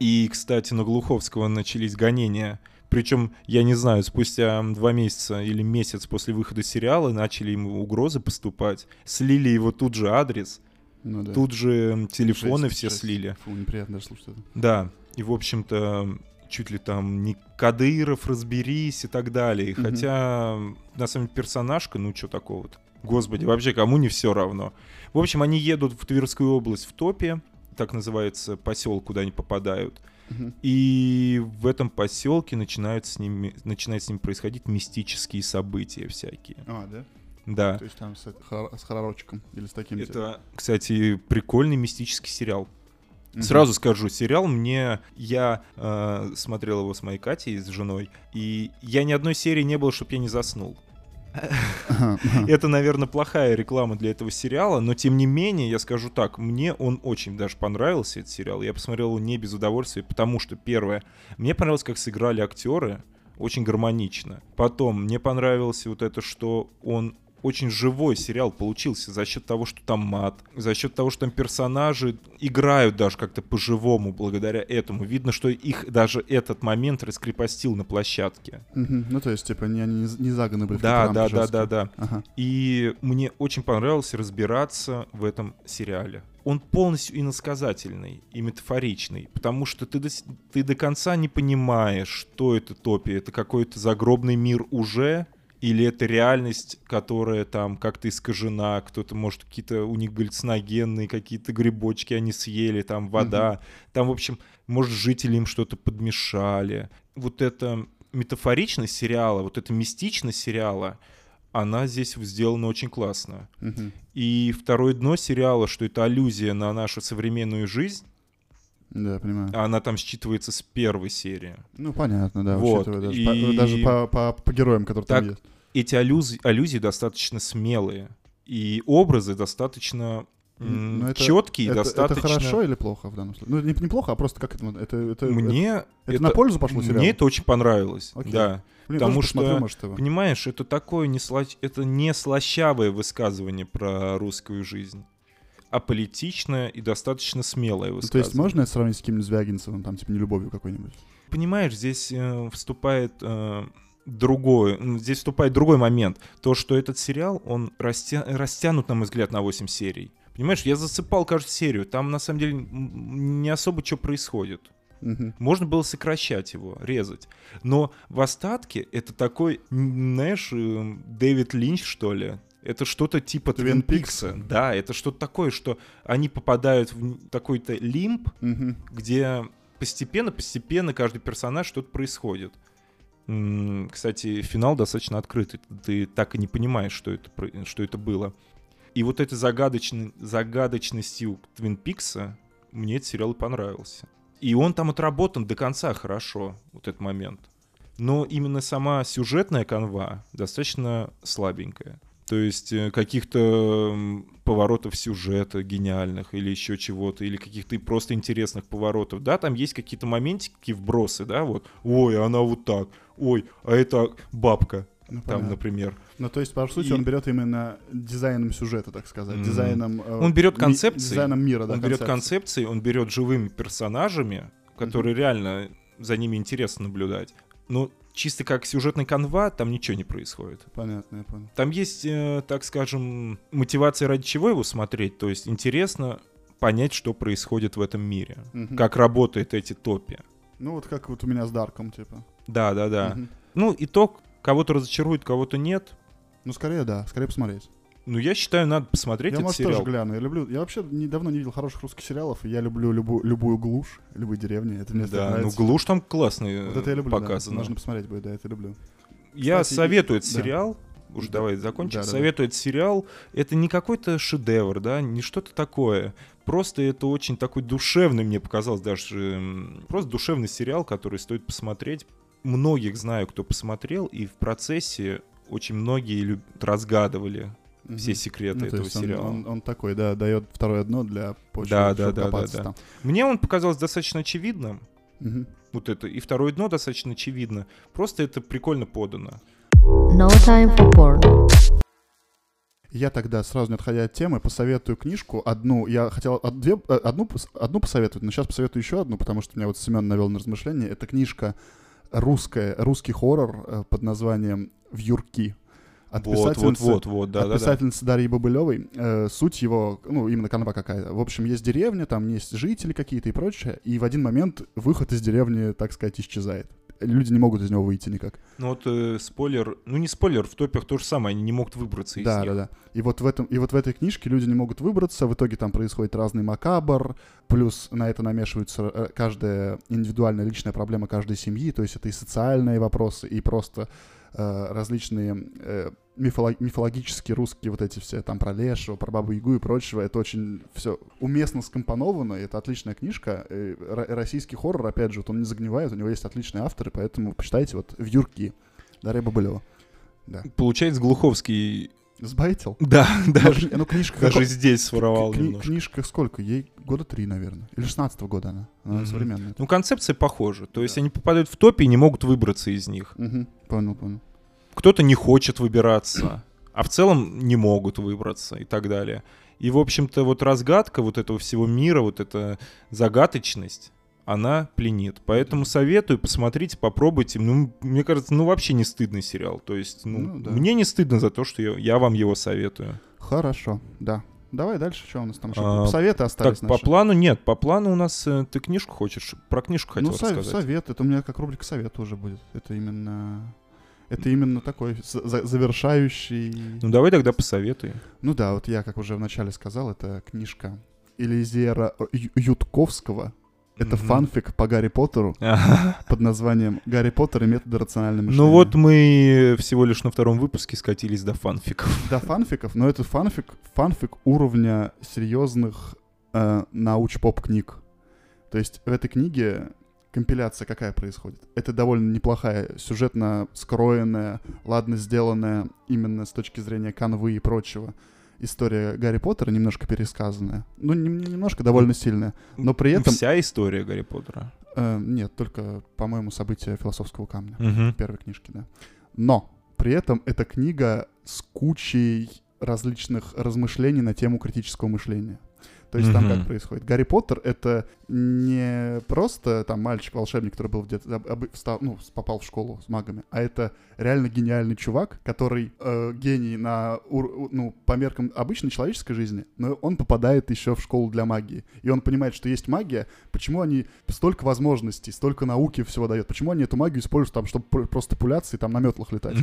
S4: И, кстати, на Глуховского начались гонения. Причем, я не знаю, спустя два месяца или месяц после выхода сериала начали ему угрозы поступать. Слили его тут же адрес,
S5: Ну да.
S4: тут же м, телефоны
S5: Жесть,
S4: все
S5: жесть.
S4: слили.
S5: Фу, неприятно даже слушать это.
S4: Да, и, в общем-то, чуть ли там не Кадыров, разберись и так далее.
S5: Мгм.
S4: Хотя, на самом деле, персонажка, ну что такого-то. Господи, вообще кому не все равно. В общем, они едут в Тверскую область в топе, так называется поселок, куда они попадают.
S5: Мгм.
S4: И в этом поселке начинают с ними, начинают с ними происходить мистические события всякие.
S5: А, да?
S4: Да.
S5: То есть там с, это- хор- с хоророчком или с таким. типа.
S4: Это, кстати, прикольный мистический сериал.
S5: Мгм.
S4: Сразу скажу, сериал мне... Я э, смотрел его с моей Катей, с женой, и я ни одной серии не было, чтобы я не заснул. Это, наверное, плохая реклама для этого сериала, но тем не менее, я скажу так, мне он очень даже понравился, этот сериал. Я посмотрел его не без удовольствия, потому что, первое, мне понравилось, как сыграли актеры, очень гармонично. Потом, мне понравилось вот это, что он очень живой сериал получился за счет того, что там мат, за счет того, что там персонажи играют даже как-то по-живому благодаря этому. Видно, что их даже этот момент раскрепостил на площадке.
S5: Мгм. Ну, то есть, типа, не- они не з- не загнаны были. в
S4: Да,
S5: какие-то
S4: да,
S5: рамки
S4: да,
S5: жесткие.
S4: да, да.
S5: Ага.
S4: И мне очень понравилось разбираться в этом сериале. Он полностью иносказательный и метафоричный, потому что ты до, с- ты до конца не понимаешь, что это топи. Это какой-то загробный мир уже, или это реальность, которая там как-то искажена, кто-то, может, какие-то у них галлюциногенные, какие-то грибочки они съели, там вода. Там, в общем, может, жители им что-то подмешали. Вот эта метафоричность сериала, вот эта мистичность сериала, она здесь сделана очень классно.
S5: Мгм.
S4: И второе дно сериала, что это аллюзия на нашу современную жизнь,
S5: Да, понимаю.
S4: а она там считывается с первой серии.
S5: Ну, понятно, да,
S4: Вот,
S5: учитывая даже,
S4: и-
S5: по, даже по, по- по героям, которые
S4: Так,
S5: там есть.
S4: Эти аллюзии, аллюзии достаточно смелые, и образы достаточно
S5: М, ну, это-
S4: четкий,
S5: Это, это
S4: достаточно.
S5: хорошо или плохо в данном случае? Ну, не, неплохо, а просто как это... Это, это,
S4: Мне
S5: это, это на пользу пошло сериалу?
S4: Мне это очень понравилось.
S5: Окей.
S4: Да.
S5: Блин,
S4: потому
S5: тоже посмотрю,
S4: что- ну,
S5: может, его.
S4: Понимаешь, это такое не слащ- это не слащавое высказывание про русскую жизнь, а политичное и достаточно смелое
S5: Ну, то
S4: высказывание.
S5: есть можно это сравнить с каким-нибудь Звягинцевым, там, типа, нелюбовью какой-нибудь?
S4: Понимаешь, здесь э, вступает э, другой, м, здесь вступает другой момент. То, что этот сериал, он растя- растянут, на мой взгляд, на 8 серий. Понимаешь, я засыпал каждую серию. Там, на самом деле, м, не особо что происходит.
S5: Мгм.
S4: Можно было сокращать его, резать. Но в остатке это такой, м, знаешь, эм, Дэвид Линч, что ли? Это что-то типа
S5: Твин
S4: Твин Пикса. Да, это что-то такое, что они попадают в н- такой-то лимб,
S5: Мгм.
S4: где постепенно-постепенно каждый персонаж что-то происходит. М, Кстати, финал достаточно открытый. Ты так и не понимаешь, что это, про- что это было. И вот этой загадочной, загадочностью Твин Пикса мне этот сериал и понравился. И он там отработан до конца хорошо, вот этот момент. Но именно сама сюжетная канва достаточно слабенькая. То есть э, каких-то м, поворотов сюжета гениальных или еще чего-то, или каких-то и просто интересных поворотов. Да, там есть какие-то моментики, вбросы, да, вот. Ой, а она вот так. Ой, а это бабка,
S5: Ну,
S4: там,
S5: понятно.
S4: например.
S5: Ну, то есть, по сути,
S4: И-
S5: он берет именно дизайном сюжета, так сказать.
S4: Мгм.
S5: Дизайном... э,
S4: Он берет
S5: ми-
S4: концепции,
S5: Дизайном мира, да,
S4: он берет
S5: концепции.
S4: концепции, он берет живыми персонажами, которые реально за ними интересно наблюдать. Но чисто как сюжетный канва там ничего не происходит.
S5: Понятно, я понял.
S4: Там есть, э, так скажем, мотивация, ради чего его смотреть. То есть интересно понять, что происходит в этом мире.
S5: Мгм.
S4: Как работают эти топи.
S5: Ну, вот как вот у меня с Дарком, типа.
S4: Да, да, да.
S5: Мгм.
S4: Ну, итог. Кого-то разочарует, кого-то нет.
S5: Ну, скорее, да, скорее посмотреть.
S4: Ну, я считаю, надо посмотреть
S5: я,
S4: этот
S5: может,
S4: сериал.
S5: тоже гляну. Я люблю... Я вообще недавно не видел хороших русских сериалов, и я люблю любую, любую глушь, любые деревни. Это мне так
S4: да, ну
S5: нравится.
S4: глушь там классный
S5: Вот это я люблю, да.
S4: показано.
S5: Можно посмотреть будет, да, это люблю.
S4: Я
S5: Кстати,
S4: советую
S5: и-
S4: этот
S5: да.
S4: сериал. Уж
S5: Да.
S4: давай закончим.
S5: Да, да, да.
S4: советую этот сериал. Это не какой-то шедевр, да, не что-то такое. Просто это очень такой душевный, мне показалось даже. м, Просто душевный сериал, который стоит посмотреть. Многих знаю, кто посмотрел, и в процессе очень многие люб- разгадывали все
S5: Мгм.
S4: секреты
S5: Ну, то
S4: этого
S5: есть он-
S4: сериала.
S5: Он, он такой, да, дает второе дно для почвы,
S4: Да,
S5: чтобы
S4: да, да, да,
S5: копаться
S4: да.
S5: там.
S4: Мне он показался достаточно очевидным.
S5: Мгм.
S4: Вот это. И второе дно достаточно очевидно. Просто это прикольно подано.
S2: No time for porn.
S5: Я тогда, сразу не отходя от темы, посоветую книжку. Одну, я хотел од- две, э, одну, пос- одну посоветовать, но сейчас посоветую еще одну, потому что меня вот Семен навел на размышление. Это книжка русская, русский хоррор э, под названием «Вьюрки». От
S4: вот, вот,
S5: писательницы-
S4: вот, вот, да,
S5: от
S4: да, да.
S5: писательницы Дарьи Бобылевой. Э, суть его, ну, именно канва какая-то. В общем, есть деревня, там есть жители какие-то и прочее, и в один момент выход из деревни, так сказать, исчезает. Люди не могут из него выйти никак.
S4: Ну вот э, спойлер, ну не спойлер, в топях то же самое, они не могут выбраться из
S5: Да,
S4: них.
S5: да, да. И вот в этом, и вот в этой книжке люди не могут выбраться. В итоге там происходит разный макабр, плюс на это намешиваются э, каждая индивидуальная личная проблема каждой семьи. То есть это и социальные вопросы, и просто э, различные э, мифоло- мифологические русские вот эти все там про Лешего, про Бабу Ягу и прочего. Это очень все уместно скомпоновано. и Это отличная книжка. И ро- российский хоррор, опять же, вот он не загнивает, у него есть отличные авторы, поэтому почитайте вот «Вьюрки» Дарья Бабылева.
S4: Получается, Глуховский...
S5: Сбайтил?
S4: Да,
S5: Даже,
S4: даже,
S5: ну, книжка
S4: даже
S5: какой-
S4: здесь своровал
S5: Кни- кни-
S4: немножко.
S5: Книжка сколько? Ей года три, наверное. Или 16 года она. Она
S4: Мгм.
S5: современная.
S4: Ну, концепция похожа. То есть
S5: Да.
S4: они попадают в топи и не могут выбраться из них.
S5: Мгм. Понял, понял.
S4: Кто-то не хочет выбираться, а в целом не могут выбраться и так далее. И, в общем-то, вот разгадка вот этого всего мира, вот эта загадочность, она пленит. Поэтому советую, посмотрите, попробуйте. Ну, мне кажется, ну вообще не стыдный сериал. То есть, ну,
S5: Ну, да.
S4: мне не стыдно за то, что я, я вам его советую.
S5: Хорошо, да. Давай дальше, что у нас там еще?
S4: А,
S5: Советы остались
S4: Так, по
S5: наши.
S4: плану нет, по плану у нас э, ты книжку хочешь, про книжку хотел
S5: ну, со-
S4: рассказать.
S5: совет. Это у меня как рубрика совет уже будет. Это именно... Это именно такой за- за- завершающий...
S4: Ну давай тогда посоветуй.
S5: Ну да, вот я, как уже вначале сказал, это книжка Элизера Ю- Ютковского. Это
S4: Мгм.
S5: фанфик по Гарри Поттеру
S4: Ага.
S5: под названием «Гарри Поттер и методы рационального мышления».
S4: Ну вот мы всего лишь на втором выпуске скатились до фанфиков.
S5: до фанфиков, но это фанфик, фанфик уровня серьезных э, науч-поп книг. То есть в этой книге компиляция какая происходит? Это довольно неплохая, сюжетно скроенная, ладно сделанная именно с точки зрения канвы и прочего история Гарри Поттера немножко пересказанная. Ну, не- не- немножко довольно сильная. Но при этом...
S4: Вся история Гарри Поттера.
S5: э, нет, только, по-моему, события философского камня.
S4: Мгм.
S5: первой книжки, да. Но при этом эта книга с кучей различных размышлений на тему критического мышления. То есть там
S4: Мгм.
S5: как происходит? Гарри Поттер — это не просто там мальчик-волшебник, который был где-то, об- об- встал- ну, с- попал в школу с магами, а это реально гениальный чувак, который э, гений на, ур- у- ну, по меркам обычной человеческой жизни, но он попадает еще в школу для магии. И он понимает, что есть магия, почему они столько возможностей, столько науки всего дает, почему они эту магию используют там, чтобы пр- просто пуляться и там на метлах летать.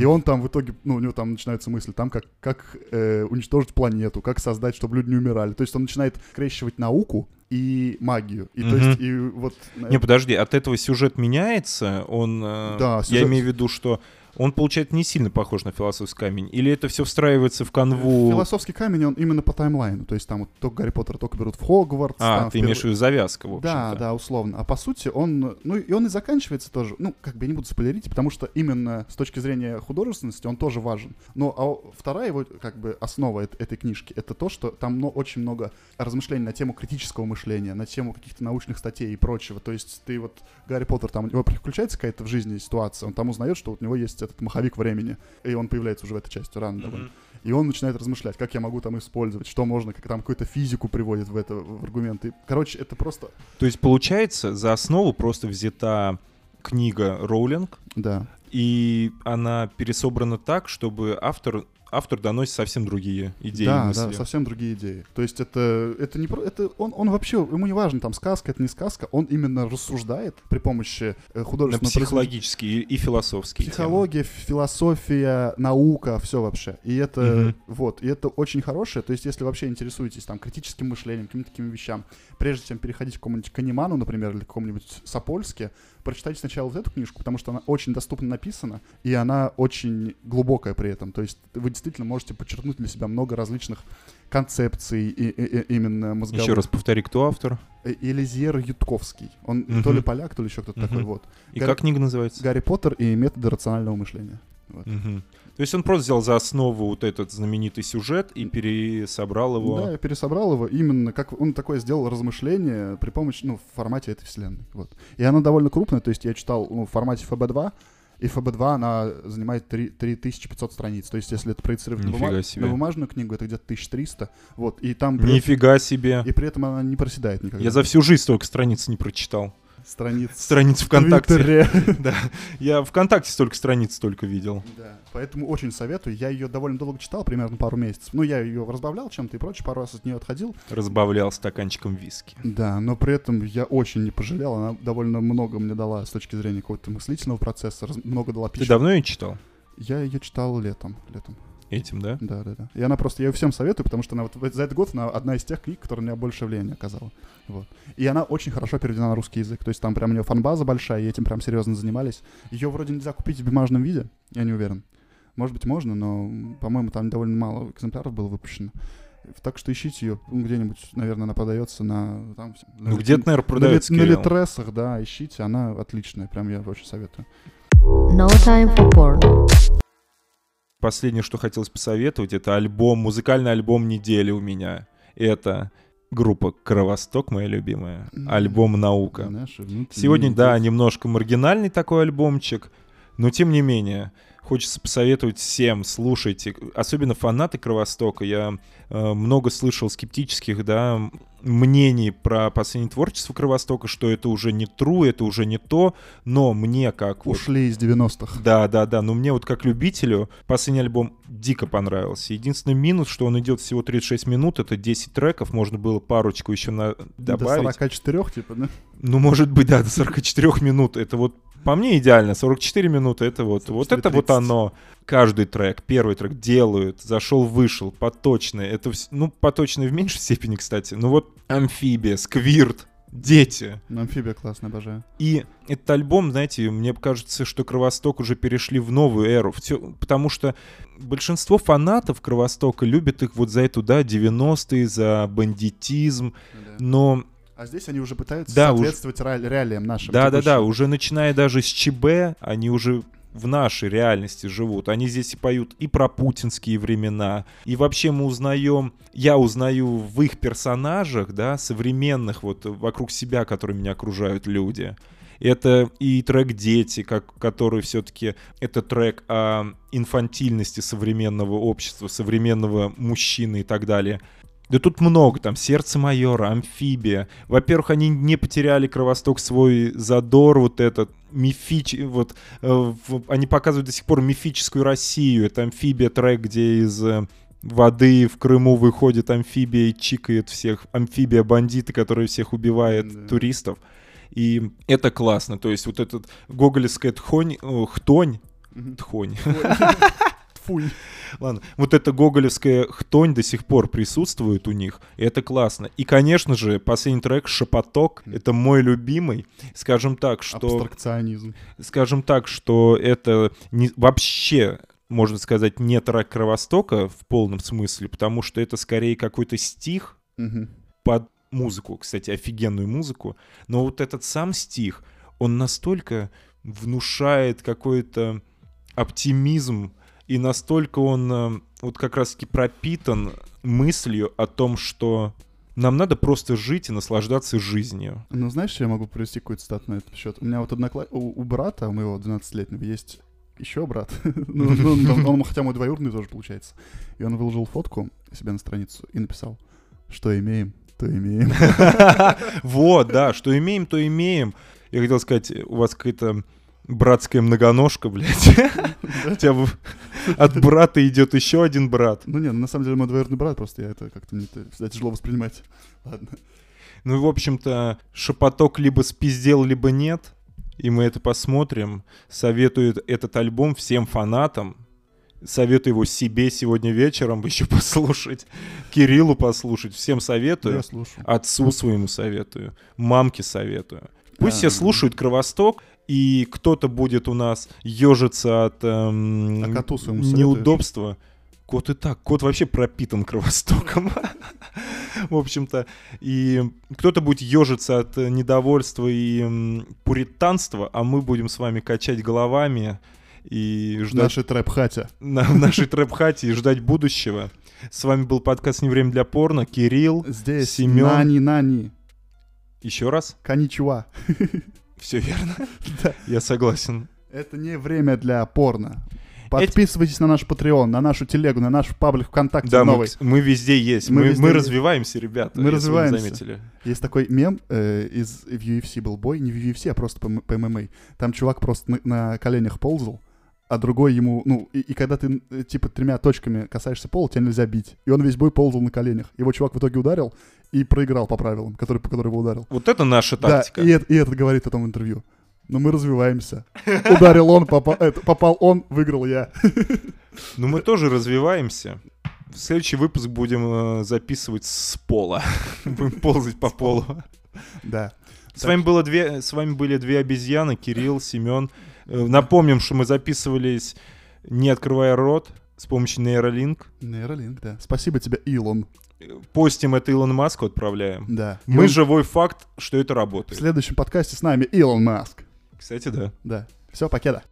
S5: И он там в итоге, ну, у него там начинаются мысли, там как, как э, уничтожить планету, как создать, чтобы люди не умирали. То есть он начинает крещивать науку и магию. И то
S4: Мгм.
S5: есть, и вот... э,
S4: Не, подожди, от этого сюжет меняется? Он, э,
S5: Да, сюжет-
S4: Я имею в виду, что он, получается, не сильно похож на философский камень? Или это все встраивается в канву...
S5: Философский камень, он именно по таймлайну. То есть там вот только Гарри Поттера только берут в Хогвартс.
S4: А,
S5: там
S4: ты
S5: в
S4: имеешь в
S5: первый-
S4: виду завязка, в общем-то.
S5: Да, да, условно. А по сути он... Ну, и он и заканчивается тоже. Ну, как бы я не буду спойлерить, потому что именно с точки зрения художественности он тоже важен. Но а о- вторая его, как бы, основа эт- этой книжки — это то, что там но, очень много размышлений на тему критического мышления, на тему каких-то научных статей и прочего. То есть ты вот... Гарри Поттер, там у него приключается какая-то в жизни ситуация, он там узнает, что вот у него есть этот маховик времени, и он появляется уже в этой части рано довольно. И он начинает размышлять, как я могу там использовать, что можно, как там какую-то физику приводит в это в аргументы. Короче, это просто...
S4: То есть, получается, за основу просто взята книга Роулинг,
S5: Да.
S4: и она пересобрана так, чтобы автор, автор доносит совсем другие идеи и
S5: да,
S4: мысли.
S5: да, совсем другие идеи. То есть это, это не про- это он, он вообще, ему не важно, там сказка, это не сказка, он именно рассуждает при помощи э,
S4: На
S5: художественного произведения.
S4: психологические и, и философские темы.
S5: Психология, философия, наука, все вообще. И это
S4: Мгм.
S5: вот, и это очень хорошее. То есть, если вообще интересуетесь там критическим мышлением, какими-то такими вещам, прежде чем переходить к какому-нибудь Каниману, например, или к какому-нибудь Сапольске, прочитайте сначала вот эту книжку, потому что она очень доступно написана, и она очень глубокая при этом. То есть, вы действительно можете подчеркнуть для себя много различных концепций и, и- и именно мозговых.
S4: Еще раз повтори, кто автор
S5: Э, Элизер Ютковский. Он
S4: Мгм.
S5: то ли поляк, то ли еще кто-то
S4: Мгм.
S5: такой. Вот.
S4: и
S5: Гар-
S4: как книга называется?
S5: Гарри Поттер и методы рационального мышления.
S4: Мгм. То есть он просто взял за основу вот этот знаменитый сюжет и пересобрал его.
S5: Да, я пересобрал его именно, как он такое сделал размышление при помощи, ну, в формате этой вселенной. Вот. И она довольно крупная, то есть я читал ну, в формате ФБ-2, и ФБ-2 она занимает три- 3500 страниц. То есть если это проецировать на,
S4: Нифига
S5: бума-
S4: себе.
S5: на бумажную книгу, это где-то 1300. Вот, и там... при-
S4: Нифига себе.
S5: И при этом она не проседает никогда.
S4: Я за всю жизнь столько страниц не прочитал.
S5: страниц
S4: Страниц ВКонтакте.
S5: Твиттере.
S4: Да. Я ВКонтакте столько страниц только видел.
S5: Да, поэтому очень советую. Я ее довольно долго читал, примерно пару месяцев. Ну, я ее разбавлял чем-то и прочее, пару раз от нее отходил.
S4: Разбавлял стаканчиком виски.
S5: Да, но при этом я очень не пожалел. Она довольно много мне дала с точки зрения какого-то мыслительного процесса, раз- много дала
S4: Ты
S5: пищи.
S4: давно ее читал?
S5: Я ее читал летом, летом.
S4: Этим, да?
S5: Да, да, да. И она просто, я ее всем советую, потому что она вот в- за этот год она одна из тех книг, которая на меня больше влияния оказала. Вот. И она очень хорошо переведена на русский язык. То есть там прям у нее фанбаза большая, и этим прям серьезно занимались. Ее вроде нельзя купить в бумажном виде, я не уверен. Может быть, можно, но, м, по-моему, там довольно мало экземпляров было выпущено. Так что ищите ее где-нибудь, наверное, она подается на... Там, на-
S4: Ну, где-то, наверное,
S5: на, лит-
S4: продается.
S5: на
S4: Кирилл.
S5: литресах, да, ищите, она отличная, прям я очень советую.
S2: No time for porn.
S4: Последнее, что хотелось посоветовать, это альбом, музыкальный альбом недели у меня. Это группа Кровосток, моя любимая.
S5: Мгм.
S4: Альбом «Наука».
S5: Наши внутренние
S4: Сегодня, да,
S5: интересы.
S4: немножко маргинальный такой альбомчик, но тем не менее, хочется посоветовать всем, слушайте, особенно фанаты Кровостока. Я э, много слышал скептических, да, м- мнений про последнее творчество Кровостока, что это уже не true, это уже не то, но мне как... вот-
S5: Ушли из 90-х.
S4: да, да, да, но мне вот как любителю последний альбом дико понравился. Единственный минус, что он идет всего 36 минут, это 10 треков, можно было парочку еще на... добавить.
S5: До 44, типа, да?
S4: Ну, может быть, да, до 44 минут. Это вот по мне идеально. 44 минуты это вот, вот это
S5: 44-30.
S4: вот оно. Каждый трек, первый трек делают, зашел, вышел, поточные. Это вс- ну поточные в меньшей степени, кстати. Ну вот амфибия, сквирт, дети.
S5: Ну, амфибия классная, обожаю.
S4: И этот альбом, знаете, мне кажется, что Кровосток уже перешли в новую эру. В те- Потому что большинство фанатов Кровостока любят их вот за эту, да, 90-е, за бандитизм. Но
S5: Ну А здесь они уже пытаются
S4: Ну, Да, уж-
S5: соответствовать реаль- реалиям нашим.
S4: Да, да, да,
S5: текущим.
S4: уже начиная даже с ЧБ, они уже в нашей реальности живут. Они здесь и поют и про путинские времена, и вообще мы узнаем, я узнаю в их персонажах, да, современных вот вокруг себя, которые меня окружают люди. Это и трек «Дети», как, который все-таки это трек о инфантильности современного общества, современного мужчины и так далее. Да тут много, там «Сердце майора», «Амфибия». Во-первых, они не потеряли Кровосток свой задор вот этот, мифич... вот, э, в- они показывают до сих пор мифическую Россию. Это «Амфибия» трек, где из э, воды в Крыму выходит амфибия и чикает всех. Амфибия бандиты, которые всех убивает
S5: Да.
S4: туристов. И это классно. То есть вот этот гоголевская тхонь, э, хтонь,
S5: Мгм.
S4: тхонь,
S5: Фуй.
S4: Ладно, вот эта гоголевская хтонь до сих пор присутствует у них, и это классно. И, конечно же, последний трек «Шепоток» — это мой любимый. Скажем так, что,
S5: Абстракционизм.
S4: скажем так, что это не- вообще можно сказать, не трек Кровостока в полном смысле, потому что это скорее какой-то стих,
S5: Мгм.
S4: под музыку, кстати, офигенную музыку, но вот этот сам стих, он настолько внушает какой-то оптимизм, и настолько он э, вот как раз-таки пропитан мыслью о том, что нам надо просто жить и наслаждаться жизнью.
S5: Ну, знаешь, я могу привести какую-то цитату на этот счет. У меня вот однокла... у, у брата моего 12-летнего есть еще брат. ну, ну, он, он, он, хотя мой двоюродный тоже получается. И он выложил фотку себе на страницу и написал, что имеем, то имеем.
S4: Вот, да, что имеем, то имеем. Я хотел сказать, у вас какая-то братская многоножка, блядь. У тебя в- от брата идет еще один брат.
S5: ну, не, ну, на самом деле мой двоюродный брат, просто я это как-то мне это всегда тяжело воспринимать. Ладно.
S4: Ну, в общем-то, шепоток либо спиздел, либо нет. И мы это посмотрим. Советую эт- этот альбом всем фанатам. Советую его себе сегодня вечером еще послушать. Кириллу послушать. Всем советую.
S5: Я слушаю.
S4: Отцу своему советую. Мамке советую. Пусть все
S5: Да.
S4: слушают Кровосток, и кто-то будет у нас ежиться от эм,
S5: А коту своему советуешь?
S4: неудобства. Кот и так. Кот вообще пропитан Кровостоком. В общем-то, и кто-то будет ежиться от э, недовольства и м, пуританства, а мы будем с вами качать головами и ждать
S5: Наши трэп-хатя.
S4: на, в нашей трэп-хате и ждать будущего. С вами был подкаст «Не время для порно». Кирилл.
S5: Здесь
S4: Семён.
S5: нани-нани.
S4: Еще раз.
S5: Коничуа.
S4: Все верно. Я согласен.
S5: Это не время для порно. Подписывайтесь на наш Patreon, на нашу телегу, на наш паблик ВКонтакте
S4: Да, мы,
S5: новый.
S4: кс- мы везде есть.
S5: Мы
S4: Мы, мы
S5: везде есть.
S4: развиваемся, ребята. если
S5: Мы
S4: вы не
S5: развиваемся.
S4: заметили.
S5: Есть такой мем э, из в UFC был бой, не в UFC, а просто по, м- по ММА. Там чувак просто на, на коленях ползал, а другой ему, ну, и, и когда ты э, типа тремя точками касаешься пола, тебя нельзя бить. И он весь бой ползал на коленях. Его чувак в итоге ударил и проиграл по правилам, который, по которым его ударил.
S4: Вот это наша тактика.
S5: Да, и, эт- и этот говорит в том интервью. Но мы развиваемся. Ударил он, попа- это, попал он, выиграл я.
S4: Но мы тоже развиваемся. В следующий выпуск будем э, записывать с пола. Будем ползать по полу.
S5: Да.
S4: С вами, было две, с вами были две обезьяны, Кирилл, Семен. Э, Напомним, что мы записывались, не открывая рот, с помощью нейролинк.
S5: Нейролинк, да. Спасибо тебе, Илон.
S4: Э, Постим это Илон Маску, отправляем.
S5: Да.
S4: Мы
S5: Илон-
S4: живой факт, что это
S5: В
S4: работает.
S5: следующем подкасте с нами Илон Маск.
S4: Кстати, да.
S5: Да. Все, покеда.